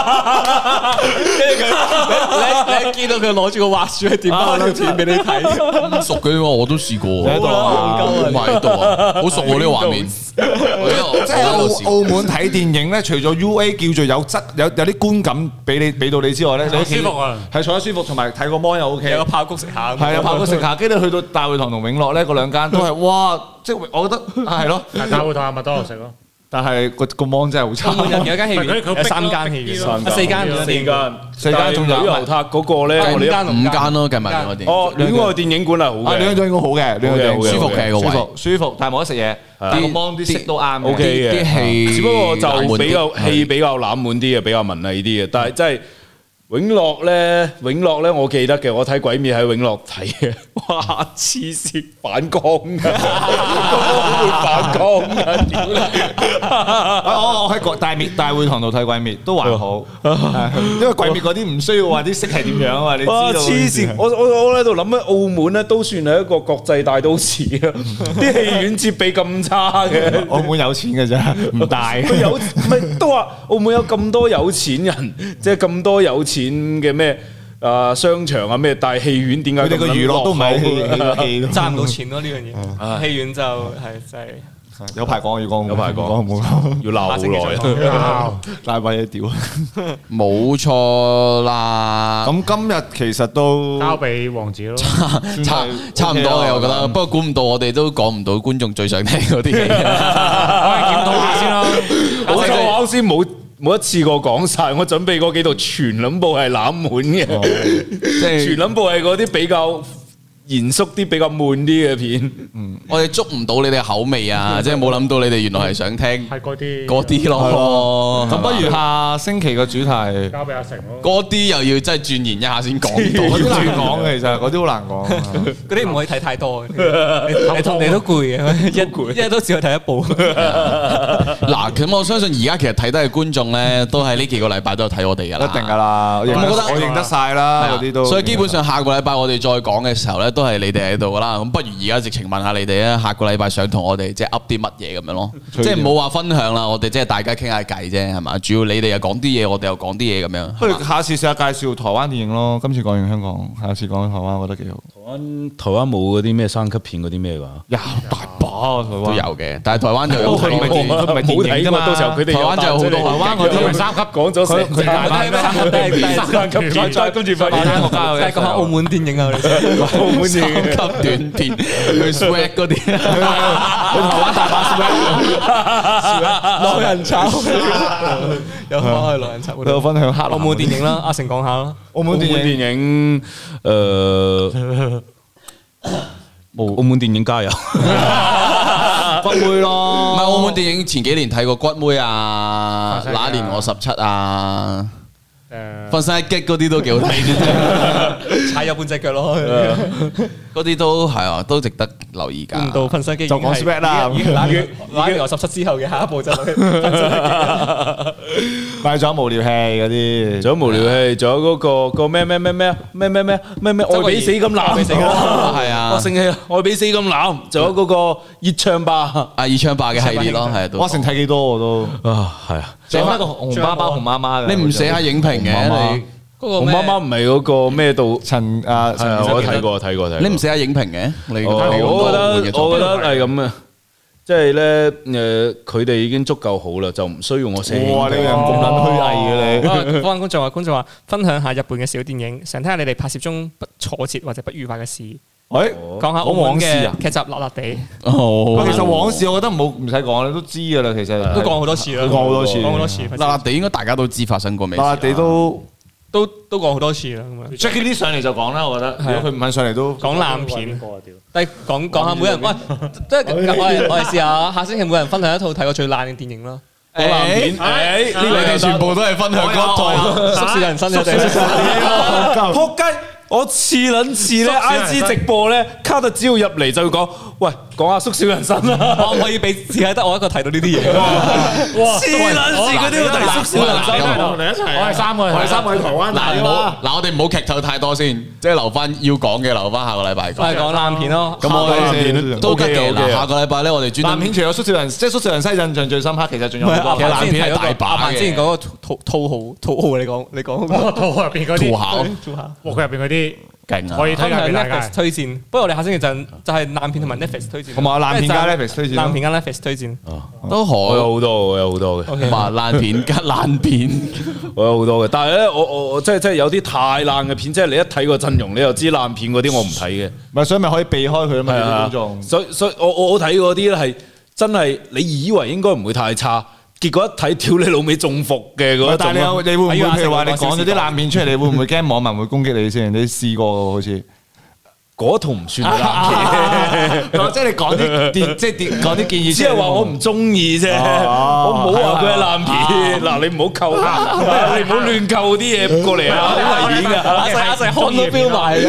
S4: 跟住佢你你你一見到佢攞住個滑鼠係點翻條片俾你睇，
S2: 咁熟嘅我都試過喎，
S3: 喺度啊
S2: 唔係喺度啊，好熟喎呢個畫面，我
S3: 即係澳
S2: 我
S3: 澳門睇電影咧，除咗 U A 叫做有質有有啲觀感俾你俾到你之外咧，你
S1: 坐得舒服啊，
S3: 係坐得舒服，同埋睇個 mon 又 OK
S4: 有個爆谷食下咁，
S3: 係啊，拍 過食下，跟住去到大會堂同永樂咧，嗰兩間都係哇！即係我覺得啊係咯，
S1: 大會堂係麥當勞食咯，
S3: 但係個個 mon 真係好
S4: 澳門人
S3: 差。
S4: 有一間戲
S1: 唔係佢
S4: 院，
S1: 佢逼
S4: 有
S1: 咯
S4: 三間戲
S1: 逼
S4: 院，
S1: 啲咯
S4: 啊四間
S1: 四
S4: 四間。
S6: 間
S3: 四間仲有
S6: 旅遊塔嗰個咧，我
S4: 五
S6: 哋
S4: 間
S2: 五間咯，計埋兩個電影，
S6: 哦戀愛電影館係好
S3: 啊，兩
S6: 嘅，
S3: 樣應該好嘅，兩樣
S6: 好嘅
S2: 舒服嘅個
S3: 舒
S2: 位
S3: 服，舒服，但係冇得食嘢。但係個 mon 啲色都啱嘅
S6: O K 嘅，
S2: 啲戲
S6: 只不過
S2: 冷
S6: 就
S2: 門啲
S6: 比較戲比較冷門啲嘅，比較文藝啲嘅。但係真係永樂咧，永樂咧，我記得嘅，我睇《鬼滅》喺永樂睇嘅， 哇！黐線反光嘅， 會反光嘅，屌你！
S3: 啊我我喺國大滅大會堂度睇鬼滅都還好，係因為鬼滅嗰啲唔需要話啲色係點樣啊嘛，你知
S6: 哇！
S3: 道。
S6: 黐線，我我我喺度諗咧，澳門咧都算係一個國際大都市啊，啲戲院設備咁差嘅。
S3: 澳門有錢嘅咋，唔 大。
S6: 佢有咪都話澳門有咁多有錢人， 即係咁多有錢嘅咩啊商場啊咩，但係戲院點解
S3: 佢哋個娛樂都唔係戲戲戲
S4: 賺唔到錢咯呢樣嘢，戲院就係真係
S3: 有排講要講，
S6: 有排講
S3: 冇 講，
S6: 要鬧好 耐？
S3: 大把嘢屌。
S2: 冇錯啦。
S3: 咁今日其實 都
S1: 交俾王子 咯。
S2: 差
S3: 算係
S2: 差唔多嘅，
S3: OK 啦
S2: 我覺得。不過估唔到我哋都講唔到觀眾最想聽嗰啲嘢。
S1: 我哋檢討
S4: 啊
S1: 下先啦。
S6: 好彩我啱先冇冇一次過講晒，我準備嗰幾度全撚部係冷門嘅，
S3: 哦
S2: 即 係
S6: 全撚部係嗰啲比較嚴肅啲、比較悶啲嘅片。
S2: 我哋捉唔到你哋口味 啊！即係冇諗到你哋原來係想聽
S1: 係嗰啲
S2: 嗰啲咯。啊
S3: 咁不如下星期嘅主題。
S1: 交俾阿成咯。
S2: 嗰啲又要真係鑽研一下先講
S3: 嗰
S2: 到。
S3: 啲難講嘅，其實嗰啲好難講。啊
S4: 嗰啲唔可以睇太多嘅，你同你都攰嘅，一攰一日都只可以睇一部。
S2: 嗱，咁我相信而家其實睇得嘅觀眾咧，都係呢幾個禮拜都有睇我哋噶啦。
S3: 一定噶啦，我
S2: 我覺得
S3: 我認得晒啦，嗰啲都。
S2: 啊所以基本上下個禮拜我哋再講嘅時候咧，都係你哋喺度噶啦。咁不如而家直情問下你哋啊，下個禮拜想同我哋即係噏啲乜嘢咁樣咯？即
S3: 隨便
S2: 係唔好話分享啦，我哋即係大家傾下偈啫，係嘛？主要你哋又講啲嘢，我哋又講啲嘢咁 樣。
S3: 不如下次試下介紹台灣電影咯。今次講完香港，下次講台灣，我覺得幾好。
S6: 台灣台灣冇嗰啲咩三級片嗰啲咩㗎？
S3: 有大把啊台
S2: 都
S3: 灣
S2: 有嘅，但係台灣就 有
S3: 佢唔係
S2: 睇。
S3: 電哦佢唔係電影㗎嘛
S6: 啊冇睇過到時候佢哋
S2: 台灣就有好多
S3: 台灣嗰啲
S6: 佢級講咗成
S3: 佢大把
S6: 三級片，再跟住發現
S4: 我教你講下澳門電影啊，
S6: 澳門
S2: 三
S6: 嘢
S2: 級短片去 swag 嗰 啲，
S4: 老人炒有翻去老人炒。
S3: 佢有分享黑
S4: 澳
S3: 澳
S4: 門電影啦，阿成講下啦。
S3: 澳
S6: 澳
S3: 門
S6: 門
S3: 電影
S6: 電影誒呃澳門電影加油，
S2: 骨妹咯，唔係澳門電影前幾年睇過骨妹啊，
S1: 分身一擊
S2: 那
S1: 啊
S2: 年我十七啊，
S1: 诶，
S2: 瞓身一擊嗰啲都幾好睇，
S4: 踩有半隻腳落去，
S2: 嗰啲都係啊，都值得留意
S4: 估唔
S2: 㗎。
S4: 到瞓身機
S3: 就講 spread 啦
S4: 已經已經攬完我十七之後嘅下一步就係瞓身機
S3: 買咗無聊戲嗰啲，
S6: 仲有無聊戲，仲有嗰個個咩咩咩咩咩咩咩咩咩愛比死咁
S4: 愛比
S6: 濫，
S4: 死咁濫
S2: 係啊
S6: 我醒起啦，愛比死咁濫，仲有嗰個熱唱吧
S2: 阿二唱霸嘅系列咯，係啊都
S3: 我。成睇幾多我都。
S6: 啊，係啊，
S3: 寫翻個紅包包紅媽媽嘅，
S2: 你唔寫下影評
S6: 紅媽媽
S2: 嘅，你嗰個
S6: 我
S2: 咩
S6: 媽媽唔係嗰個咩度，
S3: 陳啊
S6: 係啊，我睇過睇過睇過。
S2: 你唔寫下影評嘅，你
S6: 哦
S2: 你咁多澳門
S6: 我覺得
S2: 嘅作
S6: 我
S2: 品
S6: 覺得係咁嘅，即係咧誒，佢哋已經足夠好啦，就唔需要我寫影評。
S3: 哇！你個人咁撚虛偽嘅你，
S4: 啊幫觀眾話，觀眾話分享下日本嘅小電影，想聽下你哋拍攝中不挫折或者不愉快嘅事，
S3: 誒
S4: 講下澳
S3: 講
S4: 門
S3: 往事
S4: 嘅
S3: 啊！
S4: 劇集辣辣地，
S2: 哦
S3: 其實往事我覺得冇唔使講，你都知㗎啦。其實
S4: 都講好多次啦，
S3: 講好多次
S4: 講好多次，
S2: 嗱嗱地應該大家都知發生過咩事
S3: 嗱，
S2: 啊。
S3: 地都
S4: 都都講好多次啦咁樣。
S3: Jackie Lee 上嚟就講啦，我覺
S1: 啊
S3: 得。如果佢唔肯上嚟都
S4: 講爛片，
S1: 邊個啊屌
S4: 但係講講下每人，喂，即係我哋我哋試下下星期每人分享一套睇過最爛嘅電影啦。
S2: 誒
S3: 哎
S1: 誒
S2: 你哋全部都係分享嗰一套。
S4: 宿舍人生嘅 地，
S6: 仆街！我次撚次
S3: 啊
S6: 咧
S4: 人生
S6: ，IG 直播咧，卡特只要入嚟就會講，喂，講下縮小人生啦。
S4: 我唔可以俾只係得我一個睇到呢啲嘢。
S1: 哇！
S6: 黐撚線嗰啲都提縮小人
S2: 生
S1: 我哋一齊，啊我哋三個，我哋三個去台灣啊
S2: 嗱，唔好嗱，我哋唔好劇透太多先，即係留翻要講嘅留翻下個禮拜
S4: 我係
S2: 講。
S4: 講爛片咯，
S2: 咁我
S3: 下個禮拜
S2: 哋
S3: 先
S2: 都得
S6: OK
S2: 嘅。
S6: 嘅
S2: 嗱，下個禮拜咧，我哋專
S3: 爛
S2: 登
S3: 片，除咗《宿舍人》，即係《宿舍人西》印象最深刻，其實仲有
S4: 唔係
S3: 好
S4: 阿
S2: 其
S3: 多。
S4: 鵬
S2: 實爛
S4: 之前睇
S2: 片係
S4: 嗰個
S2: 大把嘅
S4: 阿鵬之前嗰個土土豪土豪，你講你講嗰個
S1: 我肚入邊嗰
S2: 圖
S1: 啲，
S2: 考
S4: 做下。
S1: 哇！佢入邊嗰啲
S2: 勁啊
S1: 可！以推
S4: 分
S1: 介
S4: 享
S1: 俾大家
S4: Netflix。推薦，不過我哋下星期就就係爛片同埋 Netflix 推薦，
S3: 同埋爛片加 Netflix 推薦咯
S4: 爛片加 Netflix 推薦。
S2: 都
S6: 我
S2: 好
S6: 有好多，我有好多嘅，
S4: OK，
S2: 嘛，爛片加爛片。
S6: 我有好多嘅。但係咧，我我我即係即係有啲太爛嘅片，即係你一睇個陣容，你就知爛片嗰啲我唔睇嘅。
S3: 唔係，所以咪可以避開佢啊嘛，
S6: 係
S3: 啲
S6: 啊
S3: 觀眾。
S6: 所以所以我我我睇嗰啲咧係真係你以為應該唔會太差，結果一睇屌你老味中伏嘅嗰一
S3: 但係你
S6: 種
S3: 有
S6: 咯。
S3: 你會唔會
S4: 哎呀
S3: 譬如話
S4: 成
S3: 你
S4: 日講
S3: 講咗啲爛片出嚟，你會唔會驚網民會攻擊你先？你試過喎，好似。
S6: 嗰套唔 算啦，
S3: 即係你講啲即係講啲建議，
S6: 只係話我唔中意啫，
S3: 哦
S6: 我唔好話佢係爛片。嗱，你唔好扣，你唔好亂扣啲嘢過嚟 啊，好危險㗎。
S4: 阿細阿細汗都飆埋 嘅，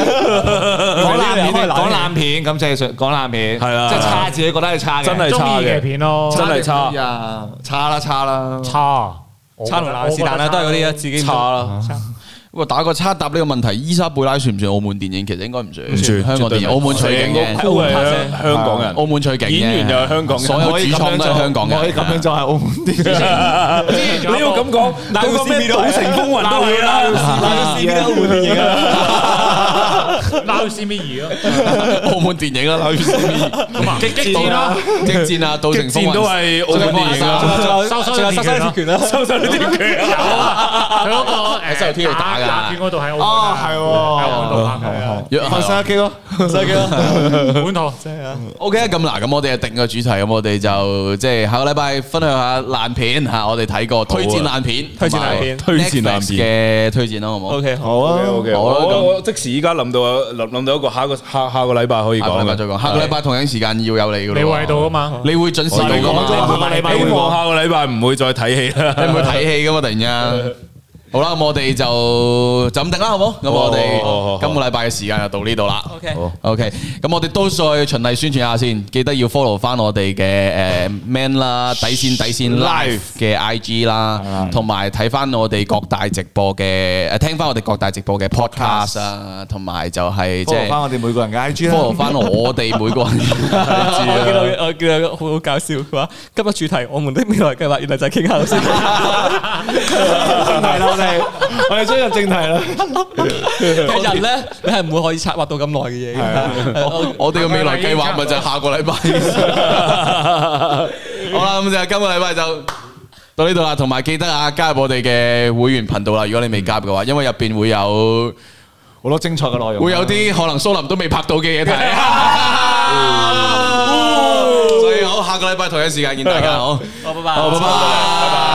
S3: 啊講爛片，講爛片，咁即係想講爛片，
S6: 係啊
S3: 即係差自己覺得係差嘅，
S6: 真係
S1: 中
S6: 差
S1: 意嘅
S6: 嘅，
S1: 片咯，
S6: 真係差
S3: 啊，差啦差啦，
S1: 差
S4: 差同爛是但啦，都係嗰啲啊，自己唔
S6: 差啦，
S2: 喂，打個叉答呢個問題，伊莎貝拉算唔算澳門電影？其實應該唔算，
S6: 唔算
S2: 香港電影，澳門取景
S6: 成
S2: 嘅，
S6: 個 crew 係啊香香港人，
S2: 澳門取景嘅
S6: 演員又係香港人
S2: 所有主創都係香港
S3: 我可以咁樣
S2: 嘅。
S3: 就係澳門啲，
S6: 你要咁講，嗰個 咩《賭城風雲》都係啦，
S1: 撈 C M 二咯，
S2: 澳門電影啦，
S1: 啊
S2: 激激戰啦，激戰啊，賭城風
S6: 戰
S2: 雲
S6: 都係澳門電影啊，
S1: 收收
S4: 仲有
S1: 咗
S4: 收收
S1: 鐵
S4: 鐵
S1: 拳啊
S4: 拳啦，
S6: 收 晒呢啲劇啊！
S1: 佢嗰個
S2: 真
S1: 誒
S2: 係有天嚟打㗎
S1: 打拳嗰度喺澳門
S3: 哦
S1: 啊，
S3: 係
S1: 喺澳門度
S3: 喎，
S1: 拍嘅啊，
S2: 約
S3: 放生一機咯， 生一機咯，
S1: 本土
S4: 係啊，
S2: O K，咁嗱，咁我哋就定個主題，咁我哋就即係下個禮拜分享下爛片吓，我哋睇過推薦爛片，
S4: 推薦爛片
S2: 同埋
S6: 推薦爛
S2: Netflix 嘅推薦咯，好唔
S4: OK，好，
S3: 好啊
S6: O K，
S2: 好啦咁
S6: 我我即時依家諗到諗諗到一個下一個下下個禮拜可以
S2: 好？下個
S6: 講
S2: 禮拜
S6: 嘅，
S2: 再講，下個禮拜同樣時間要有你噶
S1: 你會喺度
S2: 咯
S1: 㗎，嘛？
S2: 你會準時到噶
S3: 我哋講
S2: 嘛
S3: 咗？下個禮拜會
S6: 希望下個禮拜唔會再睇戲啦。
S2: 你唔會睇戲噶嘛？突然 間，好啦，咁我哋就就咁定啦，好唔好？咁
S6: 好
S2: 我
S6: 好好好
S2: 哋今個禮拜嘅時間就到呢度啦。
S4: OK
S2: OK，咁我哋都再循例宣傳下先，記得要 follow 翻我哋嘅誒 Man 啦、底線底線 Live 嘅 IG 啦，同埋睇翻我哋各大直播嘅誒，聽翻我哋各大直播嘅 podcast 啊，同埋就係即
S3: 即翻
S2: 係
S3: 我哋每個人嘅 IG 啦
S2: follow，翻我哋每個 人。
S4: 我見到佢我見到佢好好搞笑，佢話今日主題我們的未來計劃，原來就係傾下先。
S3: 正題啦，我 哋我哋進入正題啦，
S4: 人咧，你係唔會可以策劃到咁耐嘅嘢嘅。
S2: 我我哋嘅未來計劃 咪就係下個禮拜。好啦，咁就今個禮拜就到呢度啦，同埋記得啊，加入我哋嘅會員頻道啦。如果你未加入嘅話，因為入邊會有
S3: 好多精彩嘅內容，啊
S2: 會有啲可能蘇林都未拍到嘅嘢 睇。所以好，下個禮拜同一時間見大家好，好，拜拜，拜拜。